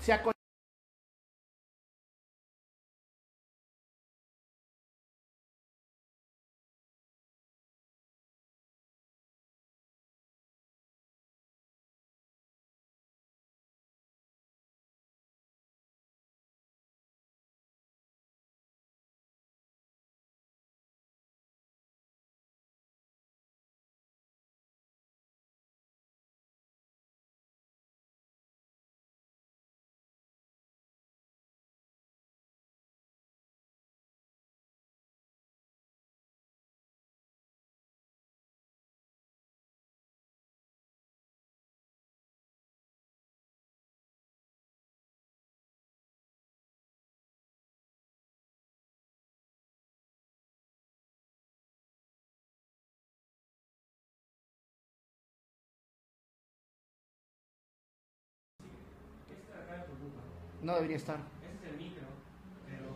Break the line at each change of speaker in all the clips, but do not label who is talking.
sea con
Esta acá me preocupa.
no debería estar.
Ese es el micro, pero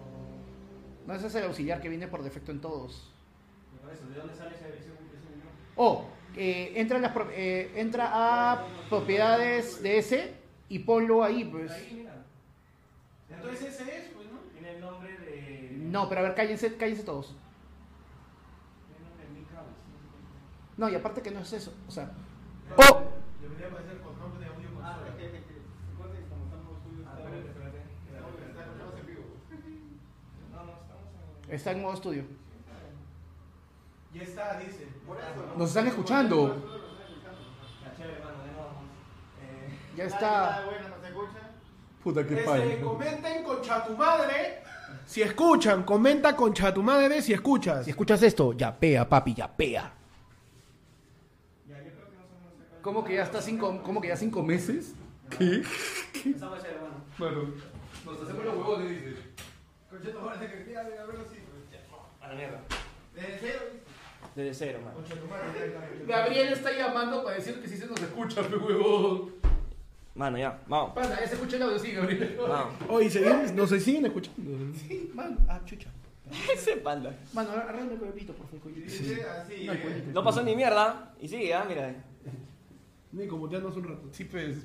No ese es el auxiliar que viene por defecto en todos.
me parece, ¿de dónde sale ese, ese, ese micro?
O eh, entra, en las pro- eh, entra a propiedades de ese y ponlo ahí, pues.
Ahí, mira. Entonces ese es, pues, ¿no? Tiene el nombre de...
No, pero a ver, cállense, cállense todos.
Tiene el nombre de micro. sí.
No, y aparte que no es eso. O sea, Oh.
¡Pum! Debería aparecer con nombre de audio
Ah,
consola.
es que, es que, es que, recuerden que como estamos suyos,
Ah,
estamos-
espérate, espérate.
Estamos estamos en vivo.
No, no, estamos en...
está en modo estudio.
Ya está, dice.
Por eso, ¿no?
Nos están escuchando.
La chévere, hermano, de nuevo. Eh,
Ya
Ah,
está.
bueno, ¿nos escucha?
Puta que
Este,
payo.
comenten concha tu madre. Si escuchan, comenta concha tu madre si escuchas.
Si escuchas esto, yapea, papi, yapea.
ya, yo creo que nos hemos sacado...
¿Cómo que ya está cinco, cómo que ya cinco meses?
¿Qué?
Estamos chévere, hermano.
Bueno, nos hacemos los huevones, dice.
Concha tu madre, que tía, a verlo así.
A la mierda.
Desde cero,
Desde cero, hermano.
Concha tu madre.
Gabriel está llamando para decir que sí se nos escucha, pe huevón.
Mano, ya, vamos.
Pasa, ya se escucha el audio, sí, Gabriel.
Vamos.
Oye, seguimos, nos siguen escuchando.
Sí, mano. Ah, chucha.
Ese panda.
Mano, arregla el pepito, por favor. coño.
Dice así.
No, el
eh.
coñito.
No pasó ni mierda. Y sigue, ah, mira.
Nico, muteanos un rato.
Sí, pues.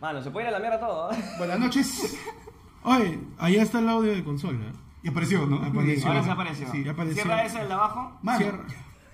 Mano, se puede ir a la mierda todo, ¿eh?
Buenas noches.
Oye, allá está el audio de consola.
Y apareció, ¿no? Apareció.
Ahora se apareció.
Sí, apareció.
Cierra ese el de abajo.
Cierra.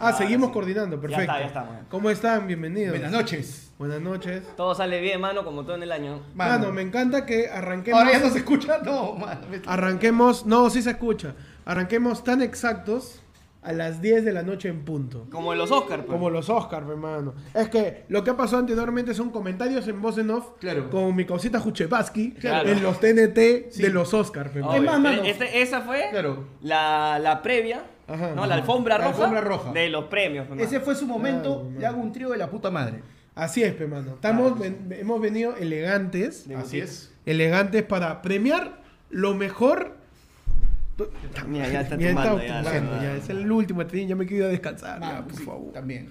Ah, seguimos coordinando,
Ya está,
perfecto.
ya estamos.
¿Cómo están? Bienvenidos.
Buenas noches.
Buenas noches.
Todo sale bien, mano, como todo en el año.
Mano, me encanta que arranquemos.
Ahora ya no se escucha, no, mano. me-
Ah, Arranquemos. No, sí se escucha. Arranquemos tan exactos a las 10 de la noche en punto.
Como en los Oscars, pues.
Como los Oscars, hermano. Es que lo que ha pasado anteriormente son comentarios en voz en off
Claro.
con mi cosita Juchepaski
Claro.
en los TNT
Sí.
de los Oscars.
Obvio.
hermano. Es más, mano,
Este- esa fue
Claro.
la, la previa,
Ajá.
¿no? La alfombra
La
roja.
alfombra roja.
De los premios, pues, hermano.
Ese fue su momento,
Claro, mano.
le hago un trío de la puta madre.
Así es, pe, mano. Estamos, ven- hemos venido elegantes.
Así es.
Elegantes para premiar lo mejor.
Mira, ya está
Ya está
tumbando, ya, la
tumbando,
verdad.
ya, es el último, Trin, ya me quiero ir a descansar. ya,
Mano,
Ah, por
Ah, pues sí,
favor.
También.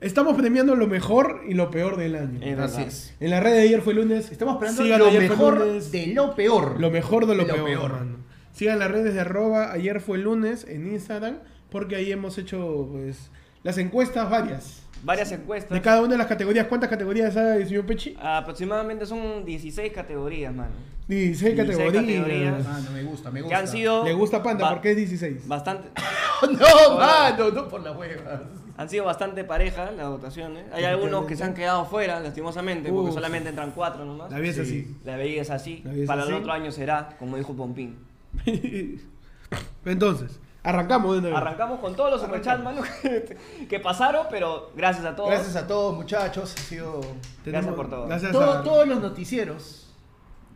Estamos premiando lo mejor y lo peor del año.
Eh, Es verdad.
Así es.
En la red de ayer fue lunes.
Estamos esperando
Sigan
lo
ayer fue
mejor
lunes.
de lo peor.
Lo mejor de lo, peor. mano. Sigan las redes de arroba ayer fue lunes en Instagram porque ahí hemos hecho pues, las encuestas varias.
Varias encuestas.
De cada una de las categorías. ¿Cuántas categorías hay, señor Pechi?
Aproximadamente son 16 categorías, mano.
16 categorías.
categorías.
Mano, Ah, me gusta, me
Que
gusta.
han sido.
Le gusta Panda
ba-
porque es 16.
Bastante,
no, mano, no por las huevas.
han sido bastante parejas las votaciones. Hay algunos que se han quedado fuera, lastimosamente, porque
Uf.
solamente entran cuatro nomás.
La vida es
Sí.
La veía es así.
La vida es
Para
así.
el otro año será, como dijo Pompín.
así. Entonces, arrancamos de nuevo.
Arrancamos con todos los superchats, mano, que, que pasaron, pero gracias a todos.
Gracias a todos, muchachos. Ha sido.
por todo.
Gracias
Todo-
a-
todos los noticieros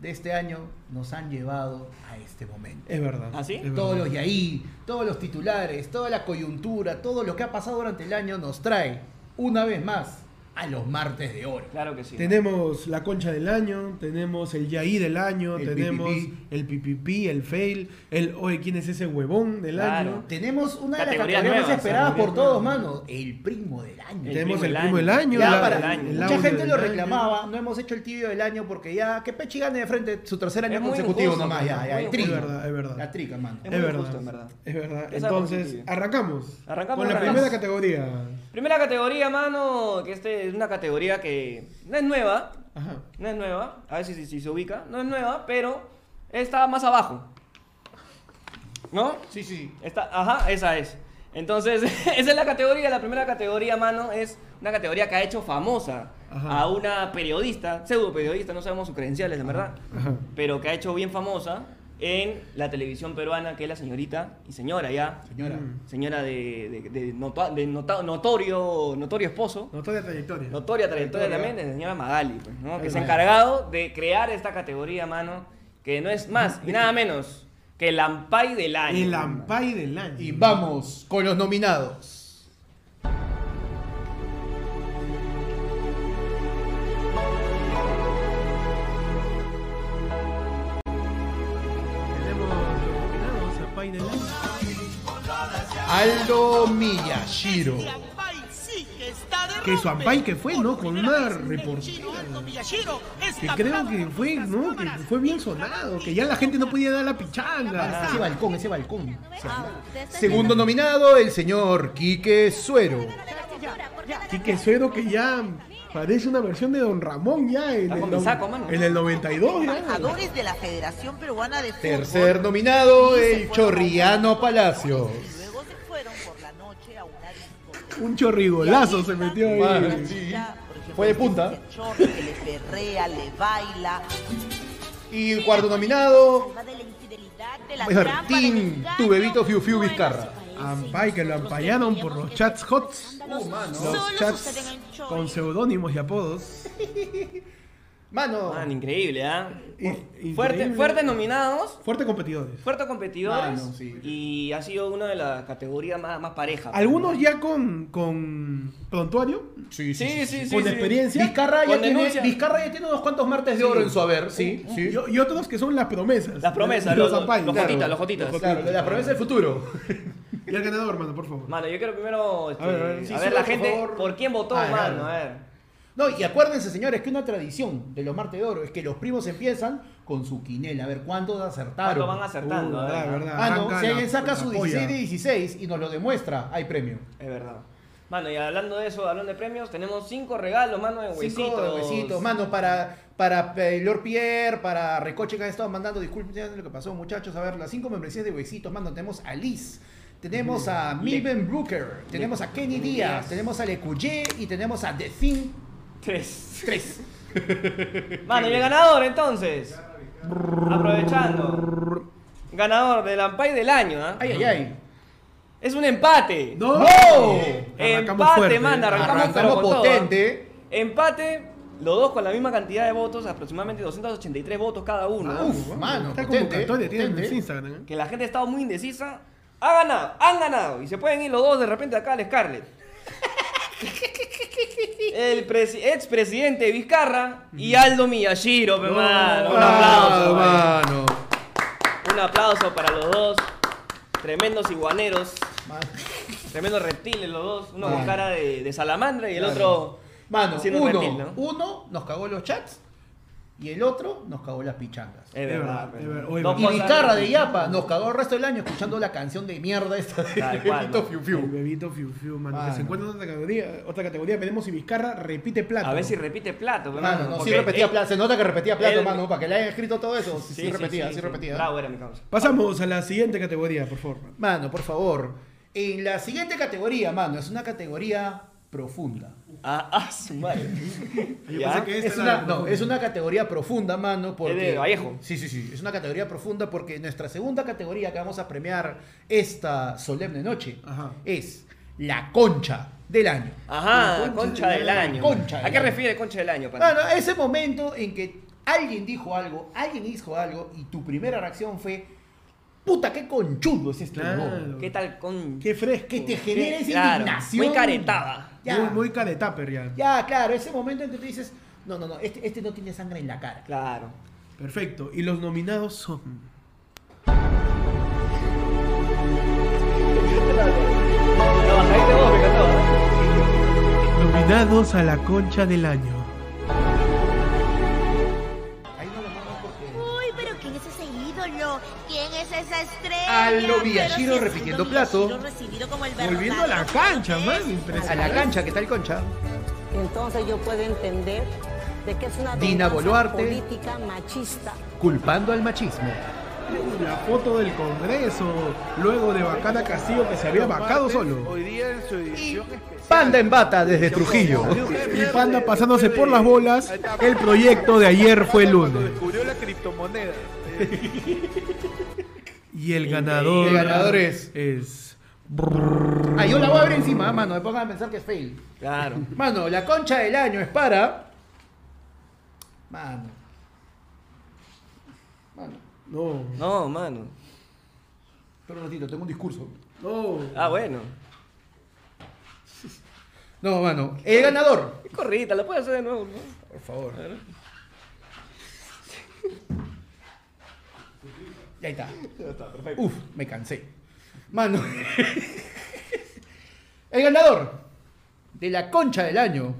de este año nos han llevado a este momento.
Es verdad.
¿Ah, sí?
es verdad.
Todos los de ahí, todos los titulares, toda la coyuntura, todo lo que ha pasado durante el año nos trae, una vez más, a los martes de oro.
Claro que sí.
Tenemos la concha del año, tenemos el yaí del año,
El
tenemos
PPP.
el PPP, el fail, el oye, ¿quién es ese huevón del
Claro.
año?
Tenemos una de las
Categorías
categorías
nuevas,
esperadas
categorías
por todos,
nuevas.
mano. El primo del año.
El
tenemos
primo
el
del
primo del
año.
año.
Ya
la-
para-
el año.
el
mucha
audio
gente
del
lo
año.
reclamaba, no hemos hecho el tibio del año porque ya que Pechi gane de frente su tercer año
Es muy
consecutivo
injusto,
nomás, ya,
muy
ya, el
injusto.
trigo.
Es verdad, es verdad.
La trica, mano.
Es
Es,
muy
verdad.
injusto, en verdad.
Es verdad.
Es algo
Entonces,
positivo.
arrancamos.
Arrancamos,
Con la
arrancamos.
primera categoría.
Primera categoría, mano, que este es una categoría que no es nueva,
Ajá.
no es nueva, a ver si, si- si se ubica, no es nueva, pero está más abajo. ¿No?
Sí, sí.
Está, ajá, esa es. Entonces, esa es la categoría, la primera categoría, mano, es una categoría que ha hecho famosa
Ajá.
a una periodista, pseudo periodista, no sabemos sus credenciales, en verdad,
Ajá.
pero que ha hecho bien famosa en la televisión peruana, que es la señorita y señora ya,
Señora.
Mm.
señora de, de- de noto- de nota- notorio, notorio esposo,
Notoria trayectoria.
notoria trayectoria también de la señora Magali, pues, ¿no? que
Ahí
se ha
va.
encargado de crear esta categoría, mano, que no es más y nada menos que el Ampay del año.
El
mano.
Ampay del año.
Y vamos con los nominados.
Tenemos los nominados Ampay del año.
Aldo Miyashiro.
Ampay sí que está de
Que su
rompe.
Ampay que fue, ¿no?
Por
Con
primera
una
vez, el
reportera.
chino Aldo Miyashiro es
Que creo
captado
que
por
fue,
las
¿no? Que
cámaras
fue bien
del
sonado.
programa
Que ya la gente no podía dar la
Ah,
pichanga.
Ese balcón, ese balcón. O sea,
Segundo
Segundo nominado, el señor Quique Suero.
Y que suero que ya parece una versión de Don Ramón ya. En,
Está
el,
con mi
no-
saco, mano.
en el 92 ya.
Trabajadores de la Federación Peruana de Fútbol.
Tercer nominado,
Y se
el
fueron
Chorriano
a-
Palacios.
Y luego se fueron por la noche a una discoteca.
Un chorrigolazo se metió
Madre.
ahí.
sí.
Ya, por ejemplo,
Fue de punta.
el chorro que le perrea, le baila.
Y cuarto nominado,
de la infidelidad, de la
Martín, tu bebito Fiu Fiu Vizcarra.
Ampay, que lo ampayaron por los chats hots. Los chats con seudónimos y apodos.
Mano,
Man, increíble, ¿ah?
In-
Fuerte,
increíble.
fuertes nominados,
Fuerte competidores.
fuertes competidores
Mano, sí.
y ha sido una de las categorías más, más parejas. pues,
Algunos ya con, con prontuario,
Sí, sí, sí.
con
sí.
experiencia.
Vizcarra ya,
Con
tiene,
denuncia.
Vizcarra ya tiene unos cuantos martes de oro en su haber, sí, sí.
Y, y otros que son las promesas.
Las promesas,
De los,
los-
Ampay.
los
Claro.
jotitas, los jotitas.
Claro, la promesa del futuro.
Y el ganador, hermano, por favor.
Mano, yo quiero primero este,
A
a
ver,
ver,
a ver. Sí,
sube,
la
por
gente
favor.
por quién votó,
Ah,
mano,
claro.
a ver.
No, y acuérdense, señores, que una tradición de los martes de oro es que los primos empiezan con su quinela, a ver cuántos acertaron.
¿Cuánto van acertando?
Uh,
a ver,
verdad,
¿no?
verdad.
Ah, no,
Arranca
si
la-
alguien saca
la
su
polla.
16 de 16 y nos lo demuestra, hay premio.
Es verdad. Mano, y hablando de eso, hablando de premios, tenemos cinco regalos, mano, de huesitos.
Cinco huesitos, mano, para, para eh, Lord Pierre, para Recoche que han estado mandando, disculpen ya sé lo que pasó, muchachos. A ver, las cinco membresías de huesitos, mano, tenemos a Liz, tenemos a
Mm,
Milben Brooker, tenemos a Kenny Díaz, tenemos a Lecuyé y tenemos a The Thing
Tres.
3.
Mano, y el ganador entonces. Aprovechando. Ganador del Ampay del año, ¿ah?
Ay, ay, ay.
Es un empate.
¡No! Eh, Arrancamos
Empate,
fuerte. eh.
mano, arrancamos,
Arrancamos
pero con
potente.
todo, ¿eh? Empate, los dos con la misma cantidad de votos, aproximadamente 283 votos cada uno.
Ah,
Uf,
bueno,
mano,
Está
potente,
convocatoria, tienen
potente.
en Instagram. ¿eh?
Que la gente ha estado muy indecisa. Ha ganado, han ganado. Y se pueden ir los dos de repente acá al Scarlett. El presi- expresidente Vizcarra y Aldo Miyashiro, pe, mano. Un aplauso.
Ah,
mano.
mano.
Un aplauso para los dos. Tremendos iguaneros.
Mano.
Tremendos reptiles los dos. Uno
Mano.
con cara de, de salamandra y el
Claro.
otro.
Mano,
siendo
uno,
reptil, ¿no?
uno nos cagó los chats y el otro nos cagó las pichangas.
Es verdad.
verdad,
pe.
es verdad. Oye,
Dos
Y
cosas-
Vizcarra de Yapa nos cagó el resto del año escuchando la canción de mierda esta de
Tal cual,
Bebito
¿no?
Fiu
El
Fiu.
bebito Fiu Fiu, mano.
Mano.
Que se encuentra en otra categoría. Otra categoría. Veremos si Vizcarra repite plato.
A ver si repite plato, pe,
Mano, no, sí
porque
repetía
él-
plato. Se nota que repetía plato,
él-
mano. Para que le hayan escrito todo eso, sí,
Sí,
sí repetía, sí, repetía.
Bravo era mi causa.
Pasamos a la siguiente categoría, por favor. mano.
Mano, por favor. En la siguiente categoría, mano, es una categoría profunda.
Ah, ah, su madre.
Yo
Ya.
pensé que esta
Es
era
una,
la
no,
profunda.
es una categoría profunda, mano, porque...
Es de Vallejo.
Sí, sí, sí. Es una categoría profunda porque nuestra segunda categoría que vamos a premiar esta solemne noche
Ajá.
es la concha del año.
La
Ajá, concha,
concha
del
del
año.
Concha
¿A
del
qué
año.
refiere concha del año, pana?
Mano, ese momento en que alguien dijo algo, alguien hizo algo y tu primera reacción fue, puta, qué conchudo es este
Claro.
huevón".
¿Qué tal con.?
Qué fresco.
Que te genera esa
Claro,
indignación.
muy caretada.
Ya.
Muy, muy caretapper ya.
Ya, claro, ese momento en que tú dices, no, no, no, este, este no tiene sangre en la cara.
Claro.
Perfecto. Y los nominados son.
No, hasta ahí te voy, me encantó.
Nominados a la concha del año.
Ahí no lo pongo porque...
Uy, pero ¿quién es ese ídolo? ¿Quién es esa estrella?
Al lo
Pero
Villashiro
si es
repitiendo
Aldo Villashiro
plato.
recibido como el
Volviendo a la
verdadero
cancha,
es.
man. Impresionante.
A la cancha, ¿qué tal concha?
Entonces yo puedo entender de que es una
Dina
venganza
Boluarte.
política machista.
Culpando al machismo.
La foto del Congreso. Luego de Bacana Castillo que se había vacado solo.
Panda en bata desde Trujillo.
Y Panda pasándose por las bolas. El proyecto de ayer fue el lunes.
Descubrió la criptomoneda.
Y el ganador.
El ganador es-
es-
Ah, yo la voy a abrir encima, ah, mano, me pongan a pensar que es fail.
Claro.
Mano, la concha del año es para... Mano. Mano,
No.
No, mano.
espera un ratito, tengo un discurso.
No.
Ah, bueno.
No, mano, el ganador.
Qué corrita, lo puedes hacer de nuevo, ¿no?
Por favor. Ya está. Uf, me cansé. Mano. El ganador de la concha del año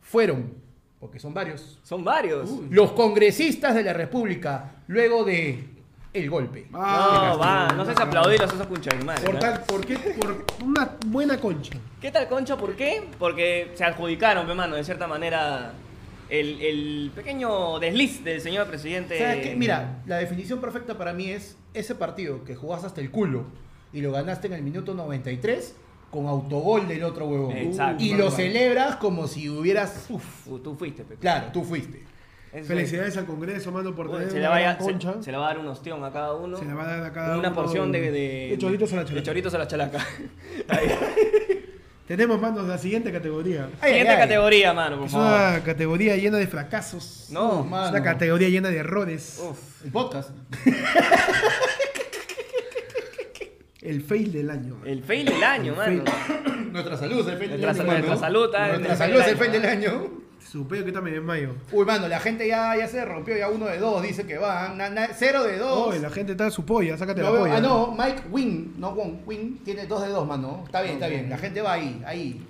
fueron, porque son varios,
Son varios.
los congresistas de la República luego de el golpe. Ah,
no, va, no sé si aplaudir, no sé si escuchar, hermano.
Por, tal, ¿Por qué? Por una buena concha.
¿Qué tal, Concha? ¿Por qué? Porque se adjudicaron, mi hermano, de cierta manera, el, el pequeño desliz del señor presidente.
¿Sabes qué? Mira, la definición perfecta para mí es ese partido que jugás hasta el culo y lo ganaste en el minuto 93 con autogol del otro huevón.
Exacto.
y lo
Bárbaro.
celebras como si hubieras... Uf,
Tú, tú fuiste, Pepe.
claro, tú fuiste.
Eso es.
Felicidades al Congreso, mano, por
Bueno,
tener
se,
una
le va
gran
a,
concha.
se, se le va a dar un ostión a cada uno.
Se la va a dar a cada
Una
uno
porción de, de,
de choritos a la chalaca.
de choritos a la chalaca. Ahí.
Tenemos, manos la siguiente categoría.
Ay,
Siguiente
ay, ay.
categoría, mano, por
Es
favor.
una categoría llena de fracasos.
Ah, No, Oh.
Uf, man.
Es
mano.
una categoría llena de errores.
Uf.
El podcast.
El fail del año.
El fail del año, mano.
Nuestra salud es el fail del
Nuestra-
año.
nuestra
mano.
salud, ah,
Nuestra
es el
salud es
fail
el fail
del
del acho.
Supeo que también en mayo.
Uy, mano, la gente ya, ya se rompió, ya uno de dos dice que van. na- na- cero de dos.
Oye, la gente está a su polla, sácate
No
la
veo-
polla.
ah, no, Mike Wing, no Wong, Wing tiene dos de dos, mano. Está bien, está bien. La gente va ahí, ahí.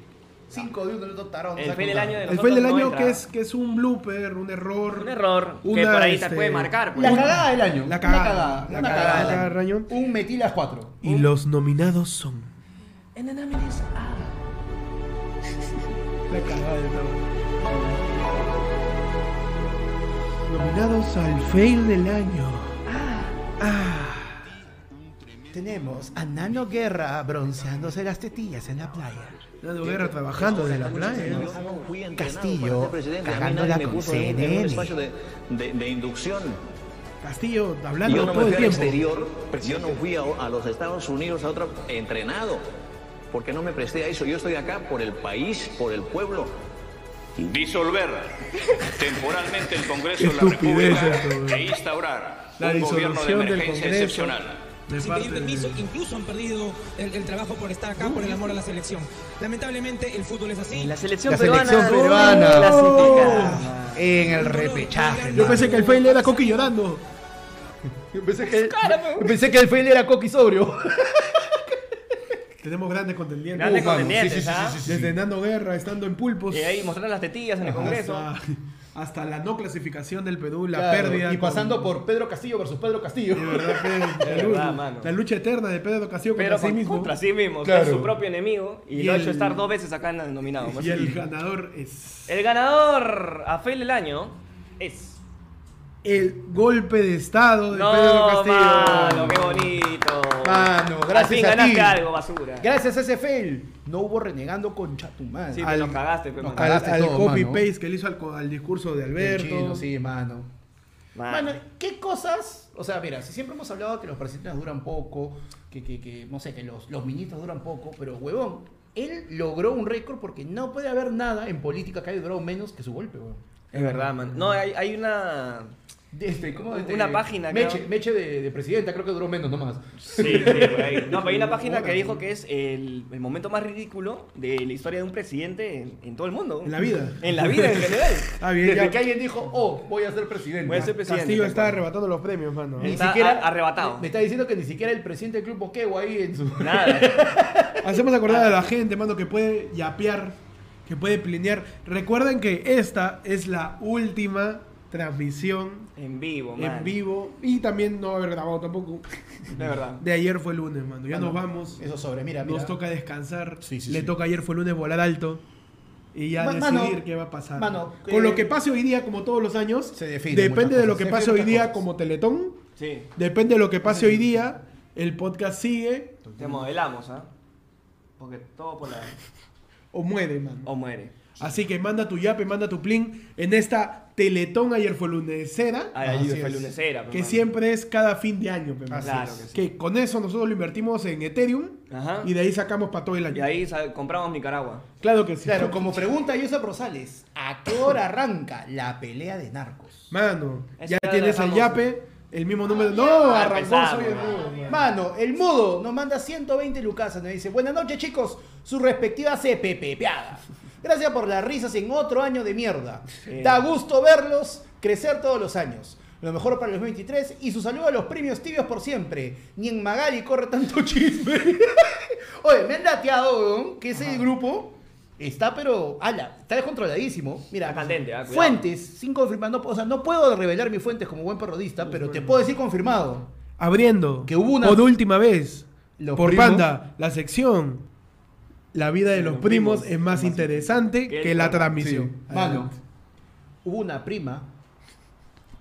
Cinco de uno, el otro tarón. no
El
sabe
fail del
contar.
año de
El
nosotros
fail del
no
año
entra.
que es, que es un blooper, un error.
Un error que
Una,
por ahí
este,
te puede marcar. pues.
La cagada del año.
La
Una
cagada. La
cagada. Una
cagada, la
cagada.
cagada del año.
Un metilas cuatro.
Y los nominados son. La cagada de todo. Nominados al fail del año.
Tenemos a Nano Guerra bronceándose las tetillas en la playa.
Nando Guerra trabajando de la playa.
Castillo cagándola con CNN.
De, de inducción.
Castillo
Yo
hablando
no me
todo el
fui al
tiempo.
exterior, pero yo no fui a, a los Estados Unidos a otro entrenado. Porque no me presté a eso. Yo estoy acá por el país, por el pueblo.
Disolver temporalmente el Congreso
Qué
de la
estupidez
República
esto, güey.
e instaurar
La
un gobierno de
disolución del
emergencia
Congreso.
excepcional.
De
Sin
parte
pedir
de-
permiso, incluso han perdido el, el trabajo por estar acá, por el amor a la selección. Lamentablemente, el fútbol es así.
La selección
La
peruana.
selección peruana.
clasifica.
En el repechaje.
Yo pensé que el fail era Coqui llorando.
pensé que, pensé que el fail era coqui sobrio.
Tenemos grandes contendientes.
Grandes
Uh, mano.
contendientes,
Sí, sí, sí,
¿ah?
sí, sí, sí. Desde Nando Guerra, estando en pulpos.
Y ahí mostraron las tetillas en el Congreso.
Hasta, hasta la no clasificación del Perú, la
Claro,
pérdida.
Y
con-
pasando por Pedro Castillo versus Pedro Castillo.
De verdad, Pedro,
De
la,
verdad,
lucha,
mano.
la lucha eterna de Pedro Castillo
Pero
contra sí mismo.
contra sí mismo,
Claro.
o sea, su propio enemigo. Y,
Y
lo ha
el-
hecho estar dos veces acá en el nominado.
Y el ganador es.
El ganador a fail del año es.
El golpe de estado de
No,
Pedro Castillo.
mano, qué bonito.
Mano, gracias
Al fin
a
ganaste
ti.
algo, basura.
Gracias a ese fail, no hubo renegando con Chatumán.
Sí,
Ah,
pero
Al-
nos cagaste, pe,
nos
mano.
cagaste.
Al, al
todo,
copy
mano.
paste que le hizo al, co- al discurso de
el
Alberto.
chino, sí, mano.
Mano.
Mano, ¿qué cosas? O sea, mira, si siempre hemos hablado que los presidentes duran poco, que, que, que no sé, que los, los ministros duran poco, pero huevón, él logró un récord porque no puede haber nada en política que haya durado menos que su golpe, huevón.
Es verdad, man. No, hay, hay una.
Este, ¿cómo? Este,
una página. creo.
Meche, Meche de, de presidenta, creo que duró menos nomás.
Sí, sí, por ahí. No, pero hay una página que dijo que es el, el momento más ridículo de la historia de un presidente en, en todo el mundo.
En la vida.
En la vida en general.
Ah, bien,
Desde
ya.
que alguien dijo, oh, voy a ser presidente.
Voy a ser presidente.
Castillo
tal
está
cual.
arrebatando los premios, mano.
Ni
Está
siquiera-
a- arrebatado.
Me está diciendo que ni siquiera el presidente del club Boqueo ahí en su.
Nada.
Hacemos acordar a la gente, mano, que puede yapear, que puede plinear. Recuerden que esta es la última transmisión
En vivo, Oh, man.
en vivo y también no va a haber grabado tampoco.
De verdad.
De ayer fue lunes, mano.
Ah,
Ya nos vamos.
Eso sobre, mira, Ah, mira.
Nos toca descansar.
Sí, sí,
Le
sí.
toca ayer fue lunes volar alto. Y ya
Ma-
decidir
mano,
qué va a pasar.
mano,
Con
eh,
lo que pase hoy día, como todos los años,
Se define
depende
muchas
de lo
cosas,
que
se
pase hoy
definen
día
muchas
como Teletón,
Sí.
depende de lo que pase hoy día, el podcast sigue
Te modelamos, ¿ah? Porque todo por la.
o muere, mano.
O muere.
Así que manda tu yape, manda tu plin en esta Teletón ayer fue lunesera,
Ay,
Así
Ayer Ah, fue pues,
es.
lunesera, pe,
que
mano.
siempre es cada fin de año. pe, mano.
Claro que sí.
Que con eso nosotros lo invertimos en Ethereum
Ajá.
y de ahí sacamos para todo el año.
Y ahí sa- compramos Nicaragua.
Claro que sí.
Claro, como pregunta Yosa Rosales, ¿a qué hora arranca la pelea de narcos?
Mano,
Eso
ya
ya lo
tienes el
dejamos.
yape, el mismo número. No,
Ah,
arrancó
empezamos,
soy el
mano.
nuevo, mano.
Mano, el mudo nos manda 120 lucas y nos dice, buenas noches chicos, su respectiva CPPPeada. Gracias por las risas en otro año de mierda.
Sí.
Da gusto verlos crecer todos los años. Lo mejor para los 23 y su saludo a los premios tibios por siempre. Ni en Magali corre tanto chisme. Oye, me han dateado, weón, que ese grupo está, pero, ala, está descontroladísimo. Mira,
Está candente, ah, cuidado.
fuentes, sin confirmar, no, o sea, no puedo revelar mis fuentes como buen perrodista, pero te puedo decir confirmado.
Abriendo
Que hubo una-
por última vez
Los
por
primos.
panda la sección. La vida de los, primos, es más interesante
que el
que la
panda.
transmisión.
Mano, hubo una prima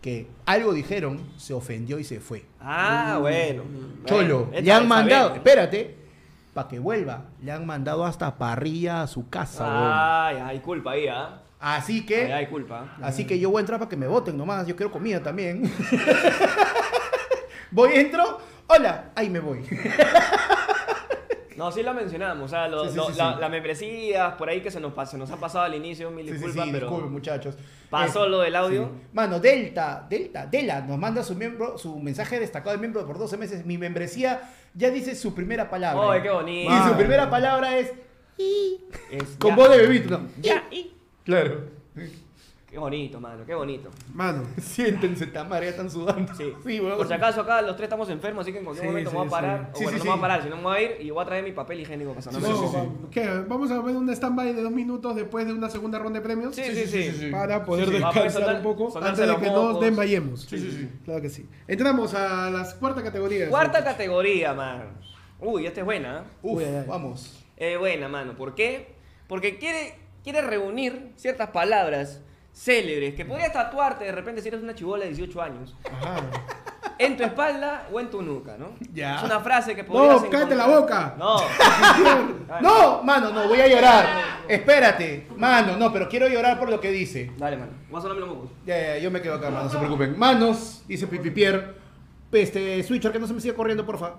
que algo dijeron, se ofendió y se fue.
Ah, bueno.
Mm. Cholo,
Bueno,
le
esta
han
vez
mandado,
sabemos.
espérate, para que vuelva, le han mandado hasta parrilla a su casa. weón.
Ay, hay culpa ahí, ¿ah?
Así
Ahí
que,
hay culpa.
así que yo voy a entrar para que me voten nomás, yo quiero comida también. voy, entro, hola, ahí me voy.
No, sí lo mencionamos. O sea, lo-
Sí, sí,
lo-
sí,
la,
sí.
la membresía, por ahí que se nos, pas- se nos ha pasado al inicio, mil
Sí, sí,
disculpas,
sí,
pero.
disculpen, muchachos. Eh,
Pasó lo del audio.
Mano, Delta, Delta, Dela nos manda su miembro, su mensaje destacado de miembro por 12 meses. Mi membresía ya dice su primera palabra.
¡Ay, qué bonito!
Y su primera palabra es "Y".
Es-
con
ya.
voz de bebito. no.
Ya, y-
Claro.
Qué bonito, mano, qué bonito.
Mano,
Siéntense, están mareadas, están sudando.
Sí.
weón.
Por si acaso acá los tres estamos enfermos, así que en cualquier
Sí,
momento
sí,
me voy a parar.
sí.
O
Sí,
bueno,
sí,
no me voy
sí.
a parar, sino me voy a ir y voy a traer mi papel higiénico para sanarme.
no,
sí, sí.
va- ¿qué? Vamos a ver una stand-by de dos minutos después de una segunda ronda de premios.
Sí, sí, sí.
Para poder
Sí, sí. Ah,
descansar
puedes sonar-
un poco
sonarse
antes de
los
que nos
mocos.
desmayemos.
Sí, sí, sí.
Claro que sí. Entramos a la cuarta categoría.
Cuarta categoría, man. Uy, esta es buena. ¿eh?
Uf,
Uy, ay, ay.
vamos.
Eh, buena, mano. ¿Por qué? Porque quiere, quiere reunir ciertas palabras célebres que podrías tatuarte de repente si eres una chibola de 18 años.
Ajá.
En tu espalda o en tu nuca, ¿no?
Ya.
Es una frase que
No,
podrías
cállate la boca.
No.
No, mano, no, voy a llorar. Espérate, mano, no, pero quiero llorar por lo que dice.
Dale, mano. Voy a sonarme los mocos.
Ya, ya, yo me quedo acá, mano, no se preocupen. Manos, dice Pipipier. Este, Switcher, que no se me siga corriendo, porfa.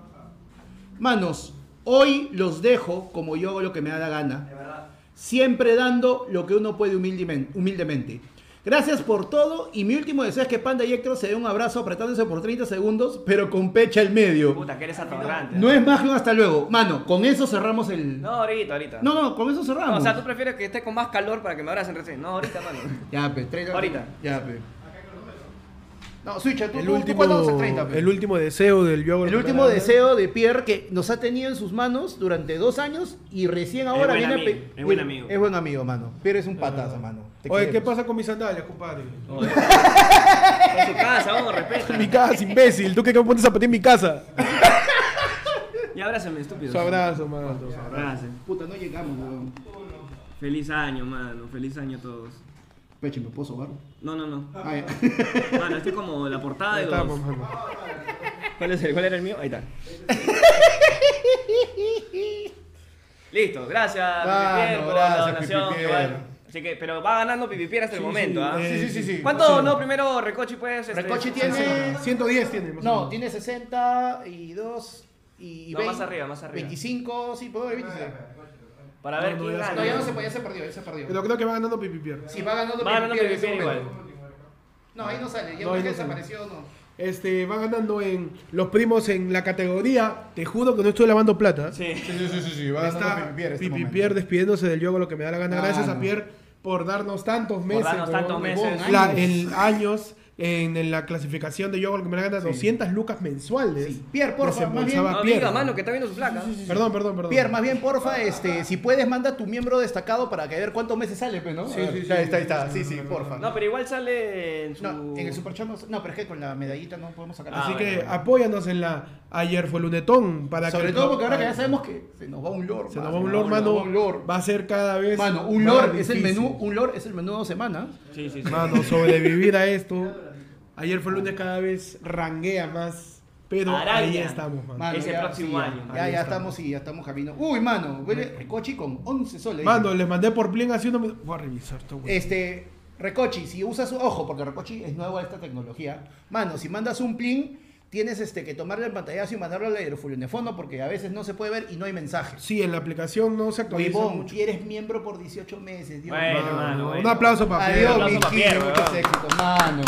Manos, hoy los dejo como yo hago lo que me da la gana. Siempre dando lo que uno puede humildimen- humildemente. Gracias por todo y mi último deseo es que Panda y Héctor se den un abrazo apretándose por 30 segundos, pero con pecha al medio.
Puta, que eres atorrante.
No es más que un hasta luego. Mano, con eso cerramos el...
No, ahorita, ahorita.
No, no, con eso
No,
cerramos.
o sea, tú prefieres que esté con más calor para que me abracen recién. No, ahorita, mano.
Ya, pe, 30
Ahorita.
Ya, pe. No, Switcher, tú,
El
tú- tú cuéntanos el
último,
30, pe.
el último deseo del yo hago lo
El
que
último
me da la
deseo de Pierre que nos ha tenido en sus manos durante dos años y recién ahora
buen
viene a
amigo,
pe-
es buen amigo.
Es buen amigo, mano. Pierre es un
gana.
patazo, mano. Te
Oye, ¿qué
queremos.
pasa con mis sandalias, compadre?
En su casa, vamos, respeta.
En mi casa, imbécil. ¿Tú qué que me pones a patear en mi casa?
Y abrácenme, estúpido.
Su abrazo, mano.
Abracen.
Puta, no llegamos, weón.
Feliz año, mano. Feliz año a todos.
Peche, ¿me puedo sobar?
No, no, no.
Ah, ya.
Mano, estoy como la portada
Ahí
de
estamos,
los...
mano.
¿Cuál, es el, ¿Cuál era el mío? Ahí está. Listo, gracias,
Mano,
Pipipier, por
gracias,
la donación.
Pipipier.
que va- Así que, pero va ganando Pipipier hasta el momento, ¿ah?
Sí, sí, sí, sí.
¿Cuánto
Sí.
donó primero Recochi, pues? este,
Recochi tiene...
110 tiene. más o
No,
menos.
tiene 62 y...
No, más arriba, más arriba.
25, sí, puedo ver 26.
Para ver
No, no,
quién
ya
gana.
se- no, ya no se
puede, ya se perdió, ya se perdió.
Pero creo que va ganando Pipipier.
Si va ganando
Va ganando
Pipipier en
Pipipier
ese
igual.
momento. No, ahí no sale, ya
No,
no,
ahí no sale.
desapareció, no.
Este, va ganando en los primos en la categoría. Te juro que no estoy lavando plata.
Sí,
sí, sí, sí, sí, va ganando
Está
Pipipier en este
Pipipier
momento.
despidiéndose del juego lo que me da la gana.
Ah,
Gracias a
no.
Pierre por darnos tantos meses.
darnos
huevón,
tantos
huevón,
meses.
la-
Años.
en años en, en la clasificación de juego lo que me da la gana. 200 lucas mensuales.
Pierre, por favor, más bien.
Desembolsaba
No
Pierre.
diga, mano, que está viendo su placa.
Perdón, perdón, perdón.
Pierre, más bien, porfa, este, si puedes, manda tu miembro destacado para que a ver cuántos meses sale, pues, ¿no?
Sí,
A ver,
sí, sí.
Ahí está, ahí está, sí, sí, porfa.
No, pero igual sale en su...
No, en el Superchat no, no, pero es que con la medallita no podemos sacar
Ah,
Así
bueno,
que
bueno.
apóyanos en la. Ayer fue lunetón. Para
Sobre
que-
todo porque ahora que ya sabemos que se nos va un lore.
Se
mano,
nos va un lord,
Ah, se nos
mano.
va un lore.
Va a ser cada vez.
Mano, un
más
lore es el
difícil.
menú, un lore es el menú de dos semanas.
Sí, sí, sí.
Mano, sobrevivir a esto. Ayer fue lunes, cada vez ranguea más. Pero
Araña.
ahí estamos, mano.
Mano,
Es el próximo
ya,
año.
Ya,
Ahí
ya
estamos.
estamos, sí, ya estamos camino. Uy, mano, vuelve Recochi con 11 soles.
Mano, les mandé por plin hace unos minutos. Voy a revisar esto, güey.
Este, Recochi, si usas, ojo, porque Recochi es nuevo a esta tecnología. Mano, si mandas un plin, tienes este, que tomarle el pantallazo y mandarlo al aerofulionefono porque a veces no se puede ver y no hay mensajes.
Sí, en la aplicación no se actualiza
Huevón,
mucho.
y eres miembro por 18 meses, Dios
Bueno,
mío.
mano,
un
bueno.
aplauso para
Adiós,
Pedro.
aplauso
mi
para Pierre,
Gil, muchos
huevón.
éxitos, mano.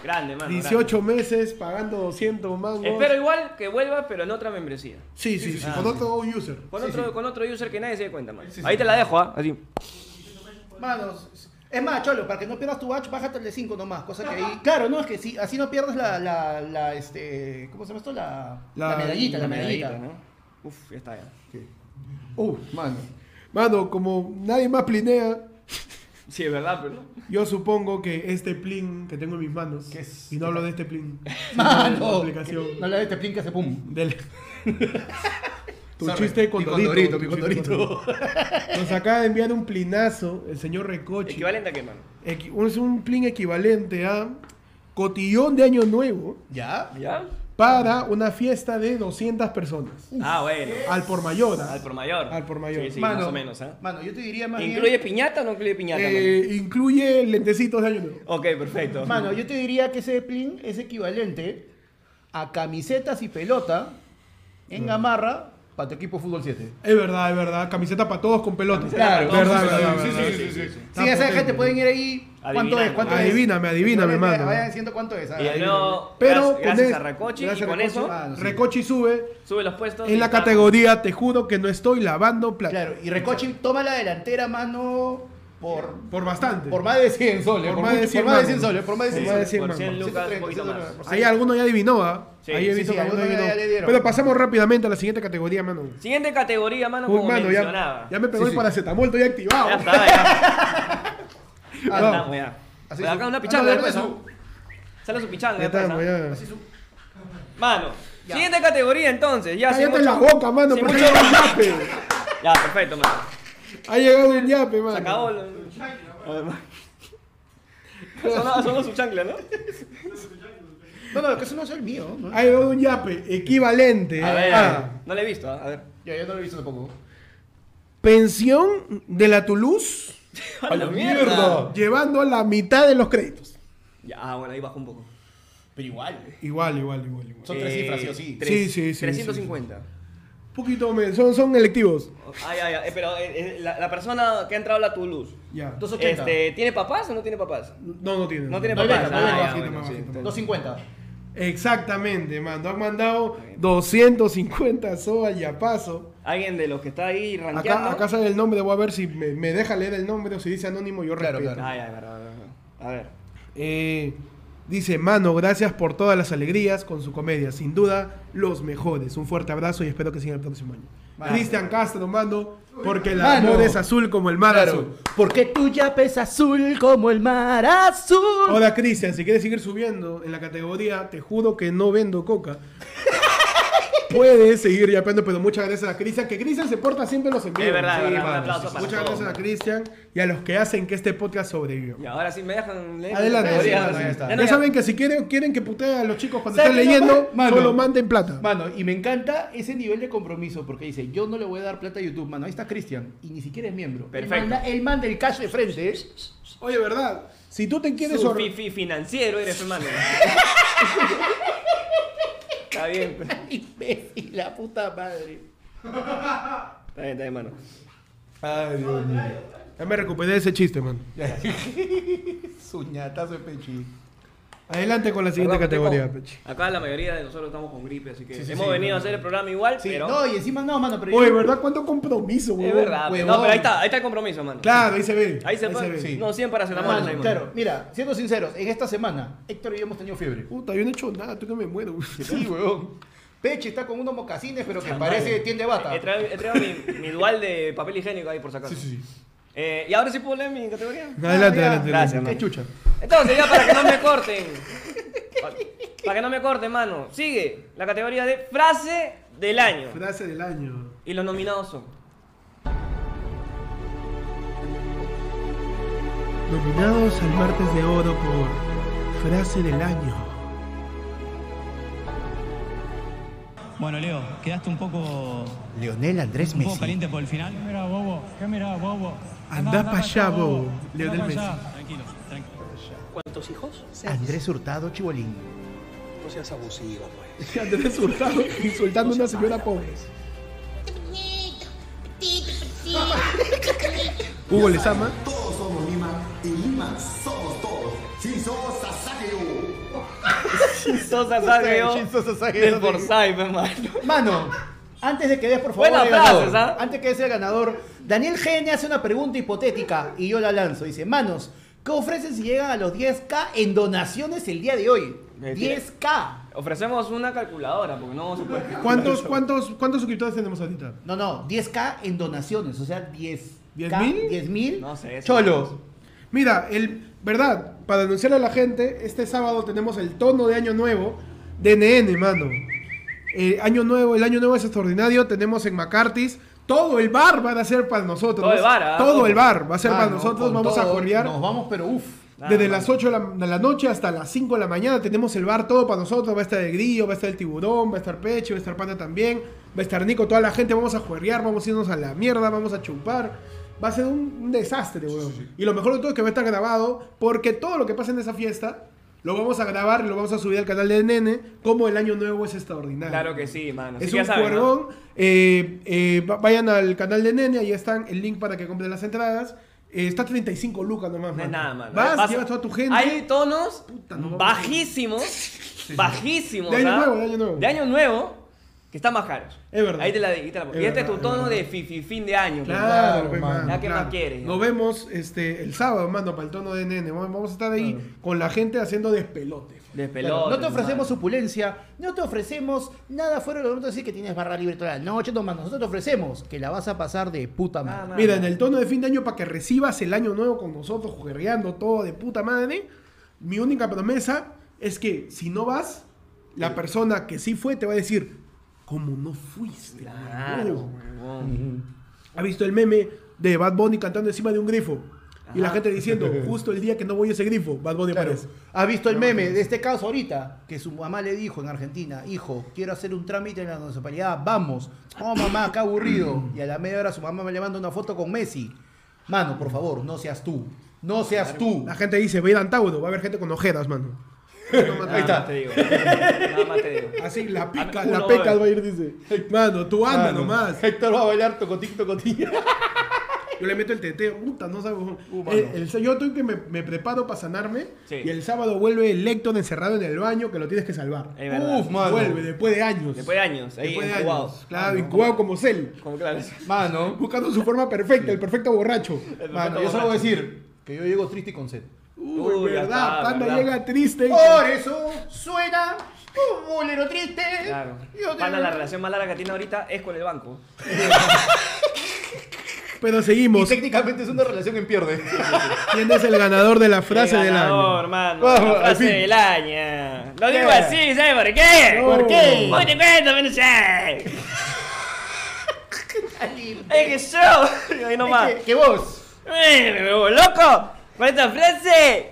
Grande, mano. grande.
18 meses pagando 200 mangos.
Espero igual que vuelva, pero en otra membresía.
Sí, sí, sí. Con otro user.
Con,
Sí,
otro,
sí.
con otro user que nadie se dé cuenta, mano.
Sí, sí.
Ahí te la dejo, ¿ah? Así.
Manos. Es más, Cholo, para que no pierdas tu watch, bájate el de 5 nomás. Cosa que ahí. Claro, no, es que sí, así no pierdes la, la, la, este. ¿Cómo se llama esto? La, la,
La-
medallita, la medallita.
¿no? Uf, ya está ya.
Uh, mano.
Mano, como nadie más plinea,
Sí, es verdad, pero.
yo supongo que este plin que tengo en mis manos.
¿Qué es?
Y no hablo de este plin.
Mano.
La aplicación.
No le des te plin que hace pum.
Del... tu
Sorry,
chiste de
mi condorito,
condorito. tu
mi
chiste de
condorito.
Nos acaba de enviar un plinazo el señor Recochi.
Equivalente a qué, mano.
Equi- un- Es un plin equivalente a cotillón de año nuevo
¿Ya?
¿Ya?
para una fiesta de 200 personas.
Ah, bueno.
Al por mayor. ¿ah?
Al por mayor.
Al por mayor.
Sí, sí,
Mano.
más o menos, ¿ah?
Mano, yo te diría más bien-
¿Incluye piñata o no incluye piñata?
Eh, incluye lentecitos de año nuevo.
mano? Ok, perfecto.
Mano, yo te diría que ese plin es equivalente a camisetas y pelota
Mm.
en gamarra para tu equipo Fútbol 7.
Es verdad, es verdad. Camiseta para todos con pelota.
Claro.
verdad,
Sí, sí,
verdad,
sí,
verdad,
sí,
verdad.
sí, sí, sí.
Está
Sí, esa
potente.
gente pueden ir ahí. ¿Cuánto es?
Adivinando.
¿Cuánto
Ah, Adivíname,
es?
adivíname,
Vayan-
mano.
Vayan diciendo cuánto es. ah.
Y de nuevo,
Pero
gracias, gracias
con
a
es-
Recochi y
gracias a
con
Recochi.
eso
Ah, sí.
Recochi sube
sube los puestos. y
en la
estamos-
categoría. Te juro que no estoy lavando plata.
Claro, y Recochi toma la delantera, mano, por,
Por bastante.
por más de 100 soles.
Por
Por,
más de
mucho-
100
por más de
mangos.
100 soles, por más de
Sí,
100
por más de
soles.
100
Por 100
mangos.
lucas, un poquito
130,
más.
Ahí alguno ya adivinó, ¿ah?
Sí,
Ahí he
sí,
visto
sí,
que alguno
alguno ya
adivinó.
le dieron.
Pero pasamos rápidamente a la siguiente categoría, mano.
Siguiente categoría, mano, como
Uy, mano, ya,
mencionaba.
ya me pegó el paracetamol, estoy activado.
Ya está, ya.
Ah,
Ya
no.
estamos, ya.
Así
Pero
su-
acá
Ah,
una
no,
pichanga
de
después,
verdad,
¿no? Sale su pichanga
Ya
después,
estamos,
¿ah?
ya.
Mano, siguiente categoría entonces. Ya, sin
Cállate la
mucho-
boca, mano,
sin
porque ha
mucho-
llegado un yape.
Ya, perfecto, mano.
Ha llegado un yape, mano.
Se acabó. lo- Sonaba, sonó su chancla, ¿no?
No, no, que eso no es el mío. ¿no?
Ha llegado un yape equivalente eh.
A ver,
a
no le he visto, ¿ah? a ver.
Ya, yo no lo he visto tampoco.
pensión de la Toulouse
¡A la
llevando la mitad de los créditos.
Ya, ah, bueno, ahí bajó un poco. Eh,
Pero igual.
Igual, igual, igual, igual.
Son tres cifras, sí o sí.
tres-
Sí, sí, sí,
350.
Un poquito menos, son, son electivos.
Ay, ay, ay, eh, pero eh, eh, la, la persona que ha entrado a la Toulouse,
Ya.
280.
este, ¿tiene papás o no tiene papás?
No, no tiene.
No tiene
No hay
papás.
beca, no hay
Ah,
beca,
ya,
sí,
bueno,
no,
sí,
sí,
entonces-
250.
Exactamente, mano. Han mandado 250 soas y a paso.
Alguien de los que está ahí rankeando.
Acá, acá sale el nombre, voy a ver si me, me deja leer el nombre o si dice anónimo, yo
Claro,
respeto.
claro.
Ay, ay, verdad, verdad, verdad. A ver.
Eh, dice, mano, gracias por todas las alegrías con su comedia. Sin duda, los mejores. Un fuerte abrazo y espero que sigan el próximo año.
Mano.
Cristian Castro, mando, porque el
Mano.
amor es azul como el mar azul.
Porque tu yape es azul como el mar azul.
Ahora, Cristian, si quieres seguir subiendo en la categoría, te juro que no vendo coca. Puedes seguir yapeando, pero muchas gracias a Cristian, que Cristian se porta siempre en los envíos.
Es verdad, es verdad, un
mano.
aplauso para
Muchas
todos,
gracias a
mano.
Cristian y a los que hacen que este podcast sobreviva.
Y ahora sí me dejan leer.
Adelante,
Categoría,
adelante,
ahora sí.
ya está.
Ya
Ya,
no, ya-
saben que si quieren, quieren que putee a los chicos cuando están
¿Saben qué,
leyendo,
mano?
solo manden plata.
Mano, y me encanta ese nivel de compromiso porque dice, yo no le voy a dar plata a YouTube, mano. Ahí está Cristian y ni siquiera es miembro. Él
Perfecto.
manda- Él manda el cash de frente.
Oye, ¿verdad? Si tú te quieres
Su
or-
fi- fi- financiero eres, hermano. Está bien. pues.
Imbécil, la puta madre.
Está bien, está bien, mano.
Ay, Dios mío.
Ya me recuperé de ese chiste, man.
Suñatazo de Pechi.
Adelante con la siguiente
Perdón,
categoría,
estoy con-
Pechi.
Acá la mayoría de nosotros estamos con gripe, así que
Sí, sí,
hemos
sí,
venido
no,
a hacer el programa igual,
Sí,
pero.
no, y encima no, mano, pero
Oye,
yo-
¿verdad? ¿Cuánto compromiso,
es
huevón?
verdad. pe-
huevón.
No, pero ahí está, ahí está el compromiso, mano.
Claro, ahí se ve.
Ahí se
ve.
fue.
sí.
No, 100
Mano,
paracetamoles ahí, mano.
Ah, claro, mira, siendo sinceros, en esta semana Héctor y yo hemos tenido fiebre.
Puta, yo no he hecho nada, tú que me muero.
Sí, weón. Peche está con unos mocasines, pero que parece tiende bata.
He traído, he traído eh, mi, mi dual de papel higiénico ahí por si acaso. Eh, y ahora sí puedo leer mi categoría.
Adelante,
Ah, ya.
adelante.
Gracias,
Qué
mano.
chucha.
Entonces, ya para que no me corten. Pa- Para que no me corten, mano. Sigue la categoría de frase del año.
Frase del año.
Y los nominados son.
Nominados al martes de oro por frase del año.
Bueno, Leo, quedaste un poco,
Leonel Andrés
un poco caliente por el final.
Mira, bobo, ¿qué mira, bobo?
Andá pa' allá, bobo. Leonel Messi.
Tranquilo, tranquilo.
¿Cuántos hijos?
Andrés Hurtado Chibolín.
No seas abusivo, pues.
Andrés Hurtado insultando a una señora pobre. Hugo les ama.
Todos somos Lima y Lima somos todos. Si somos Sasageyo.
Sosa Sagrio.
Shin Sosa Sagrio.
Del Forsyth, hermano.
Mano, antes de que des por favor
Buenas
el
frases,
ganador,
¿ah?
antes que des el ganador, Daniel Gene hace una pregunta hipotética y yo la lanzo. Dice, manos, ¿qué ofrecen si llegan a los 10k en donaciones el día de hoy?
Me
10k.
Ofrecemos una calculadora porque no se puede. calcular
¿Cuántos,
eso.
cuántos, ¿Cuántos suscriptores tenemos ahorita?
No, no, 10k en donaciones, o sea, 10.
¿Diez
10.000
mil?
mil?
No sé. eso no sé.
Cholo. Mira, el, verdad, para anunciarle a la gente, este sábado tenemos el tono de Año Nuevo de NN, mano. Eh, año Nuevo, el Año Nuevo es extraordinario, tenemos en McCarthy's. Todo el bar va a ser para nosotros.
Todo el bar, ¿ah?
Todo el
Ojo.
bar va a ser para
Mano,
nosotros.
con
Vamos a
todo,
correar
Nos vamos, pero uff.
Nada,
desde
mano.
las 8 de la, de la noche hasta las 5 de la mañana. Tenemos el bar todo para nosotros. Va a estar el grillo, va a estar el tiburón, va a estar Peche, va a estar Panda también. Va a estar Nico, toda la gente. Vamos a juerrear, vamos a irnos a la mierda, vamos a chupar. Va a ser un, un desastre, weón. Y lo mejor de todo es que va a estar grabado porque todo lo que pasa en esa fiesta lo vamos a grabar y lo vamos a subir al canal de Nene como el año nuevo es extraordinario.
Claro que sí, mano.
Es
sí,
un
ya saben, ¿no?
cuervón. Eh, eh, va- vayan al canal de Nene, ahí están el link para que compren las entradas. Eh, está 35 lucas nomás,
No es
mano.
nada, mano.
Vas,
Vas-
llevas toda tu gente.
Hay tonos
no.
bajísimos. Bajísimos.
De año
¿ah?
nuevo, de año nuevo.
De año nuevo, que están más caros.
Es verdad.
Ahí te la, ahí te la
Es
Y este es tu
verdad,
tono
es
de fifi fin de año. pues,
Claro,
Claro,
pe,
mano,
mano,
¿qué
claro.
más quieres?
Nos vemos este, el sábado, mano, para el tono de Nene. Vamos vamos a estar ahí con la gente haciendo despelote.
Despelote,
Claro, no te ofrecemos
mano.
supulencia, no te ofrecemos nada fuera de lo normal, decir que tienes barra libre toda la noche, no, mano, nosotros te ofrecemos que la vas a pasar de puta
Ah,
madre.
mano.
Mira, en el tono de fin de año para que recibas el año nuevo con nosotros, juguereando todo de puta madre. Mi única promesa es que si no vas, la persona que sí fue te va a decir, ¿cómo no fuiste?
Claro,
huevón?".
huevón.
¿Ha visto el meme de Bad Bunny cantando encima de un grifo? Y la
Ajá.
gente diciendo, justo el día que no voy a ese grifo, Bad Bunny
Claro.
aparece.
¿Has visto el meme de este caso ahorita? Que su mamá le dijo en Argentina, hijo, quiero hacer un trámite en la municipalidad, vamos. Oh, mamá, qué aburrido. Y a la media hora su mamá me le manda una foto con Messi. Mano, por favor, no seas tú. No seas tú.
La gente dice, ve a Antauro, va a haber gente con ojeras, mano.
Nada más te digo. Nada más te digo.
Así, la
A
pica,
mí-
la
uno
peca
va
va a ir, dice. Mano, tú anda nomás.
Héctor va a bailar tocotí, tocotí.
Yo le meto el teteo, puta, no sabes.
Uh,
mano.
El- el- yo estoy que me, me preparo para sanarme.
Sí.
Y el sábado vuelve el Lector encerrado en el baño que lo tienes que salvar.
Es verdad.
Uf, mano.
Vuelve después de años.
Después de años, ahí
Después de
encubados.
años. Claro, incubado como Cell.
Como claro.
Mano,
Buscando su forma perfecta, el perfecto borracho.
mano, yo solo voy a decir que yo llego triste y con sed.
Uy,
Uy, ya
verdad,
está,
Panda
verdad.
llega triste.
Por eso suena un bolero triste.
Claro.
Yo te-
Pana, la relación más larga que tiene ahorita es con el banco.
Pero
Y
seguimos.
técnicamente es una relación en pierde.
¿Quién es el ganador de la frase
El
del
ganador,
año?
mano.
Vamos,
la frase
al fin.
del año. Lo digo
¿Qué?
así, ¿sabes por qué?
¿Por qué?
Hoy te cuento, pero no sé. Es que yo. Ahí nomás.
que, que vos.
Eh, Me vuelvo loco con esta frase.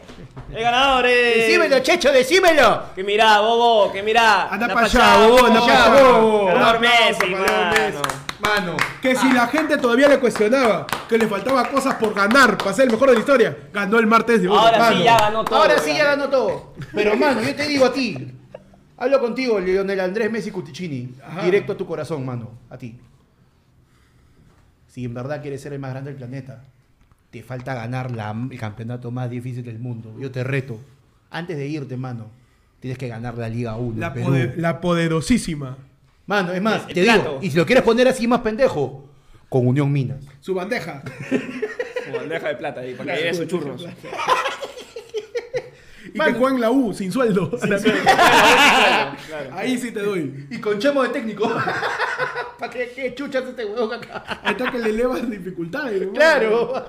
El ganador es.
Decímelo, Checho, decímelo.
Que mirá, bobo, que mirá.
Anda
La
pa'
pasada,
allá, bobo, anda
pa' allá, bobo.
Ganador
Un aplauso
Messi,
para Leo
mano.
Messi.
Mano.
Que si la gente todavía le cuestionaba que le faltaba cosas por ganar para ser el mejor de la historia, ganó el martes de oro,
Ahora sí
mano.
ya ganó todo.
Ahora sí ya
ganó.
ganó todo. Pero, mano, yo te digo a ti. Hablo contigo, Leonel Andrés Messi Cuticini.
Ajá.
Directo a tu corazón, mano. A ti. si en verdad quieres ser el más grande del planeta, te falta ganar la- el campeonato más difícil del mundo. Yo te reto. Antes de irte, mano, tienes que ganar la Liga 1.
La,
Perú.
poder- la poderosísima.
Mano, es más,
El- el
te digo,
plato.
y si lo quieres poner así más pendejo, con Unión Minas.
Su bandeja.
Su bandeja de plata ahí, para que lleve
Claro.
sus churros.
Y que juegan la U sin sueldo. Ahí sí te doy.
Y con chamo de técnico. ¿Para qué, qué chuchas este huevón acá?
Hasta que le elevas dificultades. ¿no?
Claro.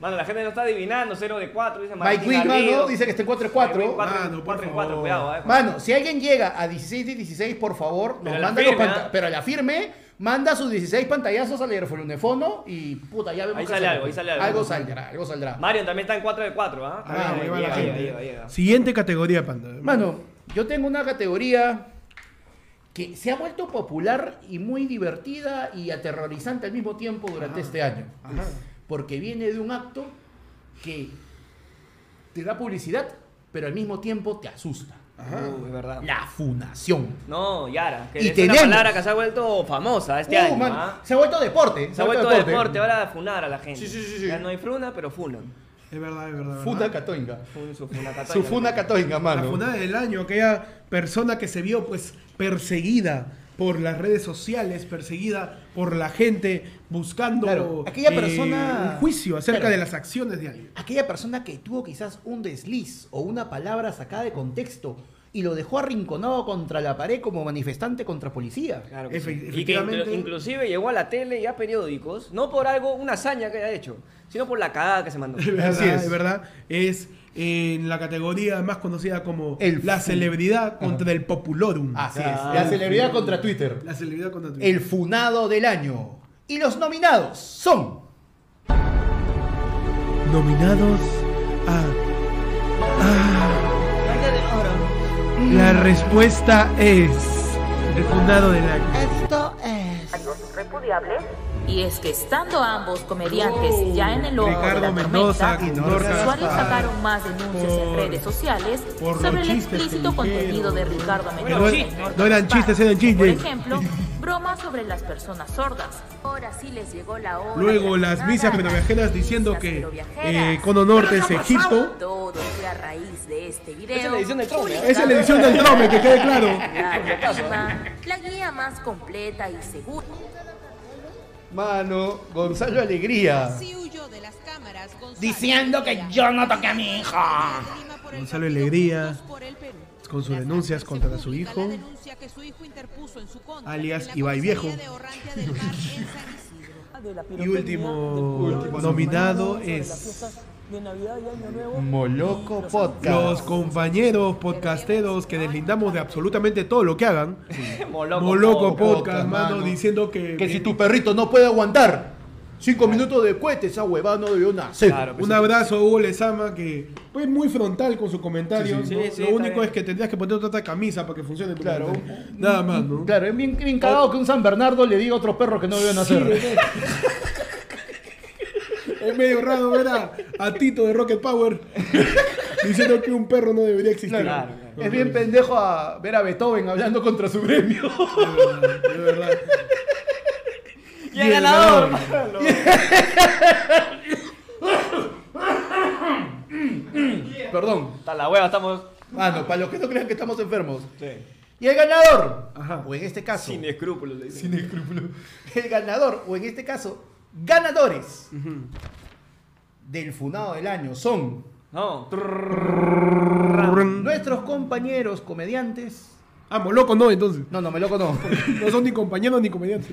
Mano, la gente no está adivinando, 0 de 4, dice
Mike
Martín
Wynn, mano,
Garrido.
dice que está en
Mike Wynn,
4-4.
cuatro en- cuatro en cuatro, cuidado, eh.
Mano, si alguien llega a 16 de 16, por favor, nos
a la
manda los
firme,
panta-
¿ah?
Pero a la firme, manda sus 16 pantallazos al aerofonefono y puta, ya vemos
Ahí
qué
sale
hacemos.
algo, ahí sale algo.
Algo saldrá, algo saldrá.
Marion también está en 4 de 4, ¿ah?
Ah, ahí va la
llega,
gente.
llega, llega, llega.
Siguiente categoría, Panda.
Mano, yo tengo una categoría que se ha vuelto popular y muy divertida y aterrorizante al mismo tiempo durante este año. Porque viene de un acto que te da publicidad, pero al mismo tiempo te asusta.
Uh, es verdad.
La funación.
No, Yara, que
Y
es
tenemos-
una palabra que se ha vuelto famosa este
Uh,
año,
mano,
¿ah?
Se ha vuelto deporte.
Se ha vuelto deporte. ahora a funar a la gente.
Sí, sí, sí,
Ya no hay fruna, pero funan.
Es verdad, es verdad.
Funa catoinga.
Fun- su funa
Su funa catoinga,
La
mano.
funada del año, aquella persona que se vio pues perseguida por las redes sociales, perseguida por la gente, buscando
Claro, aquella
eh,
persona-
un juicio acerca
Claro.
de las acciones de alguien.
Aquella persona que tuvo quizás un desliz o una palabra sacada de contexto y lo dejó arrinconado contra la pared como manifestante contra policía.
Claro
que sí. Efe-
Y que inclu- inclusive llegó a la tele y a periódicos, no por algo, una hazaña que haya hecho, sino por la cagada que se mandó.
Es verdad, es. verdad. Es eh, en la categoría más conocida como
El
la
fu- Ah,
celebridad contra el populorum.
Así es,
Ah,
la celebridad contra Twitter.
La celebridad contra Twitter.
El funado del año. Y los nominados son.
Nominados a... Ah. la respuesta es el fundado del año.
Esto es repudiable. Y es que estando ambos comediantes ya en el ojo de
Ricardo
la
Mendoza,
tormenta,
Nor
los usuarios
Gaspar,
sacaron más denuncias en redes sociales
por los
sobre el
chistes que
explícito contenido de Ricardo
Bueno,
Mendoza. y
no-
Nor
no eran
Gaspar.
chistes, eran
Por
chistes.
ejemplo, bromas sobre las personas sordas. Ahora sí les llegó la hora.
Luego
de
las
jornada.
misas pero viajeras diciendo que eh, Cono Norte es Egipto.
Todo fue a raíz de este video.
Esa es la edición del Trome, ¿eh?
publicado
Esa es la edición del Trome, que quede claro.
la última, la guía más completa y segura.
Mano, Gonzalo Alegría.
Diciendo que yo no toqué a mi hija.
Gonzalo Alegría, con sus denuncias contra su hijo, alias Ibai Viejo. Y último nominado es
Moloco Podcast.
Los compañeros podcasteros que deslindamos de absolutamente todo lo que hagan.
Moloco,
Moloco Podcast, mano, diciendo que... eh,
Que si tu perrito no puede aguantar cinco minutos de cohete, esa huevada no debió nacer.
un abrazo a Hugo Lezama que fue muy frontal con su comentario.
Sí, sí.
¿no?
Sí, sí,
Lo
está
único
bien.
es que tendrías que ponerte otra camisa para que funcione tu
Claro.
comentario. Nada más, ¿no?
Claro, es bien, bien cagado que un San Bernardo le diga a otro perro que no debió
Sí,
nacer.
¿verdad? es medio raro ver a, a Tito de Rocket Power diciendo que un perro no debería existir.
Claro. Es bien pendejo a ver a Beethoven hablando contra su gremio.
Y el ganador, mano.
Perdón.
Hasta la hueva estamos.
Mano, para los que no crean que estamos enfermos. Y el ganador, o en este caso,
Sin escrúpulos, le dicen.
el ganador, o en este caso, ganadores del funado del año son
No.
nuestros compañeros comediantes.
Ah, loco no, entonces.
No, no, me loco no.
No son ni compañeros ni comediantes.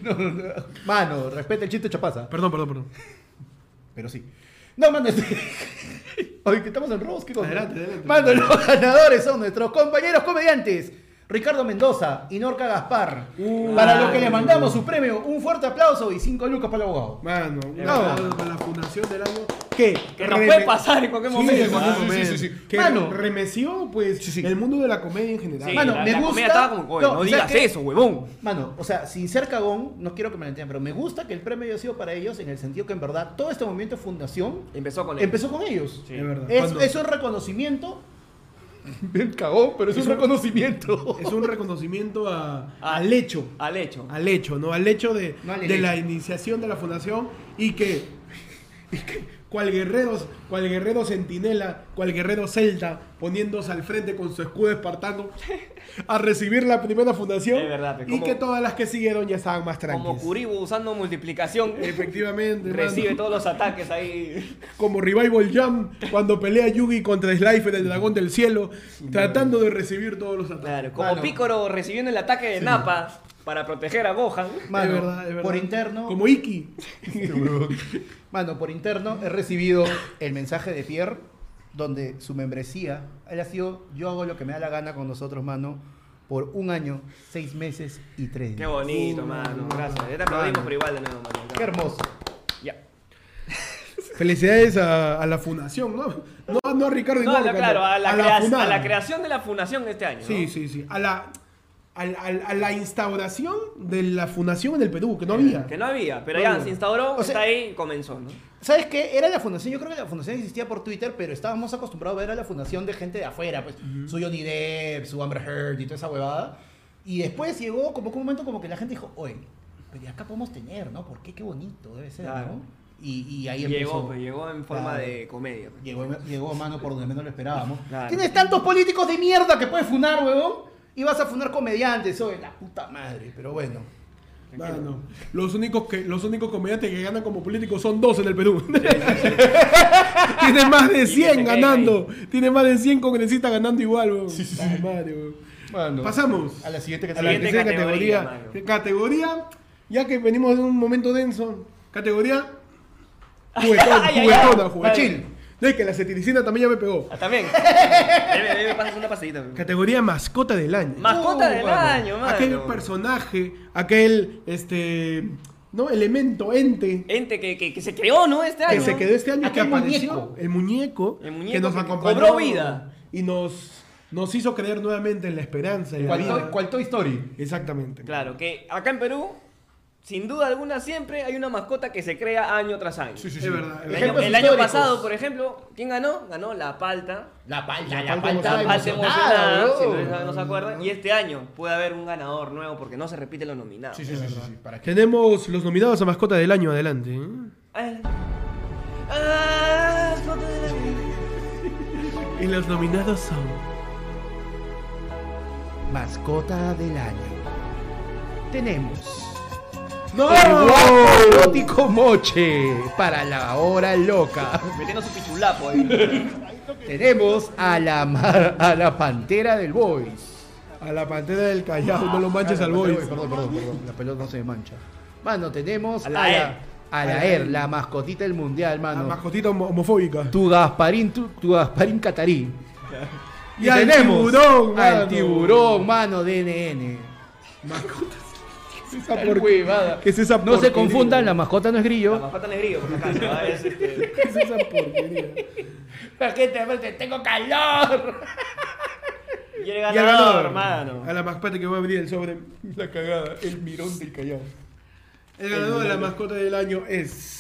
Mano, respeta el chiste chapaza.
Perdón, perdón, perdón.
Pero sí. No, mano. este- Oye, que estamos en Rose, ¿qué cosa?
Adelante, adelante.
Mano, los ganadores son nuestros compañeros comediantes. Ricardo Mendoza y Norca Gaspar.
Uh,
para los que les mandamos su premio, un fuerte aplauso y cinco lucas para el abogado.
Mano,
Es
no.
verdad.
Eh, la fundación del año. ¿Qué?
Que nos puede pasar en cualquier momento, ¿ah?
Que
Mano.
remeció, pues, el mundo de la comedia en general.
Sí,
Mano,
la-
me
la
gusta.
comedia estaba como, "Oye, no
¿sabes
digas
qué?
eso, huevón".
Mano, o sea, sin ser cagón, no quiero que me lo entiendan, pero me gusta que el premio haya sido para ellos en el sentido que en verdad todo este movimiento de fundación
Empezó con él.
empezó con ellos.
Sí.
Es verdad.
Es,
Cuando-
es un reconocimiento
Bien cagón, pero es, un reconocimiento. Es un reconocimiento a, al hecho.
Al hecho.
Al hecho, ¿no? Al hecho de,
No al
de
hecho.
la iniciación de la fundación y que, y que cual guerrero, cual guerrero centinela, cual guerrero celta, poniéndose al frente con su escudo espartano a recibir la primera fundación
Es verdad, pe,
y
como-
que todas las que siguieron ya estaban más
Como
tranquilas.
Curibo usando multiplicación.
Efectivamente.
Recibe
mano.
todos los ataques ahí.
como Revival Jam cuando pelea Yugi contra Slifer, el dragón del cielo, tratando de recibir todos los ataques.
Como
Mano,
Pícoro recibiendo el ataque de Napa para proteger a Gohan.
Mano, por interno.
Como Iki. Este
Mano, por interno he recibido el mensaje de Pierre, donde su membresía, él ha sido, yo hago lo que me da la gana con nosotros, mano, por un año, seis meses y tres días.
Qué bonito, mano. Gracias. Ya te aplaudimos, pero igual de nuevo, mano.
Qué hermoso.
Ya.
Felicidades a, a la fundación, ¿no? No, no a Ricardo
No,
Ibarra,
no, claro, a la, crea-
funada.
a la creación de la fundación este año. ¿no?
Sí, sí, sí. A la, al- al- a la instauración de la fundación en el Perú, que no había.
Que no había, pero
No
ya
había.
se instauró,
O sea-
está ahí y comenzó, ¿no?
¿Sabes qué? Era la fundación, yo creo que la fundación existía por Twitter, pero estábamos acostumbrados a ver a la fundación de gente de afuera, pues su Johnny Depp, su Amber Heard y toda esa huevada. Y después llegó como que un momento como que la gente dijo, oye, pero acá podemos tener, ¿no? ¿Por qué? Qué bonito debe ser,
Claro.
¿no? Y, y ahí
llegó,
empezó.
pues, llegó en forma
Claro.
de comedia. pues.
Llegó, llegó mano por donde menos lo esperábamos.
Claro.
Tienes tantos políticos de mierda que puedes funar, huevón. Y vas a funar comediantes, oye, la puta madre. Pero bueno.
Mano, Ah, los únicos que los únicos comediantes que ganan como políticos son dos en el Perú. tiene más de 100 ganando. Tiene más de 100 congresistas ganando igual, weón. Ay, madre, weón. Pasamos
A la siguiente
a la
categoría.
tercera categoría. Categoría, ya que venimos de un momento denso. Categoría juguetona,
Ay, ay, ay.
juguetona,
Ay.
juguetona. No es que la cetiricina también ya me pegó.
Ah, También. Debe, debe, pasas una pasadita. pues.
Categoría mascota del año.
Mascota
No,
del
mano.
año, mano.
Aquel personaje, aquel este no elemento ente
Ente que, que, que se creó, ¿no? Este año.
que se quedó este año
Aquel
que apareció
muñeco.
el muñeco
El muñeco
que nos
que
acompañó
cobró vida.
y nos nos hizo creer nuevamente en la esperanza y la
¿Cuál,
vida.
Toy- cuál Toy Story?
Exactamente.
Claro, que acá en Perú, sin duda alguna, siempre hay una mascota que se crea año tras año.
sí, sí. Es verdad.
El, año,
Ejemplos
el año
históricos.
pasado, por ejemplo, ¿quién ganó? Ganó la palta.
La palta,
La palta, palta
Ah,
emocionada, si no, no se acuerdan. Y este año puede haber un ganador nuevo porque no se repiten los nominados.
Sí, sí, sí, sí, sí. Tenemos los nominados a mascota del año adelante. ¿eh?
Ay. Ah, mascota del año.
Y los nominados son
Mascota del año. Tenemos.
¡No!
El guapo erótico moche para la hora loca.
Metiendo su pichulapo ahí.
Tenemos a la, mar- a la pantera del Boys.
a la pantera del Callao, no lo manches
Ah,
al
la
boy.
pantera del Perdón, perdón, perdón. La pelota no se me mancha. Mano, tenemos
A
a
la
la, E.
ER.
a la ER, la mascotita del mundial,
La
mano.
mascotita homo- homofóbica.
tu Gasparín, tu, tu Gasparín Catarí.
Y al tiburón, mano.
al tiburón, mano, DNN.
Esa
Tal
por-
huevada.
¿Qué es esa
No se
porquería?
confundan, la mascota no es
La
grillo.
mascota negrillo, por si acaso. ¿ah? Es, este,
¿Qué es esa porquería?
La gente de frente, tengo calor.
Y el
Y al
ganador,
A
hermano.
la mascota que va a abrir el sobre. La cagada. El mirón del Callao. El ganador de la mascota del año es.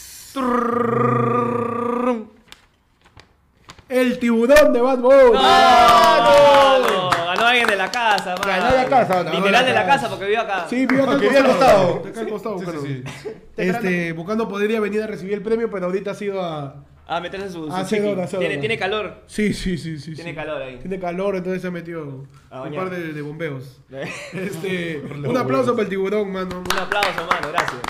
El tiburón de Bad Bunny.
Ganó ganó alguien de la casa, mano.
Ganó la casa, ganó
Literal
la
de la
casa.
casa porque vive acá.
Sí, vive acá
Porque vive
al
al
costado.
costado.
Está acá al costado, Bucano. Este,
Temprano.
Bucano podría venir a recibir el premio, pero ahorita ha sido a.
A Ah, meterse en su. su
Hace
chiqui.
hora, hace
tiene,
hora.
tiene calor.
Sí, sí, sí, sí.
Tiene
sí.
calor ahí.
Tiene calor, entonces se ha metido
A
un
bañar.
par de, de bombeos.
Un
Este, un
huevos.
aplauso para el tiburón, mano.
aplauso, mano, gracias.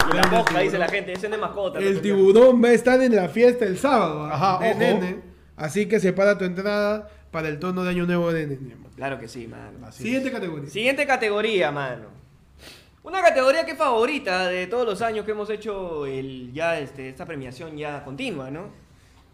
Y la
Grande
mosca,
tiburón.
dice la gente, ese no es mascota.
El
no sé qué.
tiburón va a estar en la fiesta el sábado. ¿ah?
Ajá,
de
ojo.
Nene. Así que separa tu entrada para el tono de Año Nuevo de Nene. mano.
Claro que sí, mano.
Siguiente categoría.
Siguiente categoría, mano. Una categoría que es favorita de todos los años que hemos hecho el, ya este, esta premiación ya continua, ¿no?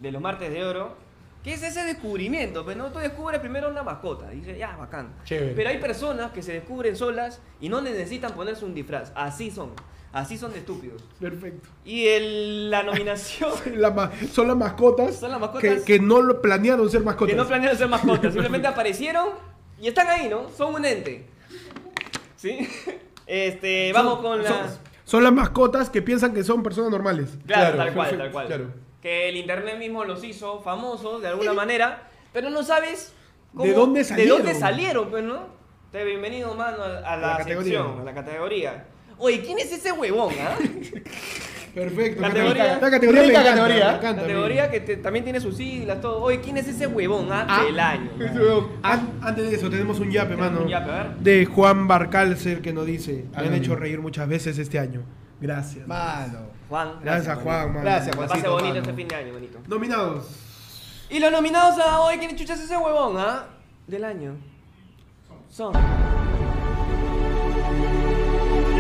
De los martes de oro. Que es ese descubrimiento, pero no tú descubres primero una mascota. Y dices, ya, bacán.
Chévere.
Pero hay personas que se descubren solas y no necesitan ponerse un disfraz. Así son. Así son de estúpidos.
Perfecto.
Y el- la nominación.
La ma- son las mascotas,
Son las mascotas.
Que, que no lo planearon ser mascotas.
Que no planearon ser mascotas, simplemente aparecieron y están ahí, ¿no? Son un ente. ¿Sí? Este, vamos con la.
Son las mascotas que piensan que son personas normales.
Claro,
claro,
tal cual,
perfecto,
tal cual.
claro.
Que el internet mismo los hizo famosos de alguna manera Pero no sabes
¿De dónde salieron?
¿De dónde salieron, pues, no? Te bienvenido, mano, a, a la,
la categoría.
sección, a la categoría. Oye, ¿quién es ese huevón, ah?
Perfecto.
Categoría.
La categoría me
Rica
encanta,
categoría.
me encanta,
Categoría que te- también tiene sus siglas, todo. Oye, ¿quién es ese huevón, ah?
Ah.
Del año.
Ese huevón. An- Antes de eso, tenemos un yape, mano.
Ah. Un yape, a ver.
De Juan Barcalcer que nos dice: Me han
Anónimo.
hecho reír muchas veces este año. Gracias.
Mano.
Juan.
Gracias a Juan, mano.
Gracias,
Me
Juancito,
pase bonito
mano.
este fin de año, bonito.
Nominados.
Y los nominados a hoy, ¿quién chuchas ese huevón, ah? Del año. Son.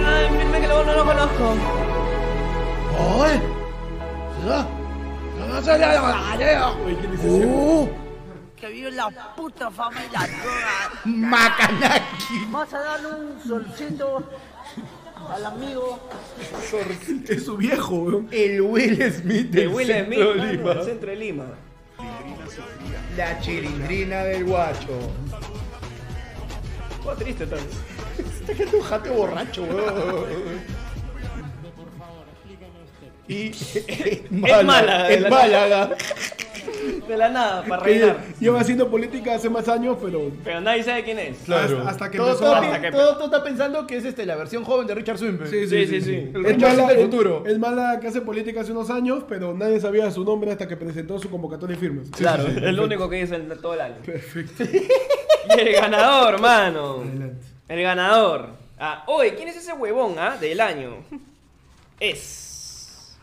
Ay, mírame que luego no lo conozco.
¡Oye! ¡No se le
Que vive la puta fama y la droga.
Macanaki.
Vas a darle un solcito al amigo.
Es su viejo, weón.
El Will Smith
De
del
Will Smith,
centro de
mano,
Lima.
del centro de Lima.
La chilindrina del guacho.
Todo triste tal vez.
Está que tu jate borracho, weón. Y es
Es Málaga, de
Es
la
Málaga.
De la nada, para
Que
reinar.
Lleva haciendo política hace más años, pero.
Pero nadie sabe quién es.
Claro. Hasta- hasta que
todo,
empezó
todo,
a-
pi-
hasta que-
todo- todo está pensando que es este, la versión joven de Richard Swinburne.
sí, sí, sí.
El
Es
Richard
mala,
Swinburne del
es-
futuro.
es mala que hace política hace unos años, pero nadie sabía su nombre hasta que presentó su convocatoria de firmas.
Claro, es lo único que dice en todo el año. Perfecto. Y el ganador, mano. El ganador. Ah, oye, ¿quién es ese huevón, ah, del año? Es.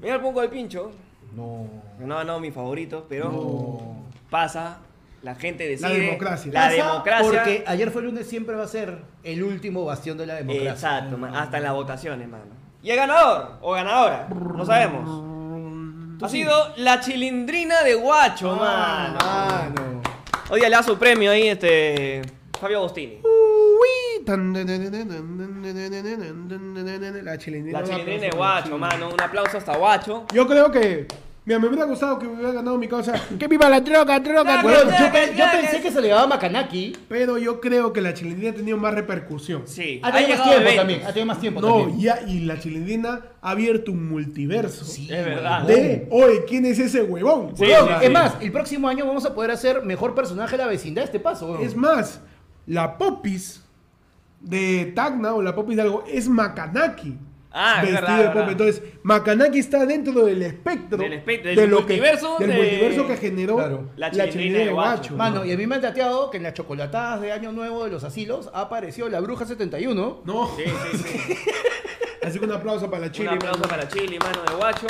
Mira el pongo del pincho.
No.
No no, mi favorito, pero pasa. La gente decide.
La democracia.
La
Pasa
democracia.
Porque ayer fue lunes, siempre va a ser el último bastión de la democracia.
Exacto, man, hasta en las votaciones, mano. Y el ganador o ganadora, no sabemos. Ha sido la chilindrina de Guacho, mano.
Ah, Mano.
Hoy día le da su premio ahí, este. Fabio Agostini.
La chilindrina.
La
va a
chilindrina de
pasar.
Guacho, mano. Un aplauso hasta Guacho.
Yo creo que. Mira, me hubiera gustado que hubiera ganado mi causa. ¡Que viva la troca, troca,
Weón,
troca!
Ah, yo, pe- yo pensé que se le daba Macanaki.
Pero yo creo que la chilindrina ha tenido más repercusión.
Sí.
Ha tenido más
llegado
tiempo
eventos.
también. Ha tenido más tiempo
No,
también.
ya, y la chilindrina ha abierto un multiverso.
Es verdad.
De, oye, ¿quién es ese huevón?
Sí,
Weón,
sí,
es
sí.
más, el próximo año vamos a poder hacer mejor personaje de la vecindad de este paso, weón.
Es más, la popis de Tacna o la popis de algo es Makanaki.
Ah, es
vestida
verdad,
de
verdad.
pop. Entonces, Makanaki está dentro del espectro.
Del espectro, del
de lo
multiverso
Que, del
de-
multiverso que generó
Claro.
la chilindrina, de Guacho.
Mano, y a mí me han dateado que en las chocolatadas de Año Nuevo de los asilos ha aparecido la Bruja 71.
No.
Sí, sí, sí.
Así que un aplauso para la
Un
Chile.
aplauso
mano.
para Chile, mano de Guacho.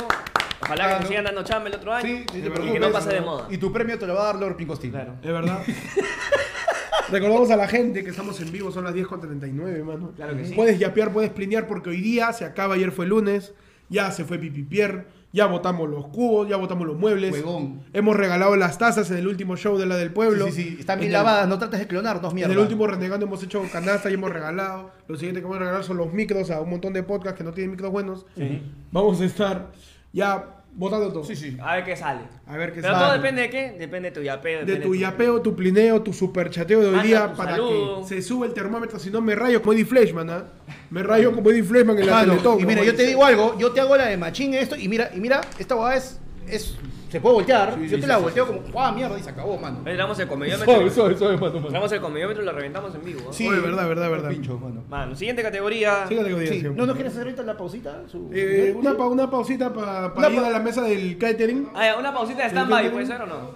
Ojalá que se sigan dando chamba el otro año.
Sí, sí, te
y que no
preocupes,
pase de
¿no?
moda.
Y tu premio te lo va a dar Lord Pincostín.
Claro.
Es verdad. Recordamos a la gente que estamos en vivo, son las 10.39, mano.
Claro que sí.
Puedes yapear, puedes plinear, porque hoy día se acaba, ayer fue lunes, ya se fue Pipipier, ya botamos los cubos, ya botamos los muebles.
Huevón.
Hemos regalado las tazas en el último show de la del pueblo.
Sí, sí, sí. Están bien
En el-
lavadas, no trates de clonarnos,
En
mierda.
el último renegando hemos hecho canasta y hemos regalado. Lo siguiente que vamos a regalar son los micros a un montón de podcasts que no tienen micros buenos. Vamos a estar ya botando todo.
Sí, sí.
A ver qué sale.
A ver qué
Pero todo
sale.
depende de qué. Depende de tu yapeo.
de
depende
tu yapeo, tu plineo, tu superchateo de hoy
Manda
día
tu
para
saludo.
que se suba el termómetro, si no me rayo como Eddie Fleshman, ¿ah? Me rayo como Eddie Fleshman en la
Mano,
Teletón,
y mira,
como
yo te
dice.
digo algo, yo te hago la de machín esto, y mira, y mira, esta guada es, es, se puede voltear, yo te la volteo como, ¡guau, mierda! Y se acabó, mano.
Le damos el
Suave,
comediómetro.
suave, suave, mano, mano.
Entramos el comediómetro y lo reventamos en vivo. ¿ah?
Sí,
Oye, verdad, verdad, verdad.
Pincho, mano.
Mano, siguiente categoría.
Sí, categoría,
Sí.
sí.
¿No nos quieres hacer ahorita la pausita? Su-
Eh, una, pa- una pausita para
Una
ir
pa-
a la mesa del catering.
Ah, ya, una pausita de stand-by, ¿puede ser o no?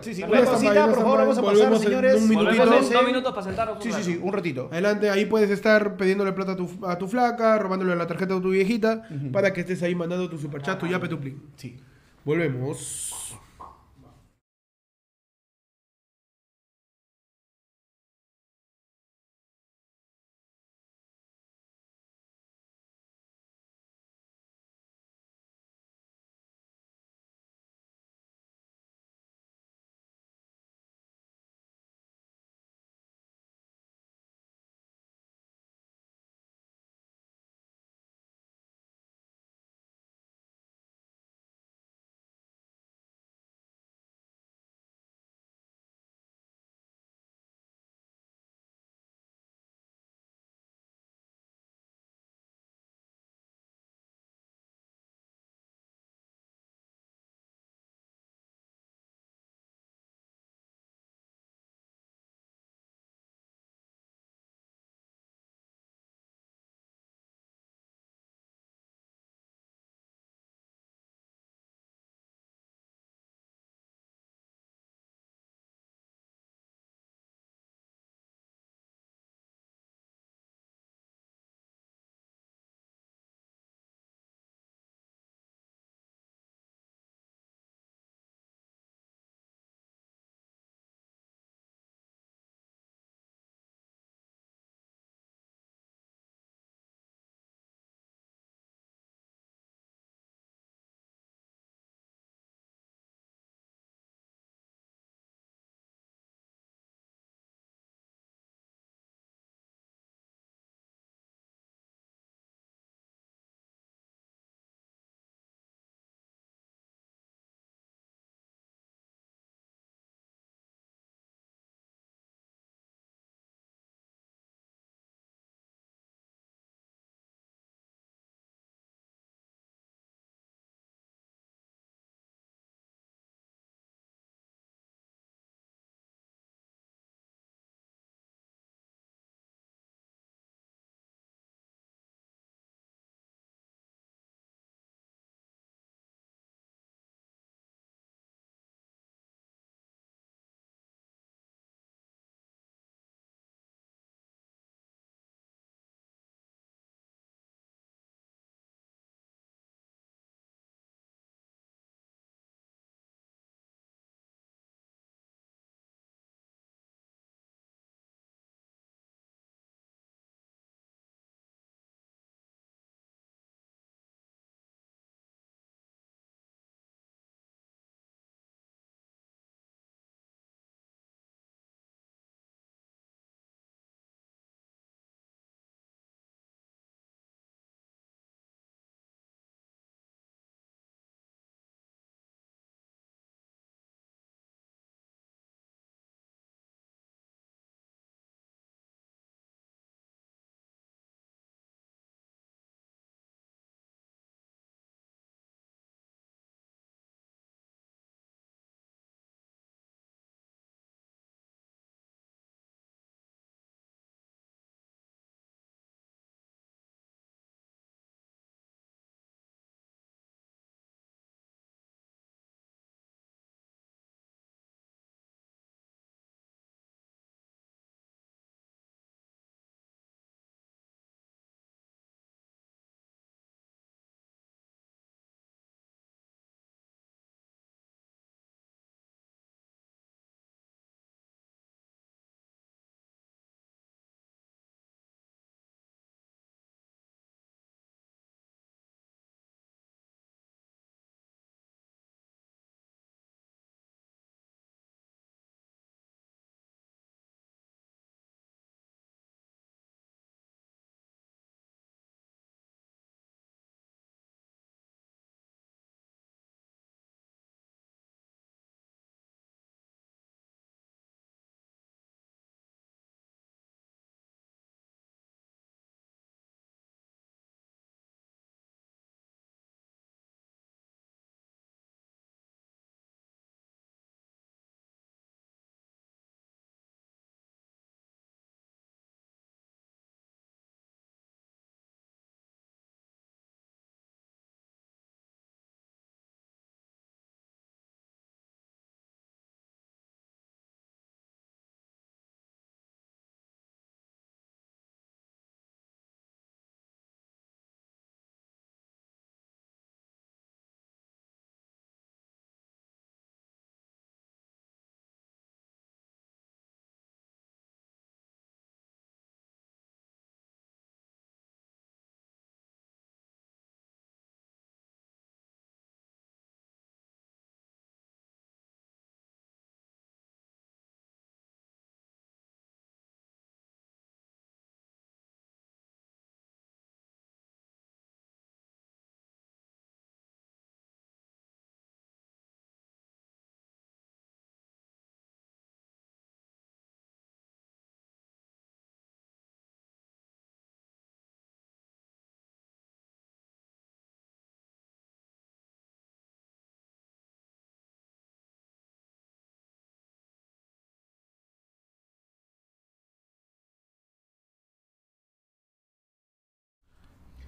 Sí, sí,
Una
una
stand-by,
pausita,
una
por favor,
stand-by.
vamos a pasar,
Volvemos en
señores.
un minutito.
Volvemos
Volvemos
en-
en dos minutos para sentarnos. un
Sí, sí,
rato.
sí, un ratito.
Adelante, ahí puedes estar pidiéndole plata a tu, a tu flaca, robándole la tarjeta de tu viejita, para que estés ahí mandando tu superchat, tu yape, tu plin.
Sí.
Volvemos.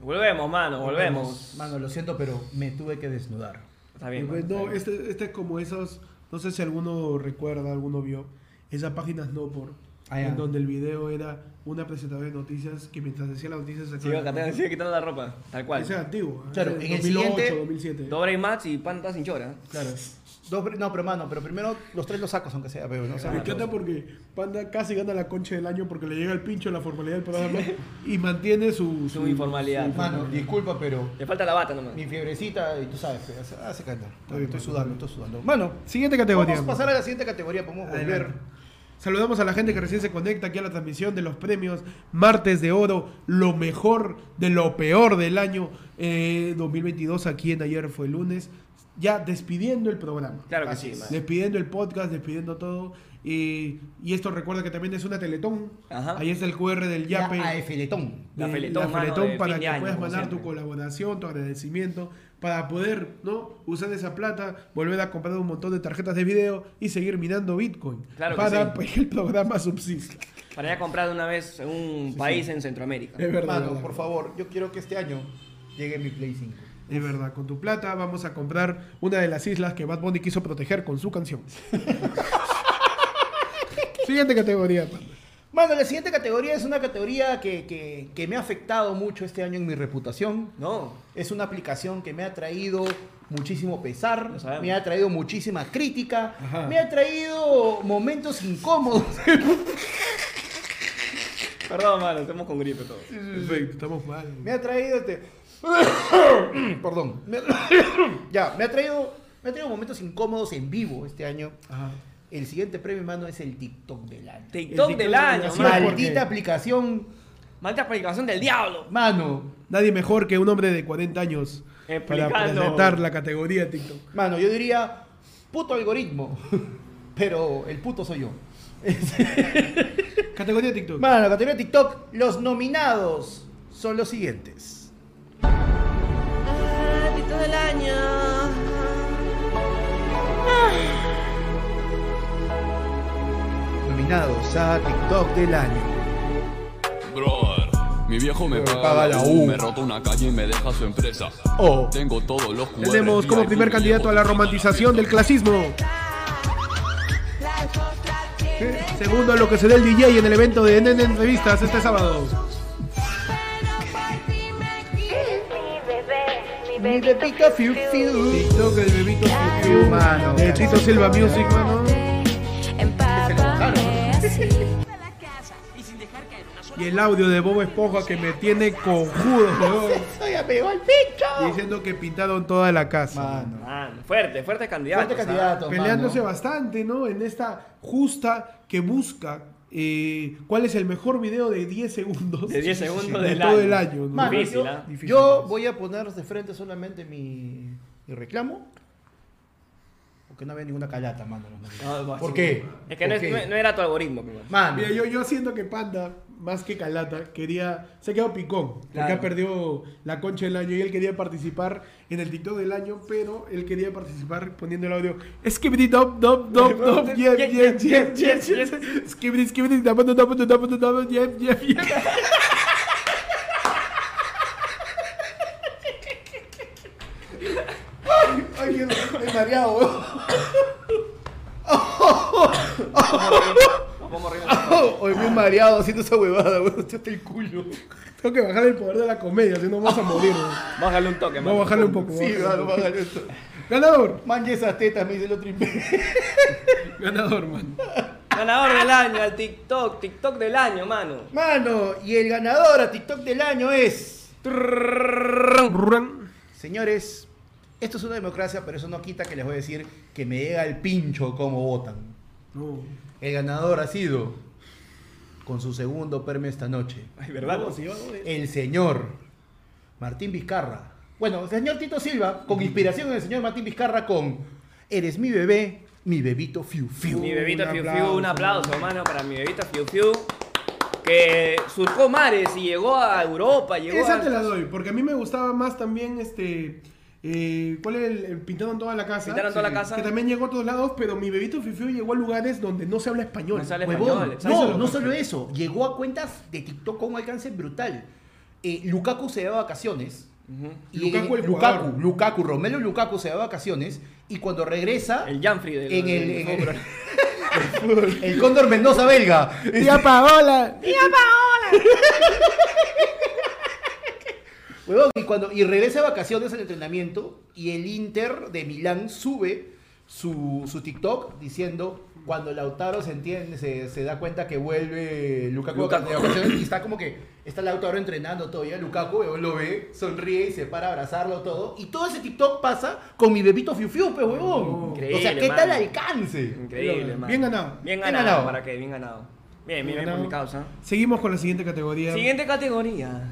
Volvemos, mano, volvemos.
Mano, lo siento, pero me tuve que desnudar.
Está bien.
Y pues, no, este, este es como esos. No sé si alguno recuerda, alguno vio. Esas páginas no por.
Ah, ya.
en donde el video era una presentadora de noticias que mientras decía las noticias
Se iba a catar, se iba quitando la ropa, tal cual.
Ese es antiguo, ¿eh?
Claro,
Ese es
en el
2008,
siguiente-
2007.
Dos horas y más y pantas sin chora.
Claro. Dos br- no, pero mano, pero primero los tres los sacos, aunque sea, pero no
Me encanta porque Panda casi gana la concha del año porque le llega el pincho la formalidad del programa y mantiene su,
Su informalidad. Mano, disculpa, pero.
Le falta la bata nomás.
Mi fiebrecita, y tú sabes, pues, hace, hace calor. Estoy, sudando, estoy sudando. Mano,
siguiente categoría.
Vamos a pasar a la siguiente categoría, podemos volver.
Adelante. Saludamos a la gente que recién se conecta aquí a la transmisión de los premios Martes de Oro, lo mejor de lo peor del año eh, 2022, aquí en ayer fue lunes, ya despidiendo el programa.
Claro que sí, man.
Despidiendo el podcast, despidiendo todo. Y, y esto recuerda que también es una Teletón.
Ajá.
Ahí está el QR del
La
Yape.
AFLetón.
De-
La Feletón,
la
mano,
Feletón
de
para
fin de
que
año,
puedas
como
mandar tu
siempre.
colaboración, tu agradecimiento, para poder ¿no? usar esa plata, volver a comprar un montón de tarjetas de video y seguir minando Bitcoin.
Claro que
para
sí.
que el programa subsista.
Para ya comprar de una vez en un país en Centroamérica.
Es verdad,
Mano,
es verdad.
por favor, yo quiero que este año llegue mi Play 5.
Es verdad, con tu plata vamos a comprar una de las islas que Bad Bunny quiso proteger con su canción. Siguiente categoría. pues. Panda.
Mano, la siguiente categoría es una categoría que, que- que me ha afectado mucho este año en mi reputación.
No.
Es una aplicación que me ha traído muchísimo pesar,
sabemos.
me ha traído muchísima crítica, me ha traído momentos incómodos.
Perdón, mano, estamos con gripe todos.
Perfecto, estamos mal.
me ha traído este... Perdón. Me- ya, me ha traído... Me ha traído momentos incómodos en vivo este año. El siguiente premio, mano, es el TikTok del año.
TikTok
El
del
TikTok
año,
del año.
mano.
¿Por qué?
Maldita aplicación,
Maldita aplicación del diablo.
mano.
Nadie mejor que un hombre de 40 años para
Explicando.
presentar la categoría TikTok.
Mano, yo diría, puto algoritmo. Pero el puto soy yo.
Categoría TikTok.
Mano, la categoría de TikTok, los nominados son los siguientes.
TikTok del año.
Nominados a TikTok del año.
Brother, mi viejo me paga, la U, me rota una calle y me deja su empresa.
Oh.
Tengo todos los QR,
Tenemos como
VIP,
primer
me
candidato a la romantización del clasismo. Segundo, lo que se da el DJ en el evento de NN Entrevistas este sábado.
Mi bebita fiu fiu.
TikTok, el bebito Fiu Fiu,
mano.
De Tito Silva Music, mano.
Y sin dejar caer una sola
Y el audio de Bob Esponja que me tiene conjudo, weón,
Soy amigo al pincho.
Diciendo que pintaron toda la casa.
Mano.
Mano, fuerte, fuerte candidato.
Fuerte
¿sabes?
candidato.
peleándose
mano.
bastante, ¿no? En esta justa que busca eh, cuál es el mejor video de 10 segundos.
De 10 segundos
de
del
todo
año.
el año. ¿no?
Mano,
Difícil,
yo,
¿ah?
Difícil. ¿eh?
yo voy a poner de frente solamente mi, mi reclamo. Porque no había ninguna calata, mano. en los nominados.
No,
¿Por
sí.
qué?
Es que no,
¿Por
es-
qué?
no- no era tu algoritmo, pues, mano.
Mano.
Ah, Mira, yo, yo siento que Panda, más que Calata, quería. Se quedó picón. Porque
Claro.
ha perdido la concha del año y él quería participar en el TikTok del año, pero él quería participar poniendo el audio. Skibidi dop dop dop dop yep yep yep yep yep. Skibidi skibidi dop dop dop dop dop dop yep yep yep.
Ay, yo estoy mareado, weón.
Nos vamos arriba.
¡Oh!
Hoy muy mareado haciendo esa huevada, weón. Estoy hasta el culo.
Tengo que bajar el poder de la comedia, si no vamos a morir. ¿no?
Bájale un toque,
Vamos a
mano.
bajarle un poco.
Sí,
vamos a
mano,
bajarle un
va
poco.
a ganar esto.
Ganador,
Manje esas tetas, me dice el otro imbécil.
ganador, man.
Ganador del año, al TikTok, TikTok del año, mano.
Mano, y el ganador a TikTok del año es.
Ruran.
Señores, esto es una democracia, pero eso no quita que les voy a decir que me llega el pincho cómo votan.
No.
El ganador ha sido, con su segundo premio esta noche,
Ay, ¿verdad?
el señor Martín Vizcarra. Bueno, el señor Tito Silva, con inspiración del señor Martín Vizcarra, con Eres mi bebé, mi bebito fiu fiu.
Mi bebita
Un
Fiu Fiu,
aplauso,
un aplauso, mano, para mi bebita Fiu Fiu. Que surcó mares y llegó a Europa, llegó
Esa
a...
te la doy, porque a mí me gustaba más también este. eh, ¿Cuál es el, el Pintaron toda la casa?
Pintaron toda la casa.
Que también llegó a todos lados, pero mi bebito Fifiu llegó a lugares donde no se habla español.
No se habla
Huevón.
español,
No, no solo eso, llegó a cuentas de TikTok con un alcance brutal. eh, Lukaku se da vacaciones. Y
Lukaku,
Lukaku,
el
Lukaku,
jugador.
Lukaku, Romelu Lukaku se da vacaciones y cuando regresa el Janfrey en el, en el- el Cóndor Mendoza belga.
Tía Paola.
Tía Paola. Huevón, y cuando y regresa de vacaciones al entrenamiento y el Inter de Milán sube su, su TikTok diciendo cuando Lautaro se entiende, se, se da cuenta que vuelve Lukaku,
Lukaku.
de vacaciones y está como que está Lautaro entrenando todavía, Lukaku huevón, lo ve, sonríe y se para a abrazarlo todo y todo ese TikTok pasa con mi bebito Fiu Fiu, pe huevón.
Increíble,
o sea, ¿qué
mano.
tal alcance?
Increíble, mano. Bien ganado. ¿Para qué? Bien ganado. Bien, bien, bien por mi causa.
Seguimos con la siguiente categoría.
Siguiente categoría.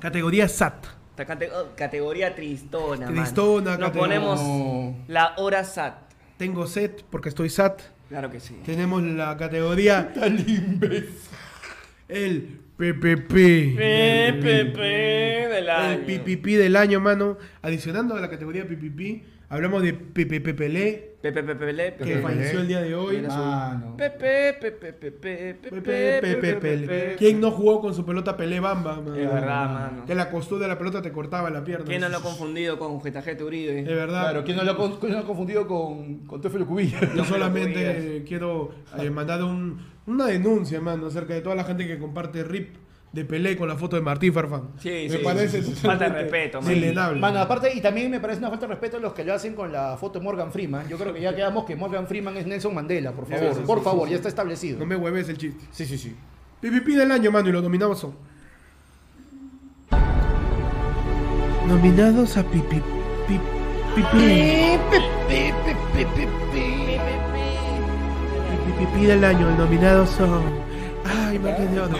Categoría SAT.
Esta cate- oh, categoría tristona. mano.
Tristona,
Nos
categoría-
ponemos la hora SAT.
Tengo set porque estoy SAT.
Claro que sí.
Tenemos la categoría. El PPP.
PPP del
El
año.
PPP del año, mano. Adicionando a la categoría PPP, hablamos de PPPLE,
Pepe, pepe,
que
pepe, pepe.
falleció el día de hoy.
Viene su- Pepe, pepe, pepe, pepe, pepe,
PPPLE. ¿Quién no jugó con su pelota Pelé Bamba? mano?
Es verdad, mano.
Que la costura de la pelota te cortaba la pierna.
¿Quién no lo ha confundido con Getajete Uribe?
Es verdad.
Claro, ¿quién no lo ha con- quién no lo ha confundido con, con Teófilo Cubillas?
Yo solamente quiero eh, mandar un- una denuncia, mano, acerca de toda la gente que comparte RIP de Pelé con la foto de Martín Farfán.
Sí,
Me
sí,
parece
sí. Falta de
totalmente
respeto, man.
condenable.
Mano, aparte, y también me parece una falta de respeto a los que lo hacen con la foto de Morgan Freeman. Yo creo que ya quedamos que Morgan Freeman es Nelson Mandela, por favor.
Sí, sí,
por
sí,
favor,
sí,
ya
sí.
está establecido.
No me hueves el chiste.
Sí, sí, sí.
PPP del año, mano, y los nominados son. Nominados a PPP. PPP del año, los nominados son. Ay, Martín de Oro.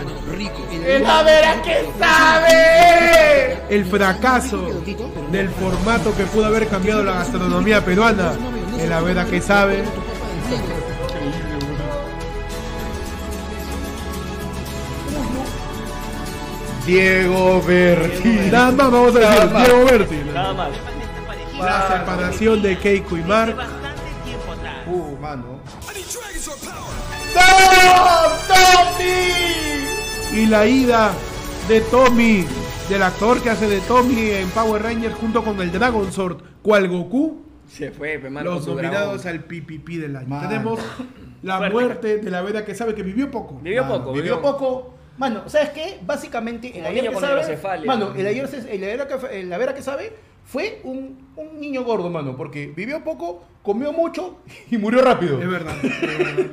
¡La vera que sabe!
El fracaso del formato que pudo haber cambiado la gastronomía peruana. El la verdad que sabe.
Diego Berti.
Nada más vamos a decir,
Nada más.
Diego Berti.
Nada más.
La separación de Keiko y Mark.
Uh, mano.
Y la ida de Tommy, del actor que hace de Tommy en Power Rangers junto con el Dragon Sword, cual Goku,
Se fue, pe, mano, con
los
su
nominados
dragón.
al PPP del año.
Mano.
Tenemos la
Fuerte.
muerte de la veda que sabe que vivió poco.
Vivió
Mano,
poco,
Vivió poco. Mano, ¿sabes qué? Básicamente, el
Como
ayer
niño
que
con
sabe.
hidrocefalia.
Mano, el ayer, se- el ayer que, el ayer que sabe fue un, un niño gordo, mano, porque vivió poco, comió mucho y murió rápido.
Es verdad.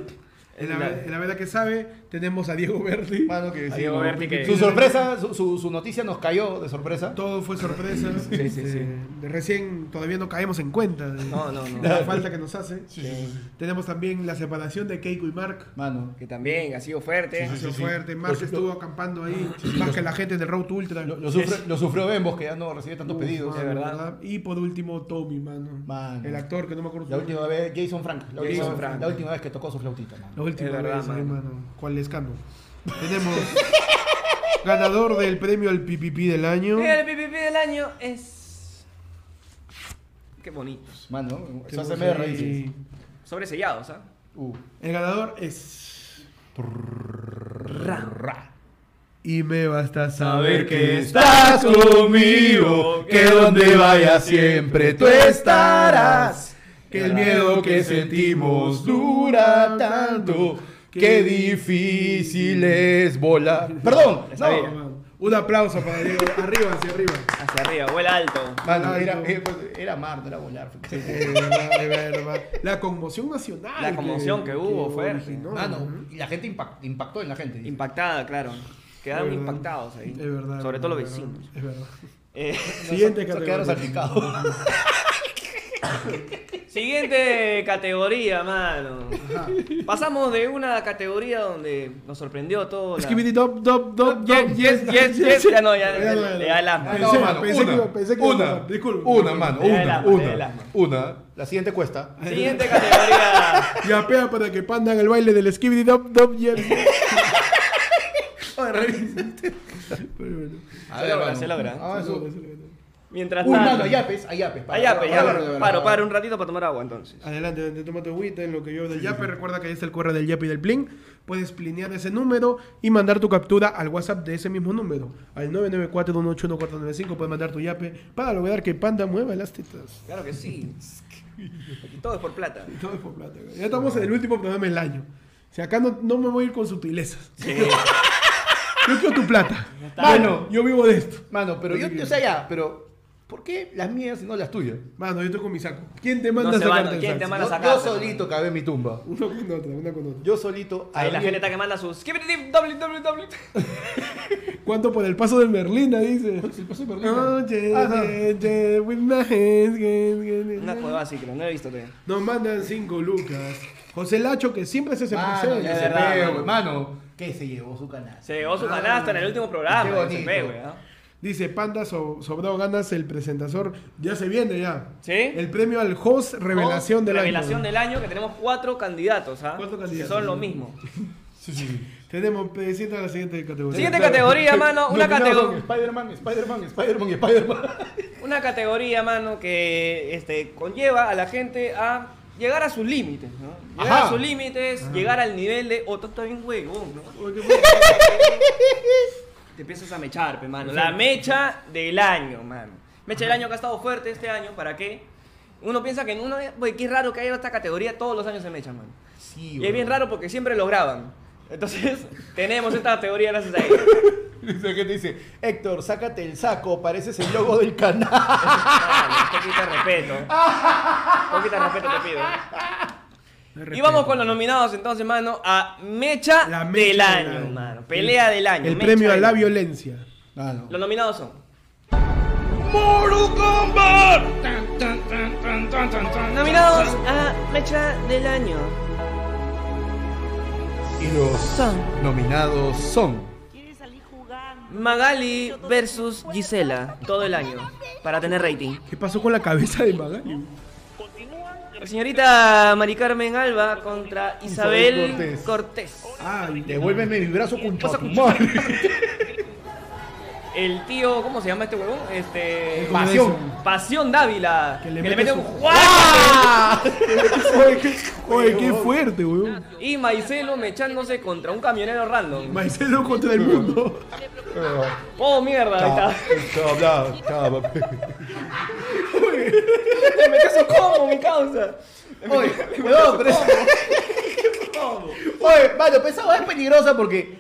En la, en la veda que sabe, tenemos a Diego Berti.
Mano, que
A
sí,
Diego
mano.
Berti que-
Su sorpresa, su, su- su noticia nos cayó de sorpresa.
Todo fue sorpresa. Este,
Sí, sí, sí.
De recién todavía no caemos en cuenta de
No, no, no.
la falta que nos hace.
Sí, sí, sí.
Tenemos también la separación de Keiko y Mark.
Mano.
Que también ha sido fuerte.
Ha sido fuerte, Mark
Lo-
estuvo acampando ahí, más que la gente del Road to Ultra.
Lo, sufre- lo sufrió Bembos, que ya no recibe tantos
Uf,
pedidos.
mano, ¿verdad? Y por último, Tommy, mano.
Mano.
El actor que no me acuerdo.
La
su
última
nombre.
vez, Jason Frank. La,
Jason
última,
Frank.
la última vez que tocó su flautita, mano.
La última
Es verdad,
vez,
mano.
hermano. ¿Cuál escándalo? Tenemos ganador del premio al PPP del año.
El PPP del año es. Qué bonito.
Mano, eso
Tenemos
hace medio
ahí-
raíces.
Sobresellados, ¿ah?
Uh.
El ganador es. Y me basta saber que estás conmigo, que donde vaya siempre tú estarás, que el miedo que sentimos dura tanto, que difícil es volar.
Perdón,
La sabía.
No. Un aplauso para Diego, arriba, hacia arriba.
Hacia arriba, vuela alto.
Mano, era, eh, pues, era mar, no era volar.
Eh, verdad, de verdad. La conmoción nacional.
La conmoción que hubo
que
fue-
originó, ¿no?
Mano, y la gente impact- impactó en la gente. dice.
Impactada, claro. Quedaron
Es verdad.
impactados ahí.
Es verdad.
Sobre
es
todo los
verdad,
vecinos.
Es verdad.
Eh,
Siguiente
Nos quedaron
categoría.
salpicados.
siguiente categoría, mano. Pasamos de una categoría donde nos sorprendió todo. la-
Skibidi dop, dop, dop, dop.
yes, yes, yes. Ya no, ya-
no,
le da el asma.
Pensé-
Ah, No, mano,
pensé que
una,
iba- pensé que iba a
una,
pasar. Disculpe.
una, mano,
Te da el
una,
asma, te da el
una,
asma.
una. La siguiente cuesta.
Siguiente categoría.
Y apea para que panda haga el baile del skibidi dop, dop, yes.
Oye, revisa.
Pero bueno.
A
Se
ver,
logra,
mano.
se logra.
Ah, eso-
Mientras
Uy,
tanto.
mano, yapes, a yapes, para,
A yapes,
para,
ya.
para, para,
Paro,
para. Ah.
paro un ratito para tomar agua entonces.
Adelante, adelante, toma tu agüita en lo que yo del Yape. Recuerda que ahí está el QR del Yape y del Plin. Puedes plinear ese número y mandar tu captura al WhatsApp de ese mismo número. Al 994-181-495 puedes mandar tu Yape para lograr que Panda mueva las tetas.
Claro que sí. Aquí todo es por plata.
Todo es por plata. Ya estamos en el último programa del año. O sea, acá no, no me voy a ir con sutilezas. Yo quiero tu plata. Mano, yo vivo de esto.
Mano, pero yo, o sea, ya, pero ¿por qué las mías y no las tuyas?
Mano, yo estoy con mi saco. ¿Quién te manda a
sacar
sacarte el saco?
Yo- Yo solito cavé mi tumba.
Uno con otra, una con otra.
Yo solito.
Ahí la
abrí-
gente está que manda sus. www.
¿Cuánto por el paso del Berlín? ahí Dice. el paso del Berlín? Oh, yeah, yeah, yeah, with my hands, yeah, yeah, yeah.
Una cueva así que no la he visto todavía.
Nos mandan cinco lucas. José Lacho, que siempre se se
Mano,
presenta.
Ah, ya se ve, güey, mano. Que se llevó su canasta.
Se llevó su canasta en el último programa.
Ah, Qué
Qué
bonito.
Dice Panda so- sobrado ganas el presentador. Ya se viene ya.
¿Sí?
El premio al host revelación del
Revelación
año.
del año que tenemos cuatro candidatos, ¿ah? Cuatro
candidatos,
Son lo
sí.
mismo.
Tenemos presenta la siguiente categoría.
Siguiente categoría, mano, una
Nominados
categoría.
son Spider-Man, Spider-Man, Spider-Man, y Spider-Man.
Una categoría, mano, que este, conlleva a la gente a llegar a sus límites, ¿no? Llegar
Ajá.
a sus límites, llegar al nivel de, oh, tú estás bien huevón, ¿no? Te empiezas a mechar, pe, mano. La mecha del año, mano. Mecha del año que ha estado fuerte este año, ¿para qué? Uno piensa que en uno, güey, qué raro que haya esta categoría todos los años se mecha, mano.
Sí,
Y es bien raro porque siempre lo graban. Entonces, tenemos esta teoría gracias a ella.
La gente dice, Héctor, sácate el saco, pareces el logo del canal.
Un poquito de respeto. Un poquito de respeto te pido. Y vamos con los nominados entonces, mano, a Mecha,
mecha
del
del
año,
año.
mano. Pelea del año.
El
mecha
premio a
del
la
año.
violencia. Ah,
Los nominados son.
Mortal Kombat.
Nominados a Mecha del año.
Y los nominados son.
Magali versus Gisela. Todo el año. Para tener rating.
¿Qué pasó con la cabeza de Magali?
Señorita Mari Carmen Alba contra Isabel,
Isabel Cortés.
Cortés.
Devuélveme mi brazo con
El tío, ¿cómo se llama este huevón? Este.
Pasión.
Pasión Dávila. Que le, mete
mete
un
su-
¡guau!
Oye, qué, oye, qué fuerte, weón.
Y Maicelo mechándose contra un camionero random.
Maicelo contra el mundo.
Oh, mierda, ahí está. Le metió su combo, mi causa.
Oye, huevón, pero Oye, mano, pensaba es peligrosa porque.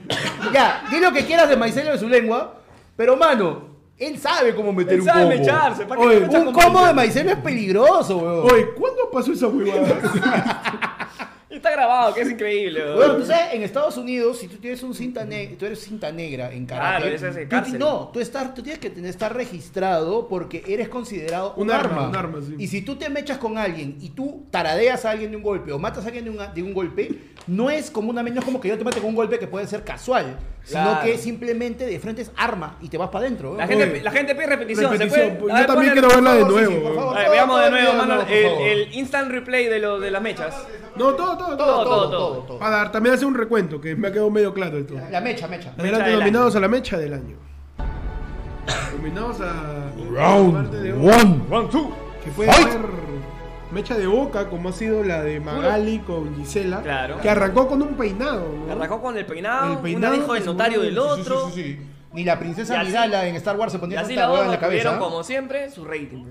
Ya, di lo que quieras de Maicelo de su lengua, pero mano. Él sabe cómo meter
Él
un
sabe
combo.
mecharse, ¿para qué
Oye,
se mecha
un
con
combo
Maicelo?
de Maicelo es peligroso, weón.
Oye, ¿cuándo pasó esa huevada?
Y Está grabado, que es increíble. weón.
Bueno, tú sabes, en Estados Unidos, si tú tienes un cinta negra, tú eres cinta negra en karate.
Claro, ese es de
tú-
cárcel.
no, tú estás, tú tienes que tener- estar registrado porque eres considerado un,
Un arma, un arma, sí.
Y si tú te mechas con alguien y tú taradeas a alguien de un golpe o matas a alguien de un, de un golpe, no es como una no es como que yo te mate con un golpe que puede ser casual, sino
Claro.
que simplemente de frente es arma y te vas para adentro. ¿eh?
La gente,
Oye,
la gente pide repetición.
Repetición,
¿se puede?
pues,
A
yo
ver,
también
ponle-
quiero verla de
por favor, sí,
nuevo,
por
weón.
favor. A ver, veamos de nuevo,
Todo, todo,
mano,
todo,
el,
por favor.
el instant replay de, lo, de las mechas.
No, todo,
todo,
todo, todo.
todo, todo, todo.
Para dar, también hace un recuento que me ha quedado medio claro esto.
La mecha, mecha.
Adelante,
del
nominados a la mecha del año. Nominados a. parte de-
round two.
Que puede
Fight.
ser mecha de boca, como ha sido la de Magali con Gisela.
Claro.
Que arrancó con un peinado. ¿no?
Arrancó con el peinado,
El peinado
una dijo
que
el
se
notario
volvió- sí,
del
sí,
otro.
Ni la
Y
princesa
así-
Midala en Star Wars se
Y
ponía
así
tanta
la
hueva en
bomba
la cabeza.
tuvieron,
¿eh?
como siempre, su rating.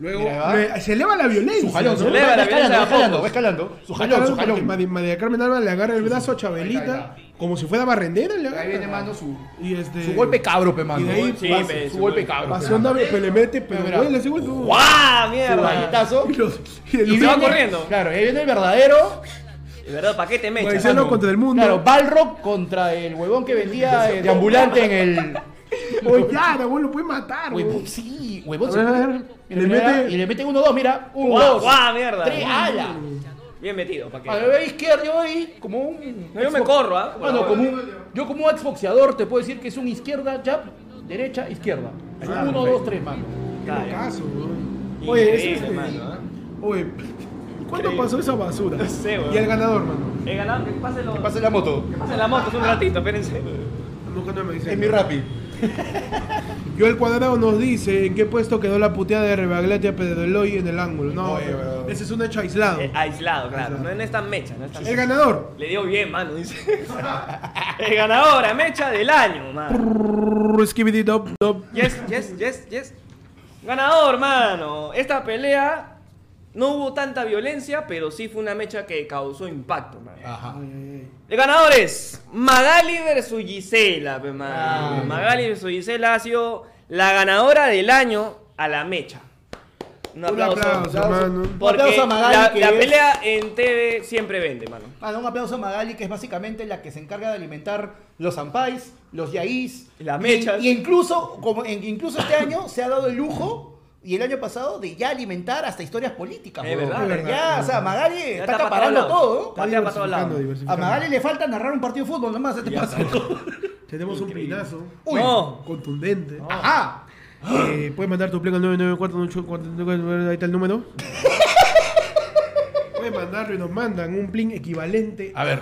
Luego
Mira, va.
le- se eleva la violencia.
Su jalón,
¿no?
su
Se eleva
va
la
escalando, va
violencia de a
escalando,
pocos.
va escalando. Su
Va
jalón, su
porque
jalón.
Mari- María Carmen Alba le agarra el brazo a
Ahí
Chabelita
va,
como si fuera barrendera. Le
Ahí
agarra.
viene mano su,
y este,
su golpe cabro, pe mano.
Y de ahí
Sí,
pasa-
pe,
Su golpe cabro.
pasión
pe, mano.
dame, pe, le mete, pero
Mira.
huele así, güey, tú.
¡Guau!
Su
¡Mierda!
galletazo.
Y los- y el
Y
se va
viene-
corriendo.
Claro, ahí viene el verdadero.
De verdad, ¿para qué te mechas?
Maicelo
mano?
contra el mundo.
Claro, Balrog contra el huevón que vendía eh, de ambulante en el.
Oye, claro, güey, lo puede matar, güey.
Huevón, sí, huevón.
A ver, a ver.
Y le
Le
mete,
mete-
y le mete uno, dos, mira. Uno,
¡Guau!
dos,
¡Guau! ¡Mierda!
tres, ala.
Bien metido, ¿para
A
qué?
la vez izquierda, yo ahí, como un.
No, yo me corro, ¿ah?
Mano, como un- yo como un exboxeador te puedo decir que es un izquierda, jab, derecha, izquierda.
Ah,
Uno, dos, tres, mano.
Calla.
Caso, güey. Oye, ese es
Increíble,
este-
mano, ¿eh?
Oye, ¿cuándo
Increíble.
pasó esa basura?
No sé, güey.
Y el ganador, mano.
He ganado, Eh, que pase lo-
Pase la moto.
que pase la moto, es un ratito, espérense.
Nunca no me dice.
Es mi rapi.
Joel Cuadrado nos dice en qué puesto quedó la puteada de Rebagliati a Pedroeloy en el ángulo. No,
Oye, bro.
ese es un hecho aislado.
Eh, ah, aislado, claro. No, no es tan mecha, no es tan
El
mecha.
ganador.
Le dio bien, mano, dice. el ganador, a mecha del año, mano.
Prrrr, skibidi dop, dop.
Yes, yes, yes, yes. Ganador, mano. Esta pelea no hubo tanta violencia, pero sí fue una mecha que causó impacto, mano. El ganador es Magali versus Gisela, pe, mano.
Ah,
Magali versus Gisela ha sido la ganadora del año a la mecha. Un
Un
aplauso,
aplauso, hermano.
Porque
Un aplauso a Magali,
la,
que
la
es-
pelea en TV siempre vende, mano.
Mano, un aplauso a Magali, que es básicamente la que se encarga de alimentar los zampais, los yaís,
las mechas.
Y, incluso, como, en- incluso este año se ha dado el lujo, y el año pasado, de ya alimentar hasta historias políticas.
Es
huevón.
verdad, es verdad.
Ya, o sea, Magali
Ya
está
está pa'
acaparando
todos lados.
todo.
Está Está pa' todos lados. diversificando,
A
diversificando.
Magali le falta narrar un partido de fútbol nomás, este paso.
Tenemos un pinazo.
Uy. No.
Contundente.
Ajá.
Eh, Puedes mandar tu play al 994 Ahí está el número. Puedes mandarlo y nos mandan un plin equivalente.
A ver.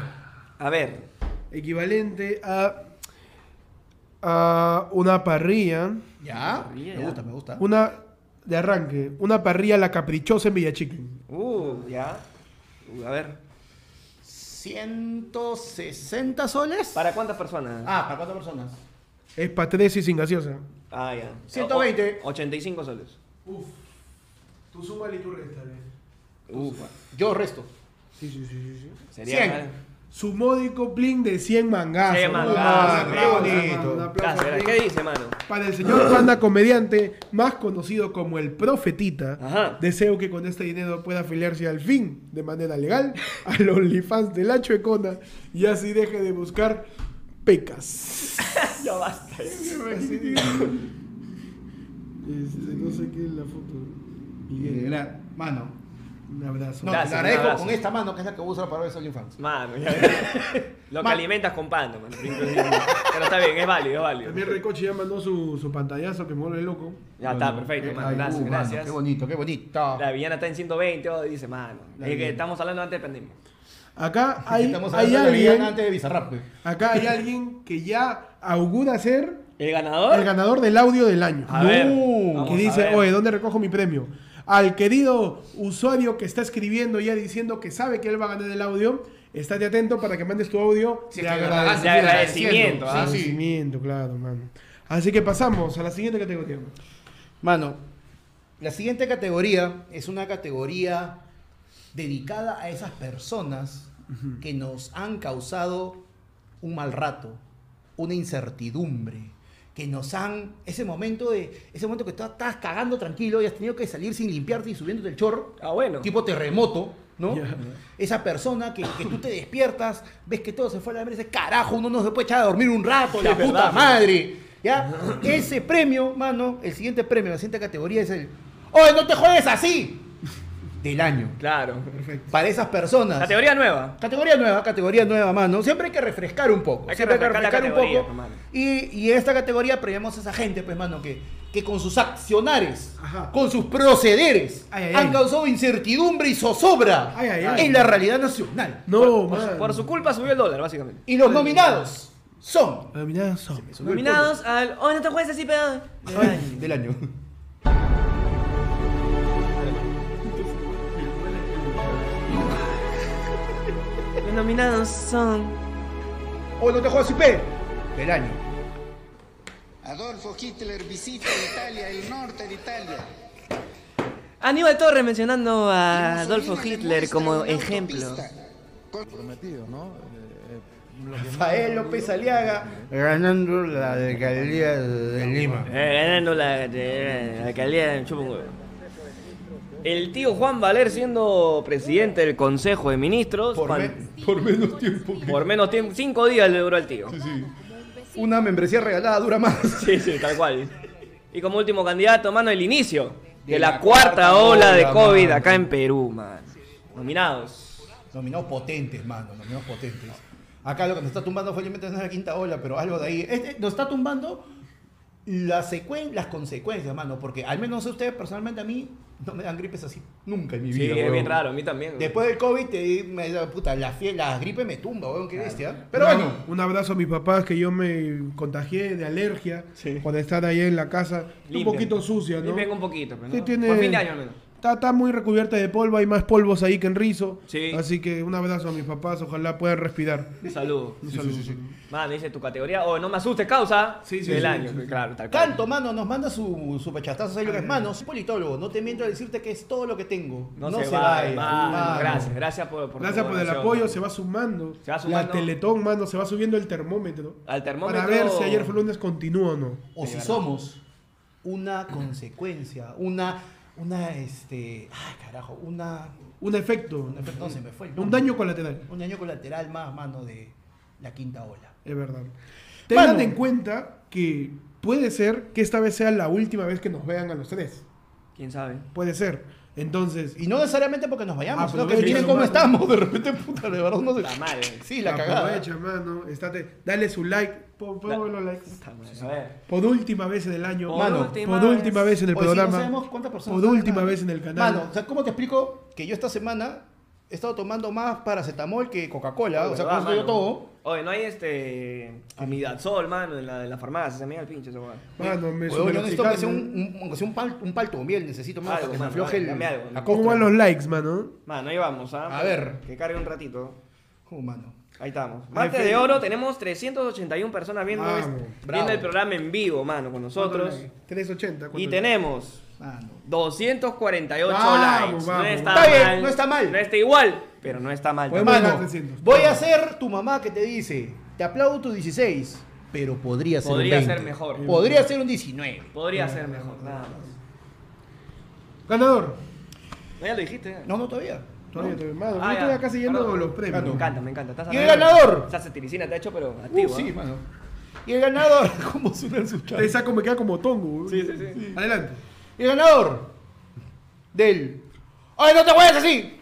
A ver.
Equivalente a. A una parrilla.
Ya. Me gusta, me gusta.
Una. De arranque. Una parrilla la caprichosa en Villachiquen.
Uh, ya. Uh, a ver.
160 soles.
¿Para cuántas personas?
Ah, ¿para cuántas personas?
Es pa' tres y sin gaseosa.
Ah, ya.
120.
O- 85 soles.
Uf. Tú súmale y tú eh. réstale.
Uf.
Yo resto.
Sí, sí, sí, sí. sí.
Sería.
100. Su módico plin de 100 mangazos. Ah,
100
Un
mangazos,
aplauso,
qué
hermano,
bonito.
un aplauso,
Gracias, gracias.
plin.
¿Qué dice, mano?
Para el señor Panda Comediante, más conocido como el Profetita,
Ajá.
deseo que con este dinero pueda afiliarse al fin de manera legal al OnlyFans de la Chuecona y así deje de buscar pecas.
Ya basta.
Así que- Este, no sé qué es la foto.
Y era- Mano.
Un abrazo.
No,
Gracias,
te
un
agradezco
abrazo.
con esta mano que es la que usa para ver Soy Infantes.
Mano, ya. Lo que alimentas con pan, mano. Pero está bien, es válido, es válido.
También Recoche ya mandó su, su pantallazo que me vuelve loco.
Ya está, perfecto, mano.
ay,
Gracias,
uh, mano,
gracias.
qué bonito, qué bonito.
La villana está en 120, oh, dice, mano.
La
es que
villana.
estamos hablando antes de pandemia.
Acá hay,
Estamos
hay
hablando de la villana
alguien.
antes de Bizarrap. güey.
Acá hay alguien que ya augura ser
¿El ganador?
el ganador del audio del año.
A ver,
No,
vamos
que
a
dice,
ver.
oye, ¿dónde recojo mi premio? Al querido usuario que está escribiendo ya diciendo que sabe que él va a ganar el audio, estate atento para que mandes tu audio
Sí,
de
es que
agradecimiento.
De agradecimiento,
ah, sí.
Agradecimiento, claro, mano. Así que pasamos a la siguiente categoría.
Mano, la siguiente categoría es una categoría dedicada a esas personas que nos han causado un mal rato, una incertidumbre, que nos han ese momento de ese momento que estás, estás cagando tranquilo y has tenido que salir sin limpiarte y subiéndote el chorro,
Ah, bueno.
tipo terremoto, ¿no? Esa persona que, que tú te despiertas, ves que todo se fue a la mierda, y dices, carajo, uno no se puede echar a dormir un rato, la
Es
puta
verdad,
madre. ¿Ya? Ese premio, mano, el siguiente premio, la siguiente categoría es el ¡Oye, no te juegues así! Del año.
Claro.
Para esas personas.
Categoría nueva.
Categoría nueva, categoría nueva, mano. Siempre hay que refrescar un poco.
Hay que
Siempre
refrescar la categoría,
un poco.
hermano.
Y, y en esta categoría premiamos a esa gente, pues, mano, que, que con sus accionares,
Ajá.
con sus procederes,
Ay, ay,
han
ay.
causado incertidumbre y zozobra
Ay, ay, ay.
en la realidad nacional.
No,
Por su,
mano.
por su culpa subió el dólar, básicamente.
Y los nominados son
Nominados son.
Nominados al. Oh, no te juegues así, pedo. Del año.
del año.
Los nominados son.
O no te juegas IP del año.
Adolfo Hitler visita Italia, el norte de Italia.
Aníbal Torres mencionando a Adolfo Hitler como ejemplo.
Prometido, ¿no?
Rafael López Aliaga ganando la alcaldía de Lima.
Eh, ganando la, eh, la alcaldía de chupa un huevo. El tío Juan Valer siendo presidente del Consejo de Ministros.
Por,
cuan-
men- por menos tiempo. que-
por menos tiempo, cinco días le duró al tío.
Una membresía regalada dura más.
Sí, sí, tal cual. Y como último candidato, mano, el inicio de,
De
la,
la
cuarta,
cuarta
ola de
ola,
COVID
mano.
acá en Perú, man. Nominados.
Nominados potentes, mano, nominados potentes. Acá lo que nos está tumbando fue obviamente no es la quinta ola, pero algo de ahí. Este nos está tumbando la secuen- las consecuencias, mano. Porque al menos no sé ustedes, personalmente a mí no me dan gripes así nunca en mi
Sí,
vida.
es
huevón.
bien raro, a mí también. huevón.
Después del COVID, te, me, da- puta, la, fie- la gripe me tumba, weón, qué bestia. ¿eh?
Pero bueno, un abrazo a mis papás que yo me contagié de alergia cuando están ahí en la casa.
Limpian.
Un poquito sucia, ¿no?
Limpian un poquito, pero
Sí,
¿no?
tiene-
Por fin de año al menos.
Está, está muy recubierta de polvo, hay más polvos ahí que en rizo.
Sí.
Así que un abrazo a mis papás, ojalá puedan respirar.
Un saludo.
Un saludo.
Mano, dice tu categoría. Oh, no me asustes, causa.
sí,
Del
sí,
año,
sí, sí.
claro, tal cual.
Canto, mano, nos manda su, su pachatazo ahí lo que es. Mano, soy politólogo, no te miento a decirte que es todo lo que tengo.
No, se, va, mano. Gracias, gracias por, por tu
Gracias por el
donación.
apoyo, se va sumando.
Se va sumando.
La Teletón, mano, se va subiendo el termómetro.
Al termómetro.
Para ver si ayer fue lunes continúa o no.
O si somos una consecuencia, una, una, este, ay, carajo, una,
Un efecto.
un efecto, no, se me fue el
Un
nombre.
daño colateral.
Un daño colateral más, mano, de la quinta ola.
Es verdad. Tengan
Mano.
en cuenta que puede ser que esta vez sea la última vez que nos vean a los tres.
¿Quién sabe?
Puede ser. Entonces.
Y no necesariamente porque nos vayamos,
Ah,
sino
pues,
que
sí,
miren
sí,
cómo
mano.
estamos, de repente, puta, de verdad, no sé.
La Ah, madre.
Sí, la cagada.
Aprovecha, mano. Estate, dale su like. Pon, pon los likes.
Ah, A ver.
Por última vez en el año.
Por
mano,
última
por última vez en el
Hoy Pues sí no
programa.
sabemos cuántas personas
por
están
última vez en el canal.
Mano, o sea, ¿cómo te explico que yo esta semana he estado tomando más paracetamol que Coca-Cola? o sea, con
¿Verdad,
eso yo
mano?
todo.
Oye, no hay este. Amidazol, mano, en la, en la farmacia. Se me da el pinche esa weá.
Mano, Ah, me
Huevón, yo necesito que sea un,
superoxicando.
un, aunque sea un, pal- un palto de miel, necesito más
Algo,
que me
mano,
afloje
dale,
el-
dame algo.
la
¿Cómo
costra.
van los likes, mano?
Mano, ahí vamos, ¿ah?
A ver.
Que cargue un ratito.
Oh, mano.
Ahí estamos. Martes
Ahí
de
fue.
oro, tenemos 381 personas viendo,
Vamos,
este-
bravo.
viendo el programa en vivo, mano, con nosotros.
380.
Y
¿cuánto?
tenemos
Mano.
248
Vamos,
likes.
vamos.
No está,
Está
mal.
bien, no está mal.
No está igual, pero no está mal.
Podemos
Mano,
llegar a 300.
voy a ser tu mamá que te dice, te aplaudo tu 16, pero podría ser
Podría
un 20.
ser mejor.
Podría ser un 19.
Podría ser mejor, nada más.
Ganador.
No, ya lo dijiste. ya.
No, no todavía.
Todavía,
No.
todavía. Mano,
Ah,
yo
ya.
estoy acá siguiendo
Perdón.
los premios.
Me encanta, me encanta. Estás
¿Y el
hablando-
ganador?
Estás satiricina, te ha hecho, pero
Uh,
activo.
sí,
¿eh?
mano. Y el ganador, ¿cómo suena el suchacho?
Te saco, me queda como tongo.
Sí, sí, sí.
Adelante.
Y el ganador del. ¡Ay, no te vayas así!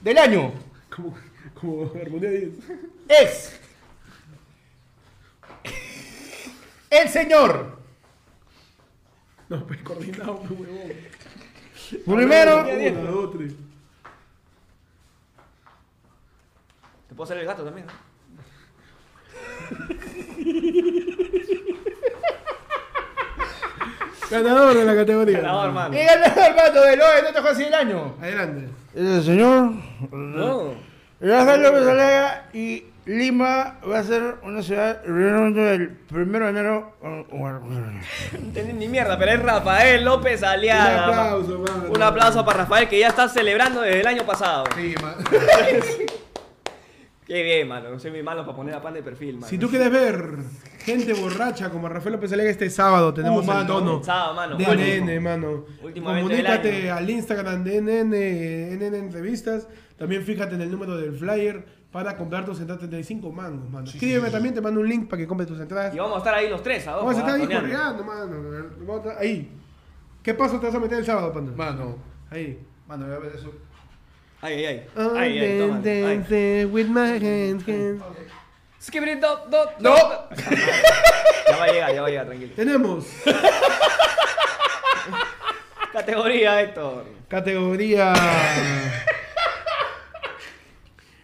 Del año
Como, como Armonía 10.
es. El señor.
No, pues coordinado, pues, huevón.
Primero.
Una, dos, tres.
Te puedo hacer el gato también. ¿no?
Ganador de la categoría.
Ganador, mano.
Y
Eh.
el ganador, mano, del hoy, no te juegas así del año.
Adelante.
El Eh, señor.
No.
Rafael López Alega y Lima va a ser una ciudad realmente el primero de enero.
No tenés ni mierda, pero es Rafael López Aliaga.
Un aplauso, mano.
Un aplauso para Rafael que ya está celebrando desde el año pasado.
Sí, mano.
Qué bien, mano. Soy muy malo para poner a pan de perfil, mano.
Si tú quieres ver gente borracha como Rafael López Alega este sábado, tenemos
Uh, mano,
el tono.
Sábado, mano.
De
Último.
NN, mano.
Último evento del
Comunícate
año.
al Instagram de eh, NN, NN Revistas. También fíjate en el número del flyer para comprar tus entradas 35 mangos, mano. Escríbeme también, te mando un link para que compres tus entradas.
Y vamos a estar ahí los tres, a ¿ah? dos.
Vamos a estar ahí correando, mano. Vamos a estar Ahí. ¿Qué paso te vas a meter el sábado, panda?
Mano,
Ahí.
mano, voy a ver eso.
Ay, ay, ay.
Oh,
Ay, ay, toma. Ay.
with my hands, hands.
Skibidi, do, do, do.
¡No!
Ya va a llegar, ya va a llegar, tranquilo.
Tenemos
Categoría, Héctor.
categoría.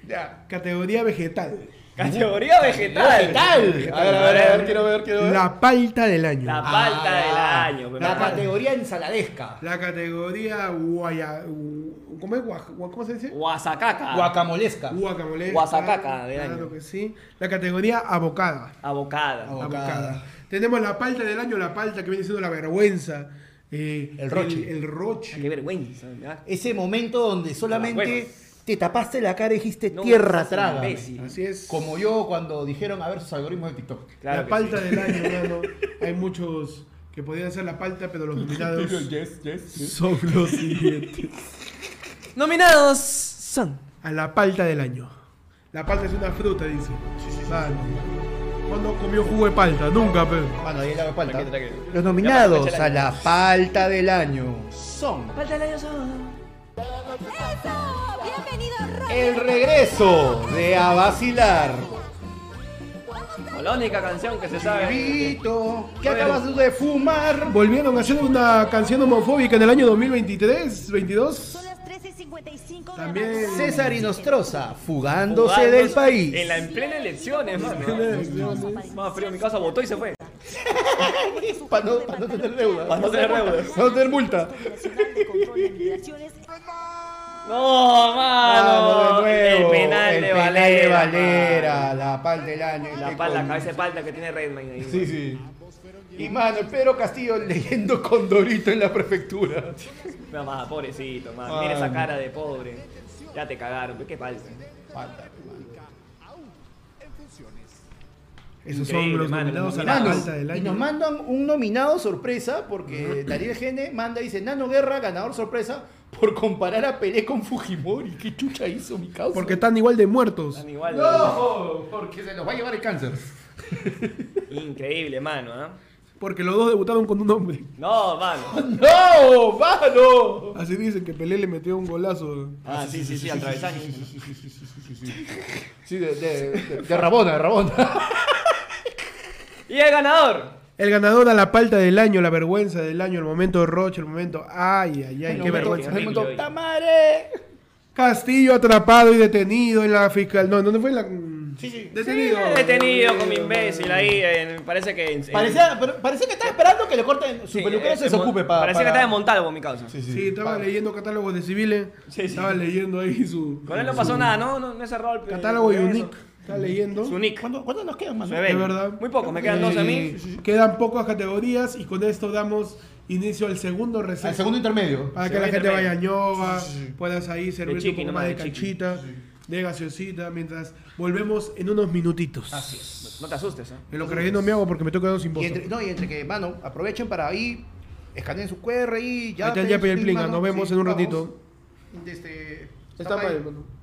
Ya.
categoría vegetal.
Categoría vegetal.
¿Qué tal? A ver, a ver, a ver, quiero ver, quiero ver.
La palta del año.
La
La,
falta
Ah,
del
ya.
año. pues,
La
mano.
categoría ensaladesca.
categoría guaya. gu- ¿Cómo es? Guaj- gua- ¿Cómo se dice?
Guasacaca.
Guacamolesca.
Ah.
Guacamole.
Guasacaca del año.
Claro que sí. La categoría abocada.
Abocada.
Abo-
Abocada.
Abocada.
Tenemos la palta del año, la palta que viene siendo la vergüenza. eh,
El roche.
El, el roche.
Qué vergüenza. me da-
Ese momento donde solamente
Ah, Bueno.
te tapaste la cara y dijiste
No,
tierra
sos
traga.
imbécil.
Así es.
Como yo cuando dijeron a ver sus algoritmos de TikTok.
Claro
la
que
palta
sí.
del año, hermano. Hay muchos que podían ser la palta, pero los nominados son los siguientes.
Nominados son.
A la palta del año. La palta es una fruta, dice. Mano. ¿Cuándo comió jugo de palta? Nunca, pero.
Mano, ahí la palta.
Tranquilo, tranquilo.
Los nominados
Ya
a
pasó el
la palta del año son
Falta del año son.
¡Eso! ¡Bienvenido, Rob!
el regreso de A Vacilar,
La única canción que se sabe.
¿Qué acabas de fumar?
Volvieron a hacer una canción homofóbica en el año 2023, 22.
También César Inostroza, fugándose, del país.
En, la, en plena elecciones, mano. Más frío, mi casa votó y se fue.
Para no, pa' no tener deuda.
Para no tener deuda.
Para no tener multa.
Ah, No, mano.
Mano, Ah, de
el
nuevo,
penal
el
de
penal
Valera.
de Valera,
mano.
la pal del año. este
La pal, la cabeza de palta que tiene Redman ahí.
Sí, sí. Y mano, Pedro Castillo leyendo Condorito en la prefectura.
No, más, pobrecito, más. Mira esa
Mano.
cara de pobre. Ya te cagaron, pues, qué falta.
Falta,
Esos
Increíble,
son los
mano,
nominados a la
Mano,
falta del
y nos
año.
mandan un nominado sorpresa porque Darío Gene manda y dice Nano Guerra, ganador sorpresa por comparar a Pelé con Fujimori. ¿Qué chucha hizo mi causa?
Porque están igual de muertos.
Igual.
No, porque se los va a llevar el cáncer.
Increíble, mano, ¿ah?
Porque los dos debutaron con un hombre.
No, mano.
¡No! ¡Mano!
Así dicen que Pelé le metió un golazo.
Ah, sí, sí, sí, al travesaño.
Sí, de, de, de- de Rabona, de Rabona.
Y el ganador.
El ganador a la palta del año, la vergüenza del año, el momento de Roche, el momento. Ay, ay, ay, qué vergüenza.
El momento, ¡Tamare!
Castillo atrapado y detenido en la fiscal. No, ¿dónde fue la.?
Sí, sí.
Detenido.
Detenido como imbécil ahí. en- parece que. en- en-
Parecía, pero parecía que estaba esperando que le corten su
Sí,
peluquero
eh,
se
en Mon-
desocupe para.
Parecía que
para-
estaba en Montalvo, mi causa.
Sí, estaba leyendo catálogos de civiles. Estaba leyendo ahí su.
Con él no pasó
su
nada, ¿no? No, no ese rol. pero-
Catálogo
eso.
Unique. Está leyendo.
Su nick.
¿Cuánto- ¿Cuántos nos quedan, mano?
Se ve.
De verdad.
Muy pocos, me quedan dos a mí.
Eh, Quedan pocas categorías y con esto damos inicio al segundo receso.
Al segundo intermedio.
Para que
Segundo
la gente
intermedio.
vaya a ñoba, puedas ahí servir un
chiqui
poco
nomás,
más de
de chiqui.
canchita, de gaseosita, mientras volvemos en unos minutitos.
Así
No te asustes, ¿eh?
En lo que relleno me hago porque me toca dos sin voz.
Y entre, no, y entre que, mano, aprovechen para ahí, escaneen su QR y ya.
Ahí está el
pues,
Yape y el
sí,
Plinga,
mano,
nos vemos
sí,
en un
vamos.
ratito.
Este,
Está
tapa
padre,
ahí.
mano.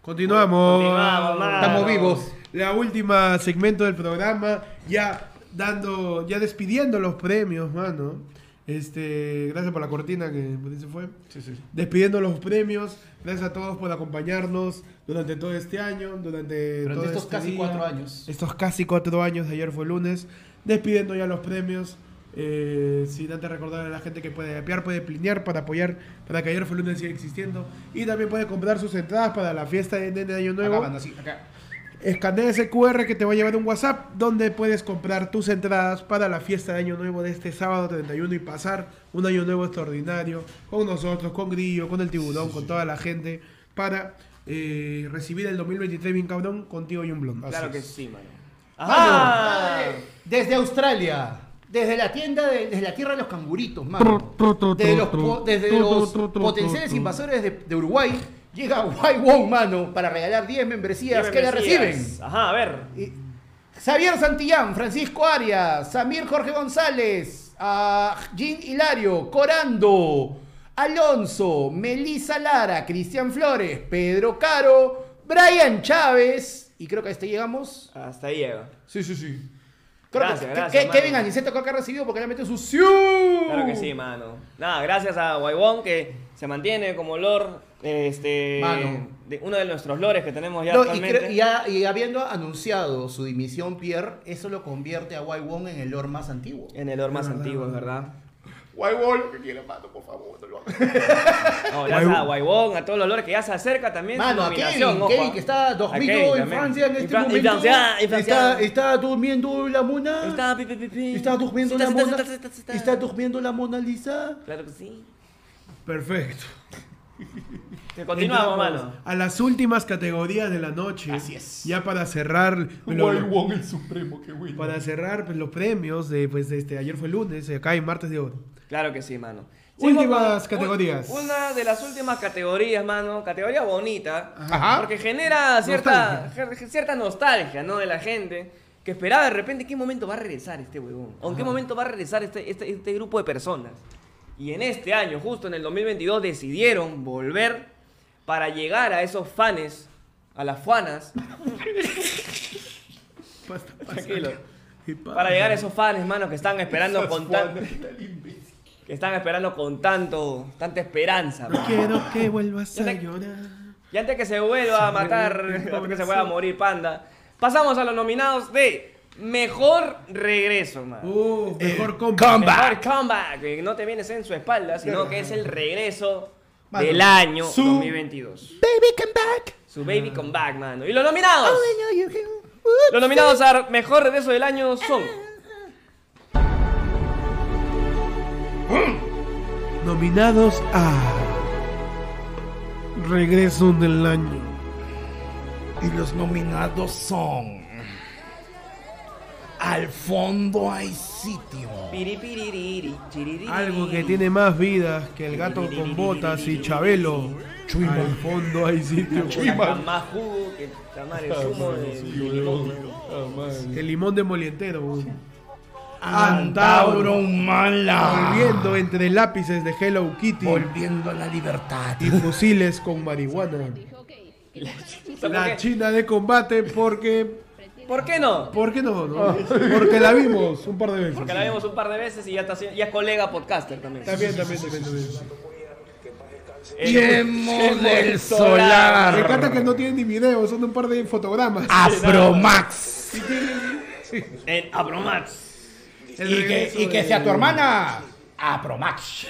Continuamos.
Continuamos, mano. Estamos vivos.
La última segmento del programa, ya dando, ya despidiendo los premios, mano. Este, gracias por la cortina que por ahí se fue. Despidiendo los premios, gracias a todos por acompañarnos durante todo este año, durante,
Durante
todo
estos
este
casi
día.
cuatro años.
Estos casi cuatro años, ayer fue lunes, despidiendo ya los premios. Eh, sin antes recordar a la gente que puede apoyar, puede plinear para apoyar, para que ayer fue lunes siga existiendo. Y también puede comprar sus entradas para la fiesta de Nene de Año Nuevo.
Acá, mano, así, acá.
Escanea ese QR que te va a llevar un WhatsApp donde puedes comprar tus entradas para la fiesta de Año Nuevo de este sábado 31 y pasar un Año Nuevo extraordinario con nosotros, con Grillo, con el tiburón, con toda la gente para eh, recibir el 2023 bien cabrón contigo y un blond.
Claro
Así
que
es.
sí, mano. Ah.
Mano, desde Australia, desde la tienda de- desde la tierra de los canguritos, mano. Desde los, po- desde los potenciales invasores de, de Uruguay, llega Wai Wong, mano, para regalar 10 membresías
Dime,
que le
Mesías.
reciben.
Ajá, a ver.
Xavier Santillán, Francisco Arias, Samir Jorge González, a Jim Hilario, Corando, Alonso, Melisa Lara, Cristian Flores, Pedro Caro, Brian Chávez, y creo que a este llegamos.
Hasta ahí llega.
Sí, sí, sí. Creo
Gracias,
que,
gracias.
que-
mano.
Kevin Aniceto creo que ha recibido porque le metió su ¡siu!
Claro que sí, mano. Nada, gracias a Guaybón que se mantiene como lord, este,
Mano.
de- uno de nuestros lores que tenemos ya
No, y,
actualmente.
creo- y ha- y habiendo anunciado su dimisión, Pierre, eso lo convierte a Wai Wong en el lore más antiguo.
En el lore más antiguo, es verdad.
Wai Wong, que quiere mato, por favor. no lo hagas.
No, gracias a Guaybón, a todos los lores que ya se acerca también. su
Mano, a
nominación,
Kevin,
ojo,
Kevin
ah.
que está dormido
A Kevin
en
también.
Francia en este
Infran-
momento.
infranciado, infranciado.
Está, está durmiendo la mona.
Está,
Está durmiendo
Sita,
la
sita,
mona.
sita, sita, sita.
Está durmiendo la Mona Lisa.
Claro que sí.
Perfecto.
Que continuamos,
Entramos
mano.
A las últimas categorías de la noche. Así es. Ya para cerrar. pues,
Guay Wong el supremo, qué bueno.
Para cerrar pues, los premios de, pues, de este, ayer fue lunes, eh, acá en martes de oro.
Claro que sí, mano.
Últimas
Sigo con-
categorías.
u- Una de las últimas categorías, mano. Categoría bonita.
Ajá.
Porque genera cierta nostalgia. cierta nostalgia, ¿no? De la gente. Que esperaba de repente qué momento va a regresar este huevón. O en qué
Ajá.
momento va a regresar este, este, este grupo de personas. Y en este año, justo en el 2022, decidieron volver para llegar a esos fans, a las fanas. Tranquilo. Para llegar a esos fans, mano, que están esperando con tan- que están esperando con tanto, tanta esperanza. mano.
Quiero que vuelvas a llorar.
Y antes que se vuelva a matar, antes que se vuelva a morir Panda, pasamos a los nominados de Mejor Regreso, man.
Uh, mejor combo.
Mejor comeback, que no te vienes en su espalda, sino que es el regreso
Mano,
del año
su
2022. Baby comeback. Su baby comeback, mano. Y los
Oh,
nominados. Los nominados a Mejor Regreso del Año son
Ah. Nominados a Regreso del año.
Y los nominados son. Al fondo hay sitio.
Piripiririri, chiririri.
Algo que tiene más vidas que el gato con botas y Chabelo. Al fondo hay sitio.
Saca más jugo que la madre, el zumo de-
El limón de molientero.
Antauro
Ah.
Humala.
eh.
Volviendo entre lápices de Hello Kitty.
Volviendo a la libertad.
Y fusiles con marihuana. La China de combate porque...
¿Por qué no?
¿Por qué no? no? Porque la vimos un par de veces.
Porque la vimos un par de veces y ya, está, haciendo- ya es colega podcaster también.
También, también, también. también.
El- el
del
Me
solar.
encanta que no tienen ni videos, son un par de fotogramas.
Ah, Afromax.
En Abromax.
Y que, y que sea tu hermana. Afromax.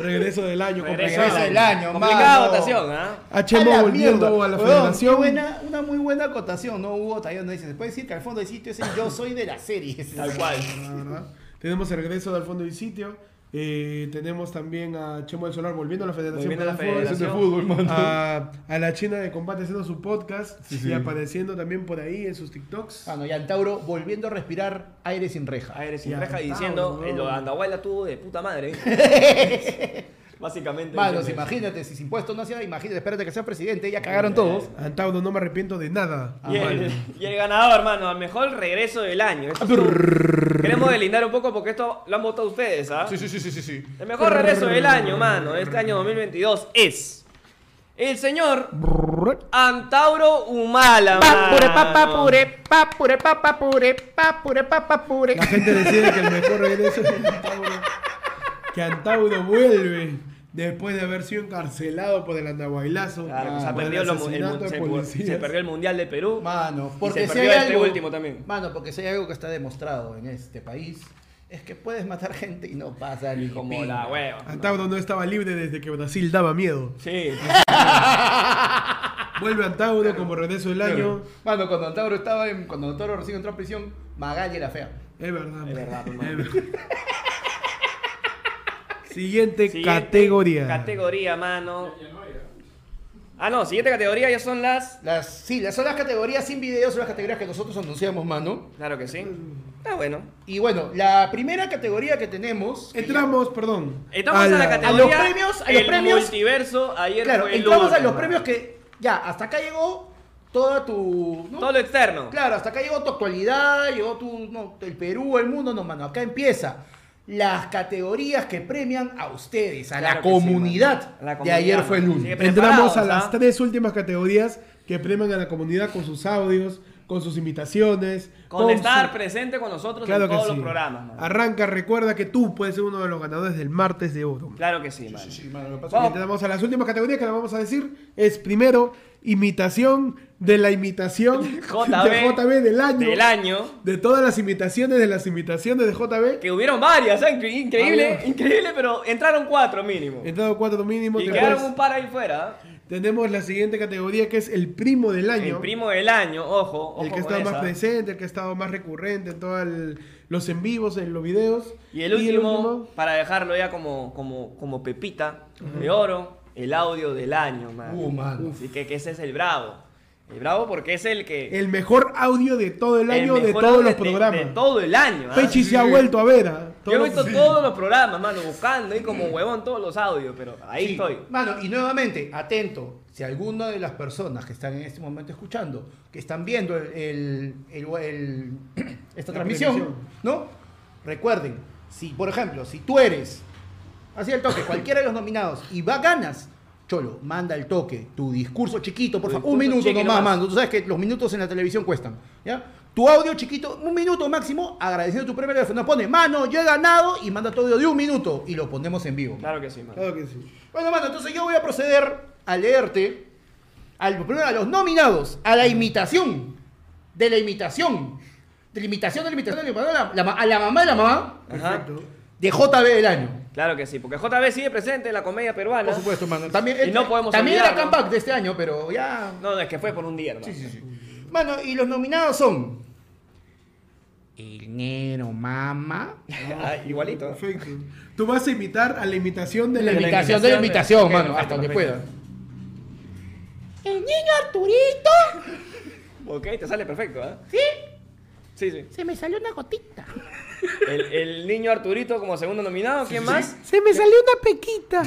Regreso del año.
Regreso
complicado.
del año,
Complicada votación, ¿ah?
HMO
la
volviendo
mierda.
a la
Huevón,
federación.
qué buena- una muy buena acotación, ¿no? Hugo Tallón dice, puede decir que al fondo hay sitio es el yo soy de las series.
Tal cual.
La verdad. Tenemos el regreso del fondo y sitio. Eh, tenemos también a Chemo del Solar volviendo a la Federación,
Volviendo a la
Fútbol.
Federación.
Haciendo fútbol, mano. a, a la China de Combate haciendo su podcast
Sí,
y
sí.
apareciendo también por ahí en sus TikToks.
Ah, no, y Antauro volviendo a respirar aire sin reja.
Aire sin
Ya,
reja
Antauro,
diciendo,
¿no?
el Andahuayla tuvo de puta madre. Básicamente.
Malos,
diciendo eso.
imagínate, si sin impuestos no hacía, imagínate, espérate que sea presidente, ya cagaron todos.
Antauro, no me arrepiento de nada.
Y el, y el ganador, hermano, al mejor regreso del año. Esto estuvo- queremos delindar un poco porque esto lo han votado ustedes, ¿ah?
Sí, sí, sí, sí, sí.
El mejor regreso del año, mano, de este año 2022 es El señor Antauro Humala.
Papure,
mano.
papapure, papure, papapure, papure, papapure.
La gente decide que el mejor regreso es Antauro. Que Antauro vuelve después de haber sido encarcelado por el andahuaylazo.
Claro,
Ah,
se, ha
por el
perdido lo- el mu-
asesinato de
se pu-
policías.
se perdió el Mundial de Perú.
Mano,
y
porque
se
si
perdió
hay
este
algo-
último también.
Mano, porque si hay algo que está demostrado en este país, es que puedes matar gente y no pasa ni
como
pinga.
la hueva.
Antauro no estaba libre desde que Brasil daba miedo.
Sí.
Vuelve Antauro como regreso del año.
Mano, cuando Antauro estaba en, cuando Antauro recién entró a prisión, Magalle era fea.
Es verdad.
Es verdad,
Es verdad. Siguiente, categoría.
Categoría, mano. Ah, no, siguiente categoría ya son las.
Las, sí, las son las categorías sin videos, son las categorías que nosotros anunciamos, mano.
Claro que sí. Está bueno.
Y bueno, la primera categoría que tenemos. que
Entramos, perdón.
Estamos en la categoría.
los premios, a los
el
premios.
multiverso. Ayer
Claro,
fue el
entramos a
lunes,
los
mano.
premios que. Ya, hasta acá llegó toda tu. ¿no?
Todo lo externo.
Claro, hasta acá llegó tu actualidad, llegó tu. no, el Perú, el mundo, no, mano. Acá empieza. Las categorías que premian a ustedes, a la
Claro que sí,
comunidad
mano. A la
de
comunidad,
ayer fue el
mano.
lunes.
Sí,
Entramos a
preparados,
las
¿ah?
tres últimas categorías que premian a la comunidad con sus audios, con sus imitaciones.
Con
su-
estar presente con nosotros en
Claro que
todos
sí.
los programas, mano.
Arranca, recuerda que tú puedes ser uno de los ganadores del martes de oro.
Claro que sí, mano. Vamos.
Entramos a las últimas categorías que las vamos a decir. Es primero, imitación de la imitación de
JB
JB del año.
del año.
De todas las imitaciones de las imitaciones de JB.
Que hubieron varias, ¿eh? Incre- increíble,
Ah,
increíble, pero entraron cuatro mínimo.
Entrado cuatro mínimo.
Y
después
quedaron un par ahí fuera. ¿eh?
Tenemos la siguiente categoría que es el primo del año.
El primo del año, ojo, ojo
El que ha
con
estado más
esa.
presente, el que ha estado más recurrente en todos los en vivos, en los videos.
Y el último, para dejarlo ya como, como, como pepita de oro, el audio del año, man.
Uh, mano.
Así que, que ese es el bravo. El bravo porque es el que...
el mejor audio de todo el año, de
mejor
todos
audio
los
De,
programas.
todo el año. ¿ah?
Pechi se ha vuelto a ver. ¿ah?
Yo he
Todos-
visto todos los programas, mano, buscando ahí como huevón todos los audios, pero ahí
Sí.
estoy.
Mano, y nuevamente, atento, si alguna de las personas que están en este momento escuchando, que están viendo el, el- el- el- esta
La
transmisión,
transmisión.
¿no? Recuerden, si, por ejemplo, si tú eres, así el toque, cualquiera de los nominados, y va ganas, Cholo, manda el toque, tu discurso chiquito, por
Tu
favor, un
discurso
minuto
chiqui
nomás,
nomás.
mano. Tú sabes que los minutos en la televisión cuestan, ¿ya? Tu audio chiquito, un minuto máximo, agradeciendo tu premio. Nos pone, mano, yo he ganado, y manda tu audio de un minuto, y lo ponemos en vivo.
Claro que sí, mano.
Claro que sí.
Bueno, mano, entonces yo voy a proceder a leerte al, primero a los nominados, a la imitación, de la imitación, de la imitación, de la imitación, de la imitación, a la- la- a la mamá de la mamá,
Ajá.
de JB del año.
Claro que sí, porque JB sigue presente en la comedia peruana.
Por supuesto, mano. También, este,
Y no podemos
también era
olvidarlo.
comeback de este año, pero ya...
No, no, es que fue por un día, hermano.
Mano, y los nominados son... El Nero Mama.
Ah, igualito.
Perfecto. Tú vas a imitar a la imitación de
La
la,
imitación de la imitación,
Ok,
mano,
perfecto,
hasta donde
perfecto.
pueda.
El niño Arturito,
Ok, te sale perfecto, ¿ah?
¿sí?
Sí, sí.
Se me salió una gotita.
El, el niño Arturito como segundo nominado, ¿quién más?
Se me salió una pequita.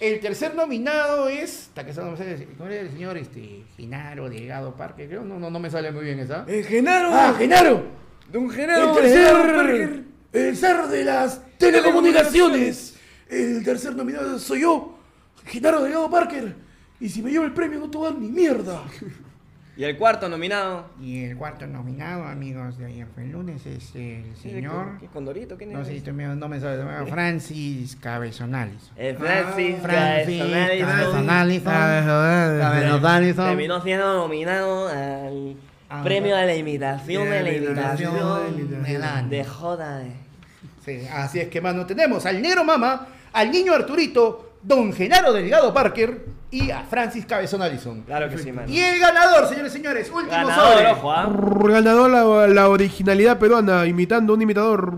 El tercer nominado es. ta que esa no me sale, ¿Cómo era el señor? Este, Genaro Delgado Parque, creo. No, no, no me sale muy bien esa.
Genaro!
¡Ah, Genaro!
¡Don
El
Genaro!
tercer. El cerro de las telecomunicaciones. El tercer nominado soy yo, Genaro Delgado Parker. Y si me llevo el premio, no te voy a dar ni mierda.
Y el cuarto nominado.
Y el cuarto nominado, amigos, de ayer fue el lunes, es el señor.
¿Qué, Condorito? ¿Quién es?
No sé si estoy medio- no me sabe, se llama Francis Cabezonales.
El Francis,
Francis
Cabezonales.
Cabezonales.
Cabezonales.
Cabezonales.
Terminó siendo nominado al
Ah,
premio
bueno.
de la imitación de la imitación
del año.
de JD.
Sí, así es que, mano, tenemos al negro mama, al niño Arturito, don Genaro Delgado Parker y a Francis Cabezón Allison.
Claro que sí, mano.
Y el ganador, señores y señores, último
Ganador,
sobre.
ojo, ¿ah?
Ganador la, la originalidad peruana, imitando un imitador.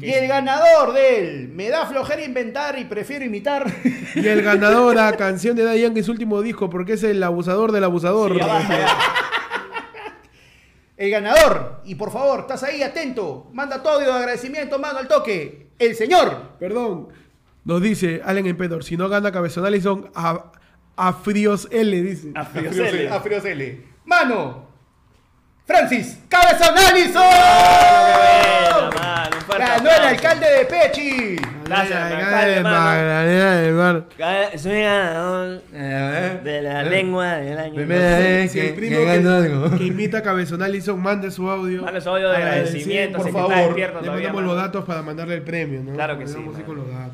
Y el ganador del Me da flojera inventar y prefiero imitar.
Y el ganador a canción de Dayan, que es su último disco, porque es el abusador del abusador.
Sí, ya basta, ya.
El ganador, y por favor, estás ahí atento, manda todo de agradecimiento, mano al toque. El señor.
Perdón. Nos dice Allen Empedor, si no gana Cabezonales son a, a fríos L, dice.
A Friosele.
A Friosele. Mano. Francis Cabezón Allison.
Buena, mano, un fuerte
Ganó el
aplauso.
alcalde de Pechi.
Gracias, hermano.
Magdalena del Mar, Magdalena del Mar.
Cada- Soy ganador de la lengua del año.
Si el primo que, que imita a Cabezonal hizo un mande su audio.
Mande su audio de agradecimiento,
por
si que está
favor.
despierto
Le
todavía,
mandamos
mano.
los datos para mandarle el premio, ¿no?
Claro que sí,
Mandamos ahí
mano.
con los datos.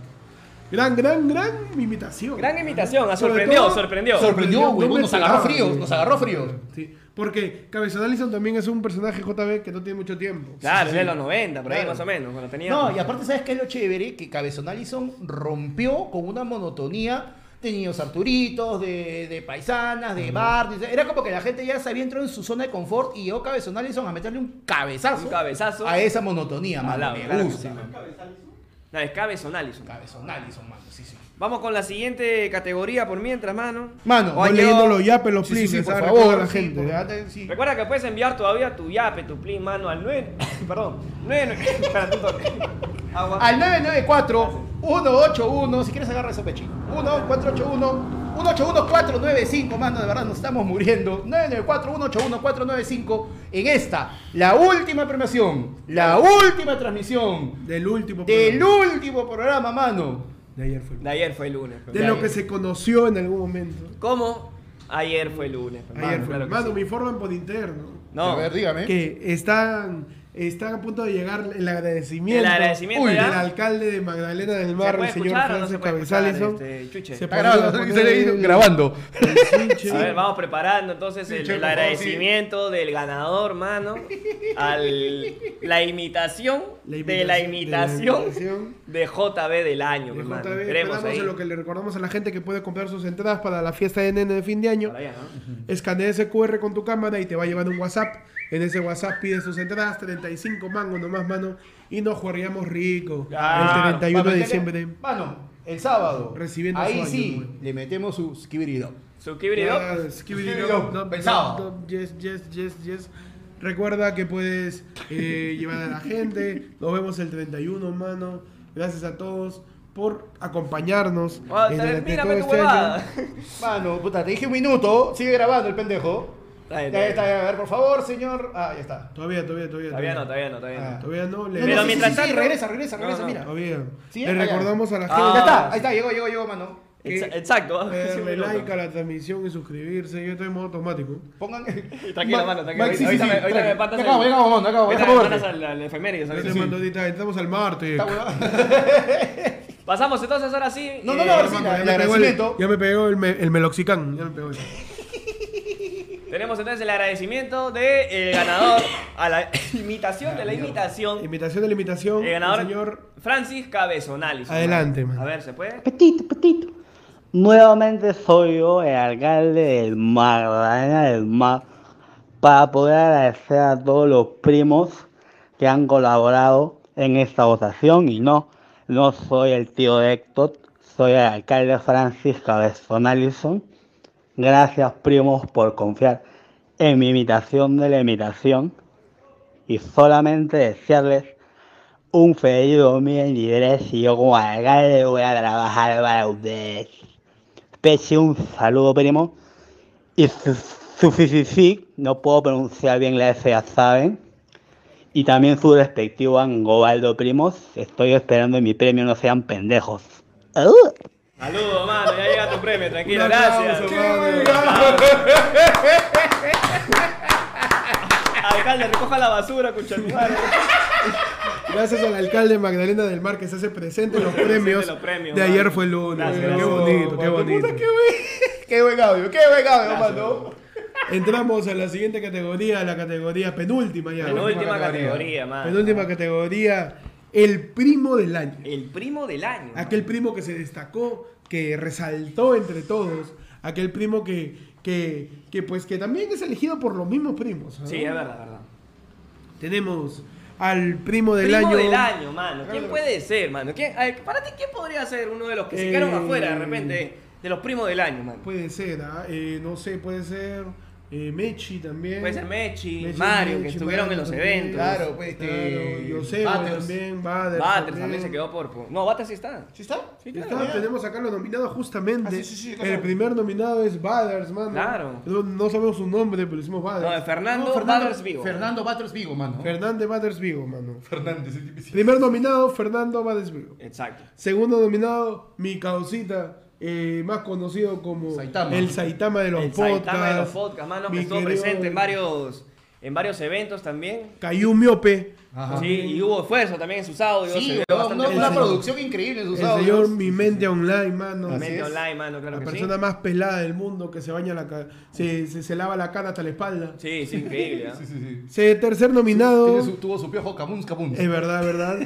Gran, gran, gran imitación.
Gran imitación, ah,
Sobre
sorprendió,
todo-
sorprendió.
Sorprendió,
No
huevón,
me
nos agarró
esperaba,
fríos,
güey.
nos agarró fríos.
Sí, porque Cabezonal Alison también es un personaje JB que no tiene mucho tiempo.
Claro,
Sí,
de
sí.
los 90, por ahí
Claro.
más o menos. Cuando tenía...
No, y aparte, ¿sabes qué es lo chévere? Que Cabezón Allison rompió con una monotonía de niños Arturitos, de, de paisanas, de Barney. Era como que la gente ya se había entrado en su zona de confort y llegó Cabezón Allison a meterle un cabezazo,
Un cabezazo.
a esa monotonía,
Al
mano.
lado,
Me
claro que
gusta.
sí, mano. No, es Cabezón Allison.
Cabezón Allison, mano, sí, sí.
Vamos con la siguiente categoría por mientras, mano.
Mano,
Oye,
voy leyendo los yapes, los
Sí, sí,
please,
sí, por
¿sabes?
favor.
Recuerda a la
sí,
gente. ¿eh?
por- date- sí.
Recuerda que puedes enviar todavía tu yape, tu plin, mano, al 9. Perdón, 9. Espérate un toque. Agua.
Al 994-181, si quieres agarra ese pechito. 1-481-181-495, mano, de verdad nos estamos muriendo. 994-181-495, en esta, la última premiación, la última transmisión
Del último
del
programa.
último programa, mano.
De ayer fue.
De ayer fue el lunes. pues.
De lo que se conoció en algún momento.
¿Cómo? Ayer fue el lunes. pues,
Ayer
mano,
fue.
claro que
Mano,
sí.
me informan por interno.
No. A ver, dígame.
Que están, están a punto de llegar el agradecimiento,
El agradecimiento,
uy,
¿ya?
del alcalde de Magdalena del
¿Se
Mar,
puede
el señor
escuchar o no
Francis
se puede
Cabezales.
escuchar,
¿no?
este, chuche?
Se
Está
podría
grabando,
poner
se le hizo
el-
grabando.
el switch.
A ver, vamos preparando entonces el,
che,
el
por favor,
agradecimiento del ganador, mano, al, la imitación
La
de la imitación
de la imitación.
de JB del año,
JB,
hermano. Veremos
esperamos
ahí.
en lo que le recordamos a la gente que puede comprar sus entradas para la fiesta de NN de fin de año.
Para allá, ¿no?
Escanea ese QR con tu cámara y te va a llevar un WhatsApp. En ese WhatsApp pides tus entradas, 35 mangos nomás, mano. Y nos jugaríamos rico.
Ah,
Claro.
el 31 de
Para
diciembre.
meterle- Mano, el sábado.
Recibiendo su
Ahí
año
sí,
nuevo.
le metemos su skibirido.
Suscribiros.
Ah, skibidi
Skibidi
dop,
dop,
dop,
el sábado.
dop, dop, Yes, yes, yes, yes. Recuerda que puedes eh, llevar a la gente. Nos vemos el 31, mano. Gracias a todos por acompañarnos.
Ah,
en
también,
el- de
mírame
todo
tu
este año.
huevada.
Mano, puta, te dije un minuto, sigue grabando el pendejo.
Está bien,
Ya
está bien.
está, a ver, por favor, señor. Ah, ya está.
Todavía, todavía, todavía.
Todavía no, todavía no, todavía
Ah.
no.
Todavía no. le-
No, no,
Pero
sí,
mientras
sí, sí,
tanto-
regresa, regresa, regresa,
No, no,
mira.
Todavía.
Sí,
Le
allá.
recordamos a la
Ah,
gente.
Ya está, ahí está, llegó, llegó, llegó, mano.
que-
Exa- Exacto.
Darle like a la transmisión y suscribirse. Yo estoy en modo automático.
Pongan.
Tranquilo,
Ma-
mano, tranquilo.
Maxi, sí,
Ahorita
sí,
me- ahorita me
tranqui.
patas
Ya acabo,
el-
ya acabo, mano, ya acabo, ya
ahorita me
acabo,
patas
verte.
al- al efemérides,
Yo
ahorita.
te mando ahorita, estamos al martes.
Está huevada.
Pasamos entonces ahora sí. eh,
No, no, no, ahora sí,
Ya
la- el
me pegó el,
agradecimiento.
ya me pegó el, me- el meloxicán. Ya me pegó eso.
Tenemos entonces el agradecimiento del ganador a la imitación de la imitación.
Imitación de la imitación.
El
El
ganador
señor
Francis Cabezonali.
Adelante, man.
A ver, ¿se puede?
Petito, petito. Nuevamente soy yo, el alcalde del Magdalena del Mar, para poder agradecer a todos los primos que han colaborado en esta votación. Y no, no soy el tío de Héctor, soy el alcalde Francis Cabezón Allison. Gracias, primos, por confiar en mi imitación de la imitación. Y solamente desearles un feliz 2023 y yo como alcalde voy a trabajar para ustedes. Pese un saludo primo. Y su, su fi- fi- fi, no puedo pronunciar bien la F, ya saben. Y también su respectivo Angobaldo primos. Estoy esperando mi premio, no sean pendejos. ¡Au!
Saludos, mano. Ya llega tu premio, tranquilo.
Un
Gracias.
aplauso,
Alcalde, recoja la basura, cucharumadre.
Gracias al alcalde Magdalena del Mar que se hace presente en los premios.
los premios,
de
mano.
ayer fue el lunes.
Gracias,
Qué
gracias.
bonito, qué bonito.
Qué buen audio, qué buen audio, mano.
Entramos a la siguiente categoría, a la categoría penúltima ya.
Penúltima categoría, mano.
Penúltima categoría, el primo del año.
El primo del año.
Aquel primo que se destacó, que resaltó entre todos. Aquel primo que, que, que pues que también es elegido por los mismos primos. ¿no?
Sí, es verdad, verdad.
Tenemos al primo del
primo
año.
del año, mano. ¿Quién puede ser, mano? ¿Quién, a ver, para ti, ¿quién podría ser uno de los que se quedaron
Eh. Pues,
afuera de repente de los primos del año, mano?
Puede ser, ¿ah? Eh, no sé, puede ser Eh, Mechi también.
Puede ser Mechi, Mario, que estuvieron en los eventos.
Claro, pues este.
Claro,
Josebo
Butters.
también, Bader.
Batters también. se quedó por. por- No, Batters sí está.
¿Sí está?
Sí,
Ya
claro.
está, tenemos acá los nominados justamente.
Ah, sí, sí, sí, acá
el
está.
primer nominado es Baders, mano.
Claro.
No, no sabemos su nombre, pero hicimos Baders.
No, Fernando Batters Vigo.
Fernando Batters Vigo, mano.
Fernández Baders Vigo, mano.
Fernández,
Primer nominado, Fernando Baders Vigo.
Exacto.
Segundo nominado, mi causita, eh, más conocido como
Saitama.
el Saitama de los
El
podcasts.
Saitama de los podcasts, mano, que
Mi
estuvo
querido
presente en varios, en varios eventos también.
Cayú Miope.
Sí, y hubo esfuerzo también en sus audios.
Sí,
se vio
huevón,
bastante
no, una
esfuerzo.
producción increíble en sus
El
audios.
señor Mi Mente Online, mano.
Mi Mente Online, mano, claro
La
que
persona
sí. Oh.
más pelada del mundo que se baña la ca- se, se, se lava la cara hasta la espalda.
Sí, sí, increíble. ¿ah?
Se- tercer nominado.
Tiene su- tuvo su piojo Camuns Camuns.
Es verdad, es verdad.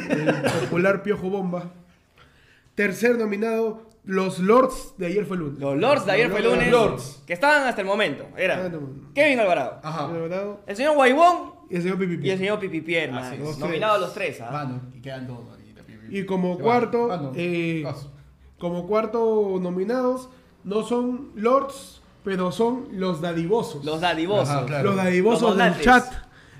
El popular Piojo Bomba. Tercer nominado, los Lords de ayer fue lunes.
Los Lords de ayer fue
Lords-
lunes.
Lords.
Que estaban hasta el momento. Era Kevin Alvarado.
Alvarado.
El señor Guaybón.
Y el señor Pipipi.
Ah. Y el señor Pipipier, mano.
es. Los
Nominados
tres.
los tres, ¿ah?
Mano, y quedan dos ahorita.
Y como
Ah,
cuarto, eh, como cuarto nominados, no son Lords, pero son los dadivosos. Los
dadivosos. Ajá, claro.
Los dadivosos
Los
del
volantes.
chat.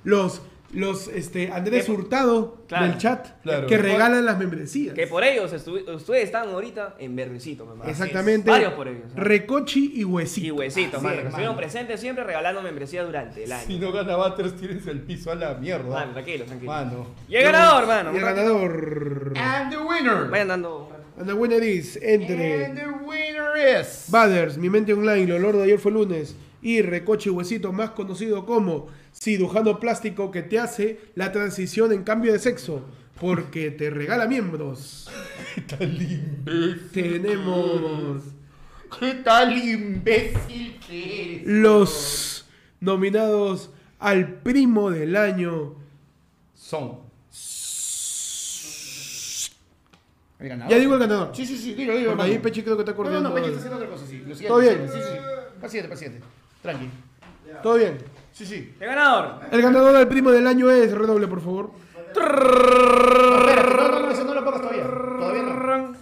Los, los este, Andrés
Que-
Hurtado
claro.
del chat
Claro.
que regalan las membresías.
Que por ellos estu- ustedes están ahorita en Berricito, me parece.
Exactamente.
Varios por ellos. ¿ah?
Recochi y Huesito.
Y huesitos,
Así
mano.
es,
que Estuvieron
mano.
presentes siempre regalando membresía durante el año.
Si no gana Batters, tírense al piso a la mierda.
Mano, tranquilo, tranquilo.
Mano.
Y el ganador, mano.
Y el ganador.
And the winner.
Vayan dando.
And the winner is entre
And the winner is.
Baders, Mi Mente Online, Lo Lord de ayer fue lunes y Recoche y Huesito, más conocido como cirujano plástico que te hace la transición en cambio de sexo porque te regala miembros.
Qué tal imbécil.
Tenemos
¿Qué tal imbécil que eres?
los nominados al primo del año.
Son. El ganador.
Ya digo el ganador.
Sí, sí, sí, dilo, dilo.
Porque ahí
mano.
Pechi creo que está
No, no,
coordinando
no, Pechi
algo.
está haciendo otra cosa, sí. Lo siguiente,
¿Todo bien?
Sí, sí, sí. Paciente, paciente. Tranqui.
¿Todo bien?
Sí, sí.
El ganador.
El ganador al primo del año es, redoble por favor.
Espérate, no, no, no, eso no lo pongas todavía. Todavía no.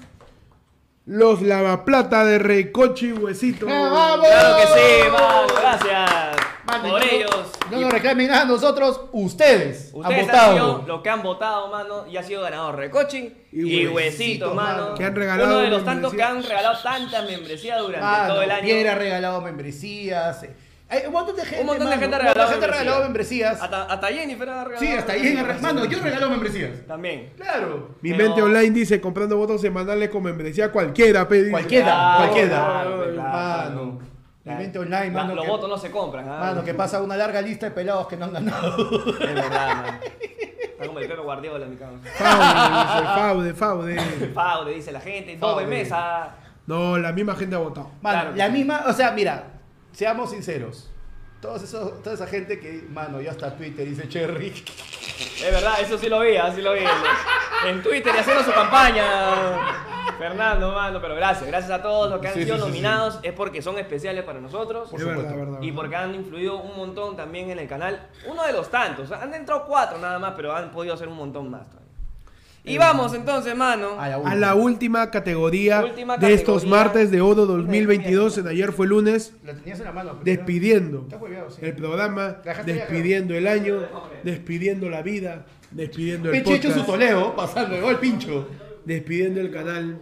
Los lavaplata de Recoche y Huesito.
¡Vamos!
Claro que sí, mano. Gracias.
Mano,
por
y no-
ellos.
No nos reclamen nada a nosotros, ustedes.
Ustedes
han
han
votado.
sido los que han votado, mano, y ha sido ganador Recoching y,
Huesito,
Huesito,
mano.
mano.
Que han regalado
Uno de los tantos que
membresía.
han regalado tanta membresía durante
Mano,
todo el año.
Ah, Piedra ha regalado membresías. eh. Hay un montón de gente.
Un montón de
mano,
gente ha
un montón
regalado,
de gente ha regalado membresías.
Hasta, hasta Jennifer ha regalado.
Sí, hasta ahí en el Mano, yo regalo membresías.
También.
Claro.
Mi mente online dice comprando votos semanales con membresía cualquiera, pedi.
Cualquiera,
Claro,
cualquiera.
claro, claro,
mano. Mi mente online,
Las-
mano.
los
que-
votos no se compran. ¿ah?
Mano, que pasa una larga lista de pelados que no han ganado.
Es verdad, mano. Está como el perro guardiola, mi cabrón.
Faude, dice, Faude, Faude.
Faude, dice la gente. Doble
Faude.
mesa.
No, la misma gente ha votado.
Mano,
Claro que
la
sí.
misma, o sea, mira, seamos sinceros. Todos esos, toda esa gente que, mano, yo hasta Twitter dice Cherry.
Es verdad, eso sí lo vi, así lo vi. En Twitter y haciendo su campaña. Fernando, mano, pero gracias, gracias a todos los que han
Sí,
sido
sí, sí,
nominados. Es porque son especiales para nosotros.
Por Es supuesto. verdad, verdad,
y
verdad.
porque han influido un montón también en el canal. Uno de los tantos. Han entrado cuatro nada más, pero han podido hacer un montón más todavía. Y vamos entonces, mano.
Eh, A la última categoría
Última
de estos
categoría.
martes de Odo 2022, en ayer fue lunes,
La tenías en la mano. pero-
despidiendo
Está hueveado, sí.
el programa,
Dejaste ya,
despidiendo el año, despidiendo la vida, despidiendo el
Pinche hecho su
podcast,
toleo, pasando, llegó el pincho.
despidiendo el canal.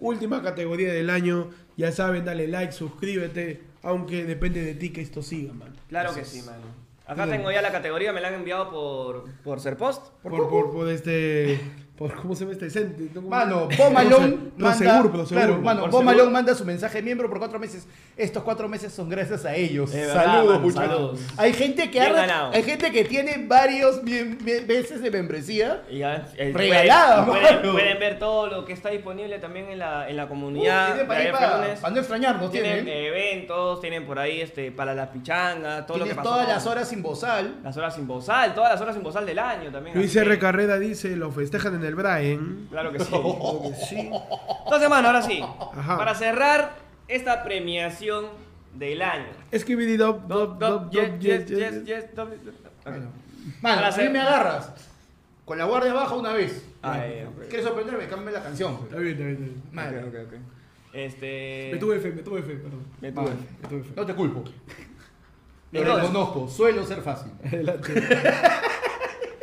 Última categoría del año, ya saben, dale like, suscríbete, aunque depende de ti que esto siga, man.
Claro que sí, mano. Acá
Claro.
tengo ya la categoría, me la han enviado por, por ser post.
Por, por, por este. Por, ¿Cómo se llama este centro? ¿Cómo-
Mano, Bo Malone manda,
Prosegur, Prosegur, Prosegur.
claro, mano, Bo
Prosegur.
Malone manda su mensaje miembro por cuatro meses. Estos cuatro meses son gracias a ellos.
Es verdad,
saludos,
mano,
muchachos.
saludos.
Hay gente que
Bien
ha-
ganado.
hay gente que tiene varios mie- mie- meses de membresía.
Y ya, eh,
Regalada,
pueden,
mano.
pueden- pueden ver todo lo que está disponible también en la, en la
Uy,
comunidad.
tienen para
de
ahí
AF
para-
Lunes.
para no extrañarnos, ¿eh?
Tienen
tienen.
eventos, tienen por ahí este, para las pichangas, todo lo que
Tienes
pasó.
todas las horas sin bozal.
Las horas sin bozal, todas las horas sin bozal del año también.
Luis
así que-
R. Carrera dice, lo festejan en el Brian.
Claro que sí. oh,
sí.
Entonces, mano, ahora sí.
Ajá.
Para cerrar esta premiación del año.
Es que Billy Dop, Dop, Dop,
Yes,
Dop,
yes,
yes,
yes,
yes.
yes, dop, dop, dop. Ok.
Mano,
Para
a mí
hacer-
me agarras. Con la guardia baja una vez.
Ay, ok.
¿Quieres sorprenderme? Cámbiame la canción.
Está bien, está bien, está bien.
Mano.
Ok, ok, ok. Este.
Me tuve fe, me tuve fe, perdón.
Me tuve.
Me tuve fe.
No te culpo. Lo reconozco, suelo ser fácil.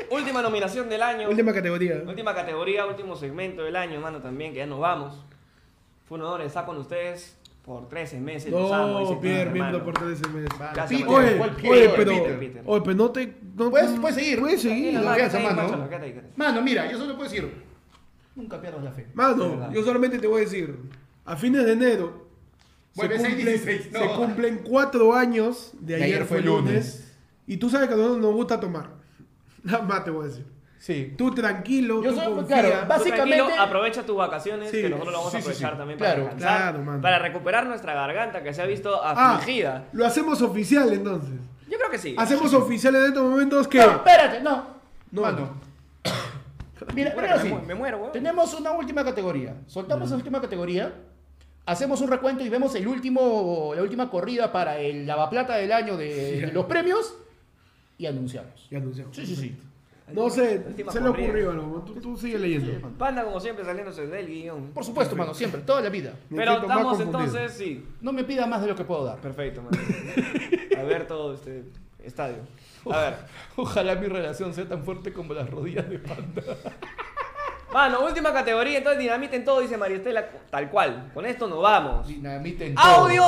Última nominación del año.
Última categoría.
Última categoría, último segmento del año, hermano, también, que ya nos vamos. Fue un honor estar con ustedes por 13 meses. los amo,
No,
dice
Pierre,
hermano.
miembro por 13 meses.
Gracias,
Peter,
hermano.
oye,
¿Cuál
oye,
Peter?
pero,
Peter, Peter.
oye, pero no te. No,
Puedes, puedes seguir.
Puedes seguir.
Tranquilo,
Confianza,
quédate ahí,
mano.
Pancho,
quédate ahí.
Mano, mira, yo solo puedo decir, nunca pierdas la fe.
Mano, yo solamente te voy a decir, a fines de enero se
Vuelve
cumplen,
6-16, no.
se cumplen cuatro años de ayer, fue el lunes.
lunes.
Y tú sabes que a nosotros nos gusta tomar. Nada más te voy a decir.
Sí.
Tú tranquilo, tú
Tú
confía.
tranquilo, aprovecha tus vacaciones,
Sí,
que nosotros lo vamos a
sí, sí,
aprovechar
sí.
también
Claro,
para descansar,
claro, mano.
para recuperar nuestra garganta que se ha visto
Ah,
afligida.
lo hacemos oficial entonces.
Yo creo que sí.
Hacemos oficial en estos momentos que...
No, espérate, no.
No.
Mira,
Ahora
mira
que
sí.
me mu- me muero, weón.
Tenemos una última categoría. Soltamos la última categoría. Hacemos un recuento y vemos el último, la última corrida para el lavaplata del año de, de los premios y anunciamos.
Y anunciamos.
Sí, sí, sí.
No sé,
Última
se le
corrida.
ocurrió algo. Tú, tú sigue leyendo.
Panda, como siempre, saliéndose del guión.
Por supuesto, mano, siempre, toda la vida.
Me
Pero
siento más
estamos
confundido.
entonces, sí.
No me pida más de lo que puedo dar.
Perfecto, man. Alberto, este, estadio. A ver.
Ojalá mi relación sea tan fuerte como las rodillas de panda.
Mano, última categoría, entonces dinamiten todo, dice María Estela, tal cual. Con esto nos vamos.
Dinamiten
Audio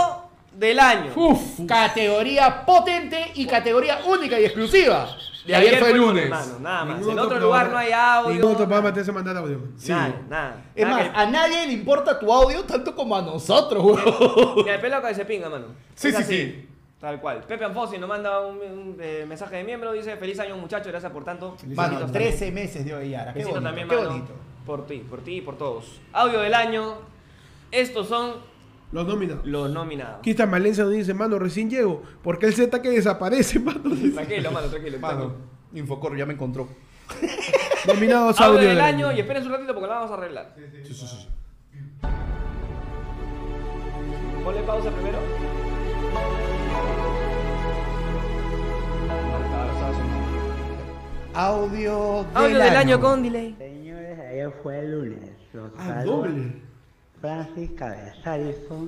del año.
Uf, categoría potente y categoría única y exclusiva. De ayer fue el lunes.
hermano, nada más.
Ningún
En otro
programa-
lugar no hay audio.
Ningún otro programa te hace mandar audio.
Nada, nada.
Es
Nada
más, a nadie le importa tu audio tanto como a nosotros, weón.
que- Ni al pelo que se pinga, mano.
Sí,
Es
sí,
así,
sí.
Tal cual. Pepe Anfossi nos manda un, un, eh, mensaje de miembro, dice, feliz año muchachos, gracias por tanto.
Mano,
Besitos
13
también.
meses de Oeyara. Qué
Besito
bonito.
también,
qué
mano,
bonito.
Por ti, por ti y por todos. Audio del año. Estos son
Los nominados.
los nominados.
Aquí está Malencia donde dice, mano, recién llego. Porque el Z que desaparece, mano.
Tranquilo, mano, tranquilo.
Mano,
tranquilo.
Infocor ya me encontró.
Nominados
Audio
audio
del año y esperen un ratito porque lo vamos a arreglar. Ponle pausa primero.
Audio del
Audio del año con delay.
Señores, ayer fue el lunes. Los
Ah,
saluda
doble.
Francis Cabezarizo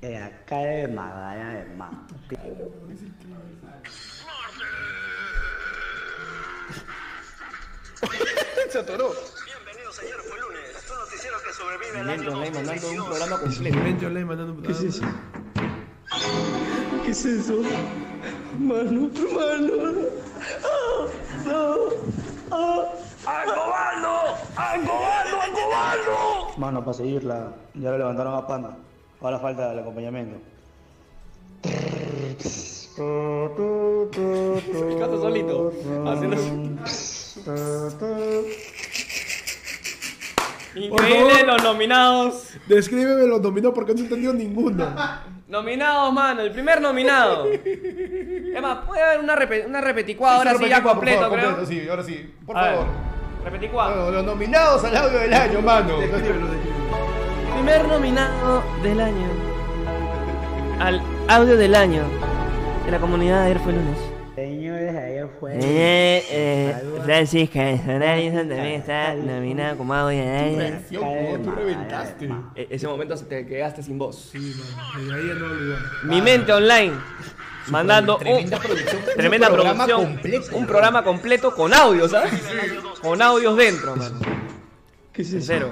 de acá de Magdalena del Mar.
Se atoró. Bienvenidos ayer fue lunes. Tu noticiero que sobrevive al año. mandando un programa completo.
Mente online mandando un programa.
¿Qué es eso? Mano, mano. Ah, no. Ah. ¡Angobaldo! ¡Angobaldo! ¡Angobaldo!
Mano, para seguirla, ya lo levantaron a Panda. Ahora falta el acompañamiento.
El gato solito. Haciendo
Por
Increíble
favor.
los nominados.
Descríbeme los nominados porque no entendió ninguno.
Nominados, mano. El primer nominado. Es más, puede haber una, repe- una repeticuada ahora sí, ya
Repetimos, por
completo,
favor,
creo.
completo, Sí, ahora sí. Por
A ver,
favor.
repeticuada.
Bueno, los nominados al audio del año, mano.
Primer nominado del año. Al audio del año. De la comunidad de ayer fue lunes.
Señores, ayer fue el
Eh,
lunes.
eh,
Saluda
Francis Cabezonarizo también está nominado como audio del año.
Reacción, huevón, tú reventaste.
E- ese momento se te quedaste sin voz.
Desde ahí ya no olvidé.
Mi mente online. Mandando
tremenda
un,
producción,
tremenda
un programa
producción,
completo.
un programa completo con audios, ¿sabes? Con audios dentro, mano. ¿Qué es Sincero.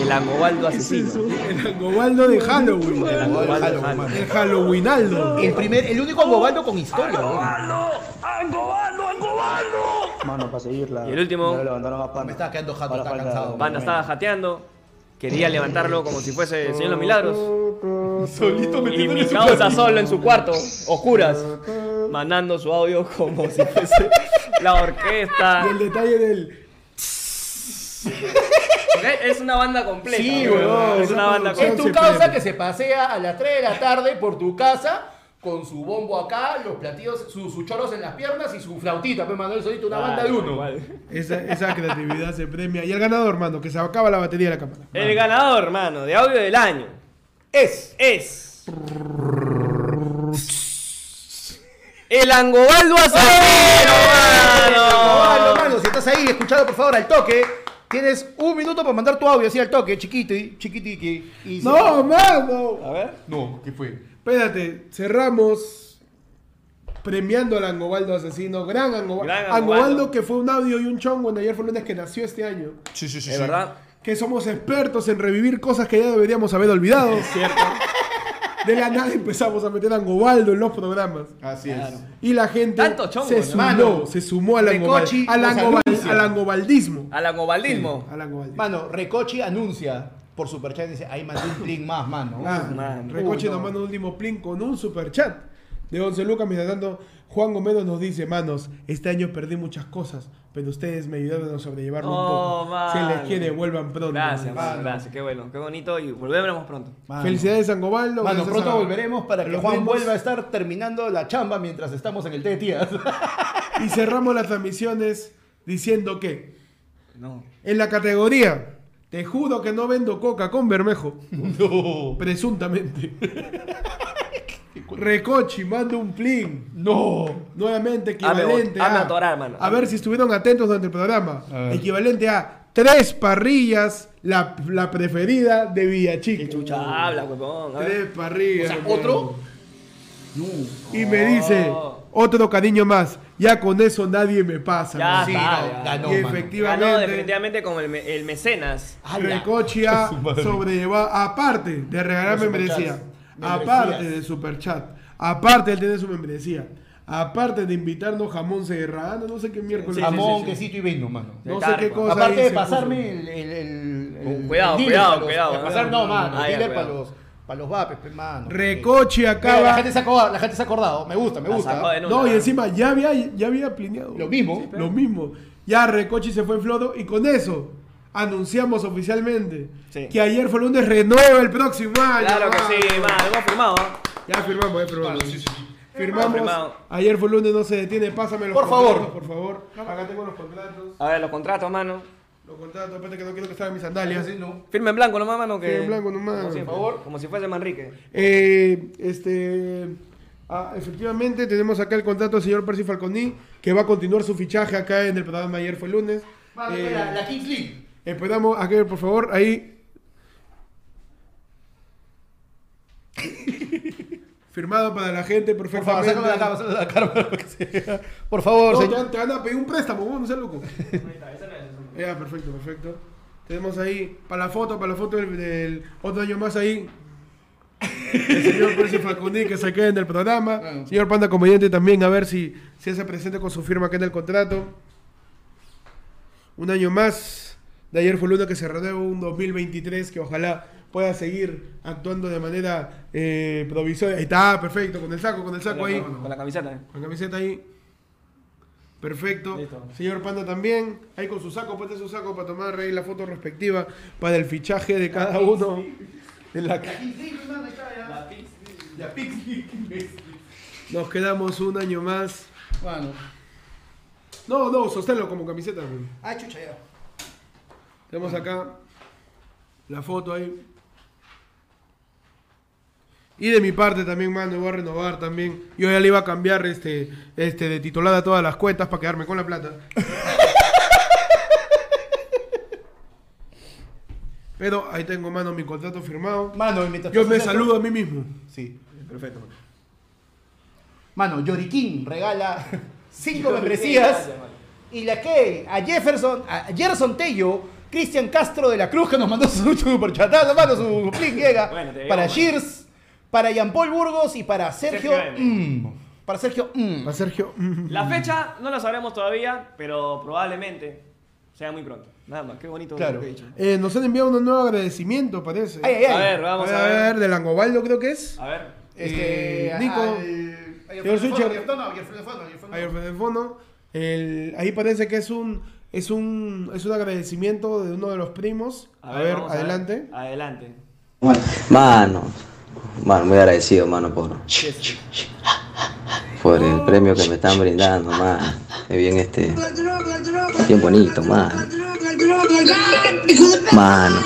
El Angobaldo asesino.
El Angobaldo de Halloween.
El Angobaldo de Halloween.
El Halloweenaldo.
El, primer, el único Angobaldo con historia,
Ah,
weón.
¡Angobaldo! ¡Angobaldo!
Mano, para seguirla.
Y el último.
Ya lo levantaron a Panda.
Me estaba quedando jato,
Ahora
estaba
falta
cansado.
Banda estaba jateando. Quería levantarlo como si fuese el Señor de los Milagros.
Solito
Y
metiéndole
mi
su
causa
cuerpo.
solo en su cuarto, oscuras, mandando su audio como si fuese la orquesta.
Y el detalle del.
Porque Es una banda completa.
Sí,
weón.
weón.
Es una banda
Sí,
Es
completa.
tu causa que se pasea a las 3 de la tarde por tu casa con su bombo acá, los platillos, sus su choros en las piernas y su flautita. Pues Manuel Solito, una banda de uno.
Esa, esa creatividad se premia. Y el ganador, hermano, que se acaba la batería de la cámara.
El ganador, hermano, de audio del año es. Es. El Angobaldo
¡Eh! Mano,
Asesino,
mano, si estás ahí, escuchado por favor al toque. Tienes un minuto para mandar tu audio así al toque, chiquito y chiquitiqui. Y
¡No, mano!
mano. A ver.
No, ¿qué fue?
Espérate, cerramos premiando al Angobaldo asesino. Gran Angobaldo.
Gran
Angobaldo.
Angobaldo,
que fue un audio y un chongo en ayer fue el lunes que nació este año.
Sí, sí, sí.
Es verdad.
Que somos expertos en revivir cosas que ya deberíamos haber olvidado.
Es cierto.
De la nada empezamos a meter a Angobaldo en los programas.
Así es.
Y la gente
Tanto chongo,
se
¿no?
sumó,
Mano,
se sumó al, angobal-
Recochi
al,
nos
angobal-
anuncia.
al angobaldismo.
Al angobaldismo.
Al angobaldismo.
Mano, Recochi anuncia por superchat dice, ahí mandé un link más, mano.
Ah, Recoche nos manda un último plin con un super chat de 11 lucas. Mientras tanto, Juan Gomero nos dice, manos, este año perdí muchas cosas, pero ustedes me ayudaron a sobrellevarlo
Oh,
un poco. Se les
mano.
quiere, vuelvan pronto.
Gracias,
Mano.
mano, gracias. Qué bueno, qué bonito. Y volveremos pronto.
Mano.
Felicidades, San Gobaldo.
Mano,
Gracias
Ah, pronto
a-
volveremos para que
los
Juan
primos.
vuelva a estar terminando la chamba mientras estamos en el té de tías.
Y cerramos las transmisiones diciendo que
No.
en la categoría Te juro que no vendo coca con Bermejo. Presuntamente. Recochi manda un plin.
No.
Nuevamente
Hazme-
equivalente
hazme
a.
atorar, hermano.
A ver si estuvieron atentos durante el programa.
ver.
Equivalente a tres parrillas, la, la preferida de Villachico.
Chucha, habla, huevón. a ver.
Tres parrillas.
O sea,
hermano.
otro.
Y me dice,
Oh.
otro cariño más. Ya con eso nadie me pasa.
Ya
¿no?
está,
Sí,
ya.
ganó,
Y
mano.
efectivamente.
Ganó definitivamente con el, me- el mecenas.
Recochi ha sobrellevado, aparte de regalar
Los
membresía,
superchats.
aparte
Membresías.
de superchat, aparte de tener su membresía, aparte de invitarnos jamón serrano, no sé qué miércoles.
Jamón, quesito y vino, mano.
No sé
Está
qué
rico.
cosa.
Aparte
ahí
de
se
pasarme
puso.
el, el, el-
Con
el- el dealer
cuidado, cuidado,
para los-
cuidado,
para
¿no?
pasar, no, mano,
Ah,
el
ya,
dealer para
cuidado.
los, para los vapes, pe, mano.
Recochi
Mira, la
acaba.
gente se acaba- la gente se ha acordado, me gusta, me
La
gusta.
sacó de nuevo.
No, y encima ya había, ya había planeado.
Lo mismo.
Sí, pero- Lo mismo. Ya Recochi se fue en flodo y con eso anunciamos oficialmente
Sí.
que ayer fue lunes renueva el próximo año.
Claro que
vamos.
sí, mano. Hemos firmado. ¿ah?
Ya firmamos, ya firmamos. Firmamos.
Firmado.
Ayer fue lunes, no se detiene. Pásame los
Por
contratos,
favor.
por favor. Acá tengo los contratos.
A ver, los contratos, mano.
Los contratos, espérate que no quiero que salgan mis sandalias.
Firma en blanco nomás, mano. Que...
Firma en blanco nomás.
Como siempre,
Por
Como si fuese Manrique.
Eh, este. ah, efectivamente, tenemos acá el contrato del señor Percy Falconi, que va a continuar su fichaje acá en el programa ayer fue lunes.
Mano,
Eh,
espera, la Kings League.
Esperamos a que, por favor, ahí. Firmado para la gente,
Por favor,
perfectamente.
sácalo de acá, sácalo de acá, para lo que sea. Por favor,
No, te
señor.
van- te van a pedir un préstamo, vos no seas loco. Ya, perfecto, perfecto. Tenemos ahí, para la foto, para la foto del, del otro año más ahí. El señor Percy Falconi que se quede en el programa.
Ah,
Señor Panda Comediante también, a ver si, si se presente con su firma acá en el contrato. Un año más. De ayer fue luna que se renueva un 2023 que ojalá pueda seguir actuando de manera eh, provisoria. Ahí está, perfecto, con el saco, con el saco ahí.
Con la camiseta. eh.
Con camiseta ahí. Perfecto.
Listo.
Señor Panda también. Ahí con su saco, ponte su saco para tomar ahí la foto respectiva para el fichaje de cada uno. De la-
La Kings League.
Nos quedamos un año más.
Mano.
No, no, sosténlo como camiseta. güey.
Ay, chucha, ya.
Tenemos acá la foto ahí. Y de mi parte también, mano, voy a renovar también. Yo ya le iba a cambiar este, este de titulada todas las cuentas para quedarme con la plata. Pero ahí tengo, mano, mi contrato firmado.
Mano, y mientras
Yo
tú
me
haces eso-
saludo a mí mismo.
Sí.
Perfecto.
Mano, Yoriquín regala cinco membresías. Y la que a Jefferson, a Gerson Tello, Cristian Castro de la Cruz, que nos mandó su superchatazo, mano, su click llega.
Bueno, te digo,
para
mano.
Shears, para Jean Paul Burgos y para Sergio.
Sergio M.
Mm. para Sergio. Mm.
A Sergio. mm,
La fecha no la sabremos todavía, pero probablemente sea muy pronto. Nada más, qué bonito
Claro.
lo que he dicho.
eh, nos han enviado un nuevo agradecimiento, parece.
Ay, ay, ay.
A ver, vamos a ver.
de Langobaldo creo que es.
A ver.
Este,
Eh, Nico.
al- ayer fue
Señor
el fono,
Sucher.
ayer- No, no, ayer fue el fono, ayer fue el fono.
Ahí en el fondo, el- ahí parece que es un, es un es un agradecimiento de uno de los primos. A, ver,
vamos
adelante.
Adelante.
Mano, mano, muy agradecido, mano, por, por el premio que me están brindando, mano. Es bien este, bien bonito, mano. Mano,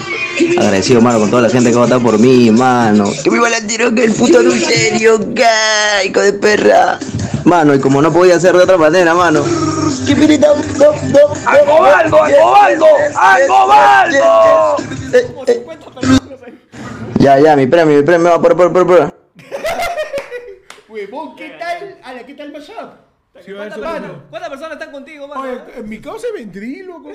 agradecido, mano, con toda la gente que vota por mí, mano. Que viva la tiroca, el puto adulterio, gay, hijo de perra. Mano, y como no podía ser de otra manera, mano. ¡Qué pirita! ¡No, no!
¡Angobaldo, Angobaldo, Angobaldo!
Eh, Ya, ya, mi premio, mi premio va por, por, por, por.
huevón, Eh, ¿qué tal? A la, ¿qué tal mashup?
Sí, va a ser
Mano,
bueno.
¿Cuántas personas están contigo, mano?
Oye, en mi causa es ventríloco.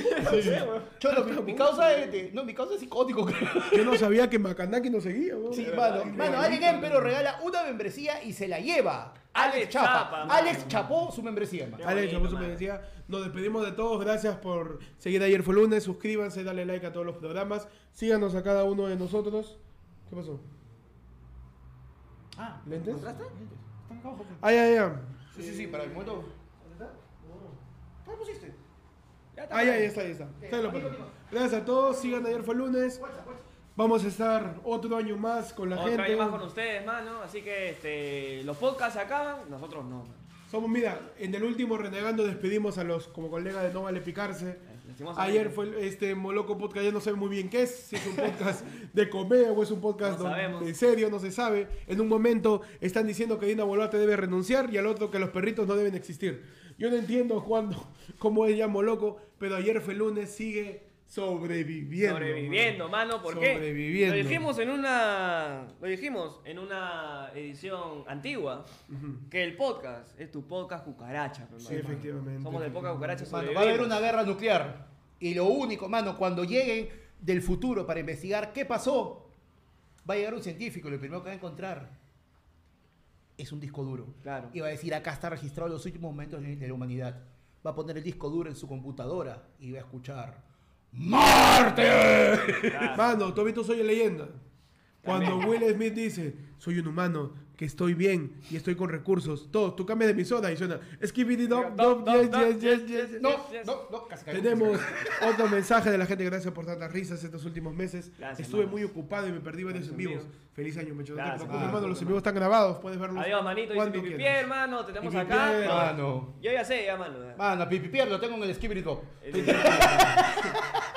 Cholo, mi, mi causa es de- no, mi causa es psicótico, creo.
Yo no sabía que Macanaki nos seguía, weón.
Sí, mano. Mano, Alex Empero regala una membresía y se la lleva. Alex Chapa. Alex chapó su membresía, mano.
Alex, como siempre decía, nos despedimos de todos. Gracias por seguir ayer fue lunes. Suscríbanse, dale like a todos los programas. Síganos a cada uno de nosotros. ¿Qué pasó?
Ah,
¿Lentes?
¿Encontraste? Están acá abajo.
Ay, ay, ay.
Sí, sí, sí, para el momento. ¿Dónde está? ¿Cómo pusiste? Ya está.
Ay, ay, está, ahí está. Ustedes lo pasaron. Gracias a todos. Sigan ayer fue lunes. Vamos a estar otro año más con la
Otro año
gente.
más con ustedes, mano. Así que este, los podcasts se acaban, nosotros no. mano.
Somos, mira, en el último Renegando despedimos a los como colegas de No Vale Picarse.
Lastimosamente.
Ayer fue el- este Moloco Podcast, ya no sé muy bien qué es, si es un podcast de comedia o es un podcast
No
don-
sabemos.
en serio, no se sabe. En un momento están diciendo que Dina Boluarte debe renunciar y al otro que los perritos no deben existir. Yo no entiendo cuándo, cómo es ya Moloco, pero ayer fue lunes, sigue sobreviviendo.
Sobreviviendo, mano, ¿por qué?
Sobreviviendo.
Lo dijimos en una. Lo dijimos en una edición antigua. Que el podcast es tu podcast cucaracha, mi
Sí,
hermano.
efectivamente.
Somos de podcast cucaracha.
Mano, va a haber una guerra nuclear. Y lo único, mano, cuando lleguen del futuro para investigar qué pasó, va a llegar un científico y lo primero que va a encontrar es un disco duro. Y va a decir, acá está registrado los últimos momentos de de la humanidad. Va a poner el disco duro en su computadora y va a escuchar. ¡Marte!
Mano, tú has visto Soy Leyenda. Cuando Will Smith dice, soy un humano, que estoy bien y estoy con recursos, todo, tú cambias de emisora y suena, skibidi dop, dop, yes, yes, yes, yes, yes".
No, no, no, casi caigo.
Tenemos otro mensaje de la gente, gracias por tantas risas estos últimos meses.
Gracias,
Estuve
mano.
muy ocupado y me perdí varios en vivos.
amigo.
Feliz año, Mecho. No te
Gracias,
preocupes,
mano.
hermano, los en vivos están grabados, puedes verlos.
Adiós, manito. Dice
cuando
mi pipié,
quieras.
hermano. Te tenemos
Pipié,
acá. pero-
mano.
Yo ya sé, ya, mano. ya.
Mano, pipipier lo tengo en el skibidi dop.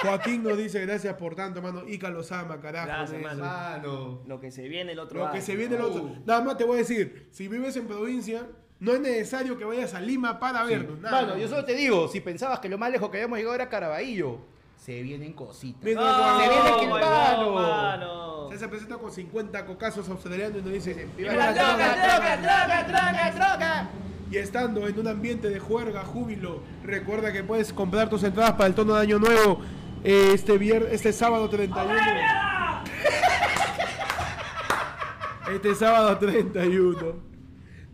Joaquín nos dice, gracias por tanto, hermano. Ica los ama, carajo.
Gracias,
Dice.
mano. Lo que se viene el otro
Lo que
año.
se viene el otro.
Uh.
Nada más te voy a decir, si vives en provincia, no es necesario que vayas a Lima para vernos. Nada.
Mano, yo solo te digo, si pensabas que lo más lejos que habíamos llegado era Caraballo, se vienen cositas.
Mira,
se
Juan.
viene
Juan,
Quimbano.
Se hace presenta con 50 cocazos australianos y nos dice:
¡Viva la droga, droga, droga, droga, droga!
Y estando en un ambiente de juerga, júbilo, recuerda que puedes comprar tus entradas para el tono de año nuevo eh, este, vier- este sábado 31. Este sábado 31.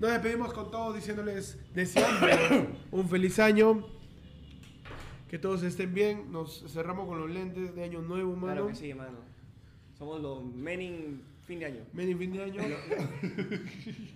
Nos despedimos con todos diciéndoles deseando un feliz año. Que todos estén bien. Nos cerramos con los lentes de año nuevo, mano.
Claro que sí, mano. Somos los menin fin de año.
Men en fin de año.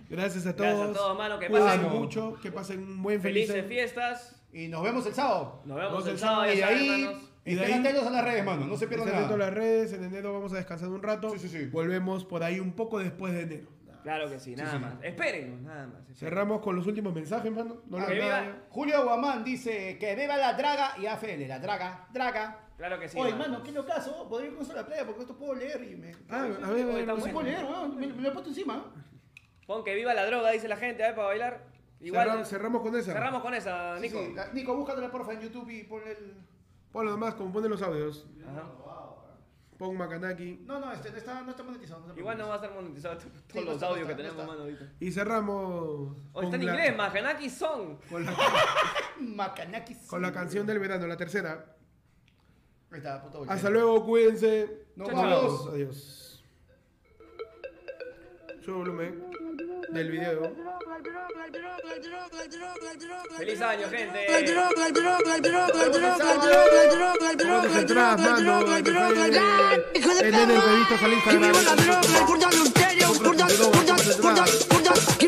Gracias a todos.
Gracias a todos, mano, que
Cuídense
pasen-
mucho. Que pasen un buen feliz
Felices fiestas.
Y nos vemos el sábado.
Nos vemos el sábado. ya
Y de
saben,
ahí,
manos.
y de ahí.
Estén
atentos a las redes, mano. No se pierdan
Estén
nada.
atentos a las redes. En enero vamos a descansar un rato. Volvemos por ahí un poco después de enero.
Claro que sí, nada
sí.
más. Espérenos, nada más.
Cerramos con los últimos mensajes, mano. No
Ah,
leas
que
nada.
viva. Julio Guamán dice que beba la draga y AFL, la draga, draga.
Claro que sí.
Oye,
mano.
mano, ¿qué lo caso? Podría ir con eso a la playa porque esto puedo leer y me.
Ah, a ver, a ver,
No
no sé.
puedo leer, weón. Me, me lo he puesto encima.
Pon que viva la droga, dice la gente, a ver, para bailar. Igual.
Cerra- cerramos con esa.
Cerramos con esa,
Sí,
Nico.
sí. La- Nico, búscatela porfa en YouTube y ponle el.
Ponlo nomás, como ponen los audios.
Ajá.
Pon Macanaki.
No, no, este, no, está, no está monetizado. No te
Igual no va a
preocupes.
estar monetizado t- todos
Sí, no
los
está,
audios
no
que
está, no
tenemos,
está.
mano, ahorita.
Y cerramos.
O está
con
en
la-
inglés, Majanaki Song.
Con la,
Macanaki.
con la canción del verano, la tercera.
Ahí está, puto volcán.
Hasta luego, cuídense.
Nos Chao, vamos.
Adiós. Adiós. Sube volumen del video.
Feliz año, gente.
Ponte atrás, mano, que te fue- En el entrevista salí
Que
Instagram.
viva la droga, el puto adulterio, que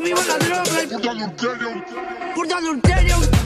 viva la droga, el puto adulterio, puto adulterio.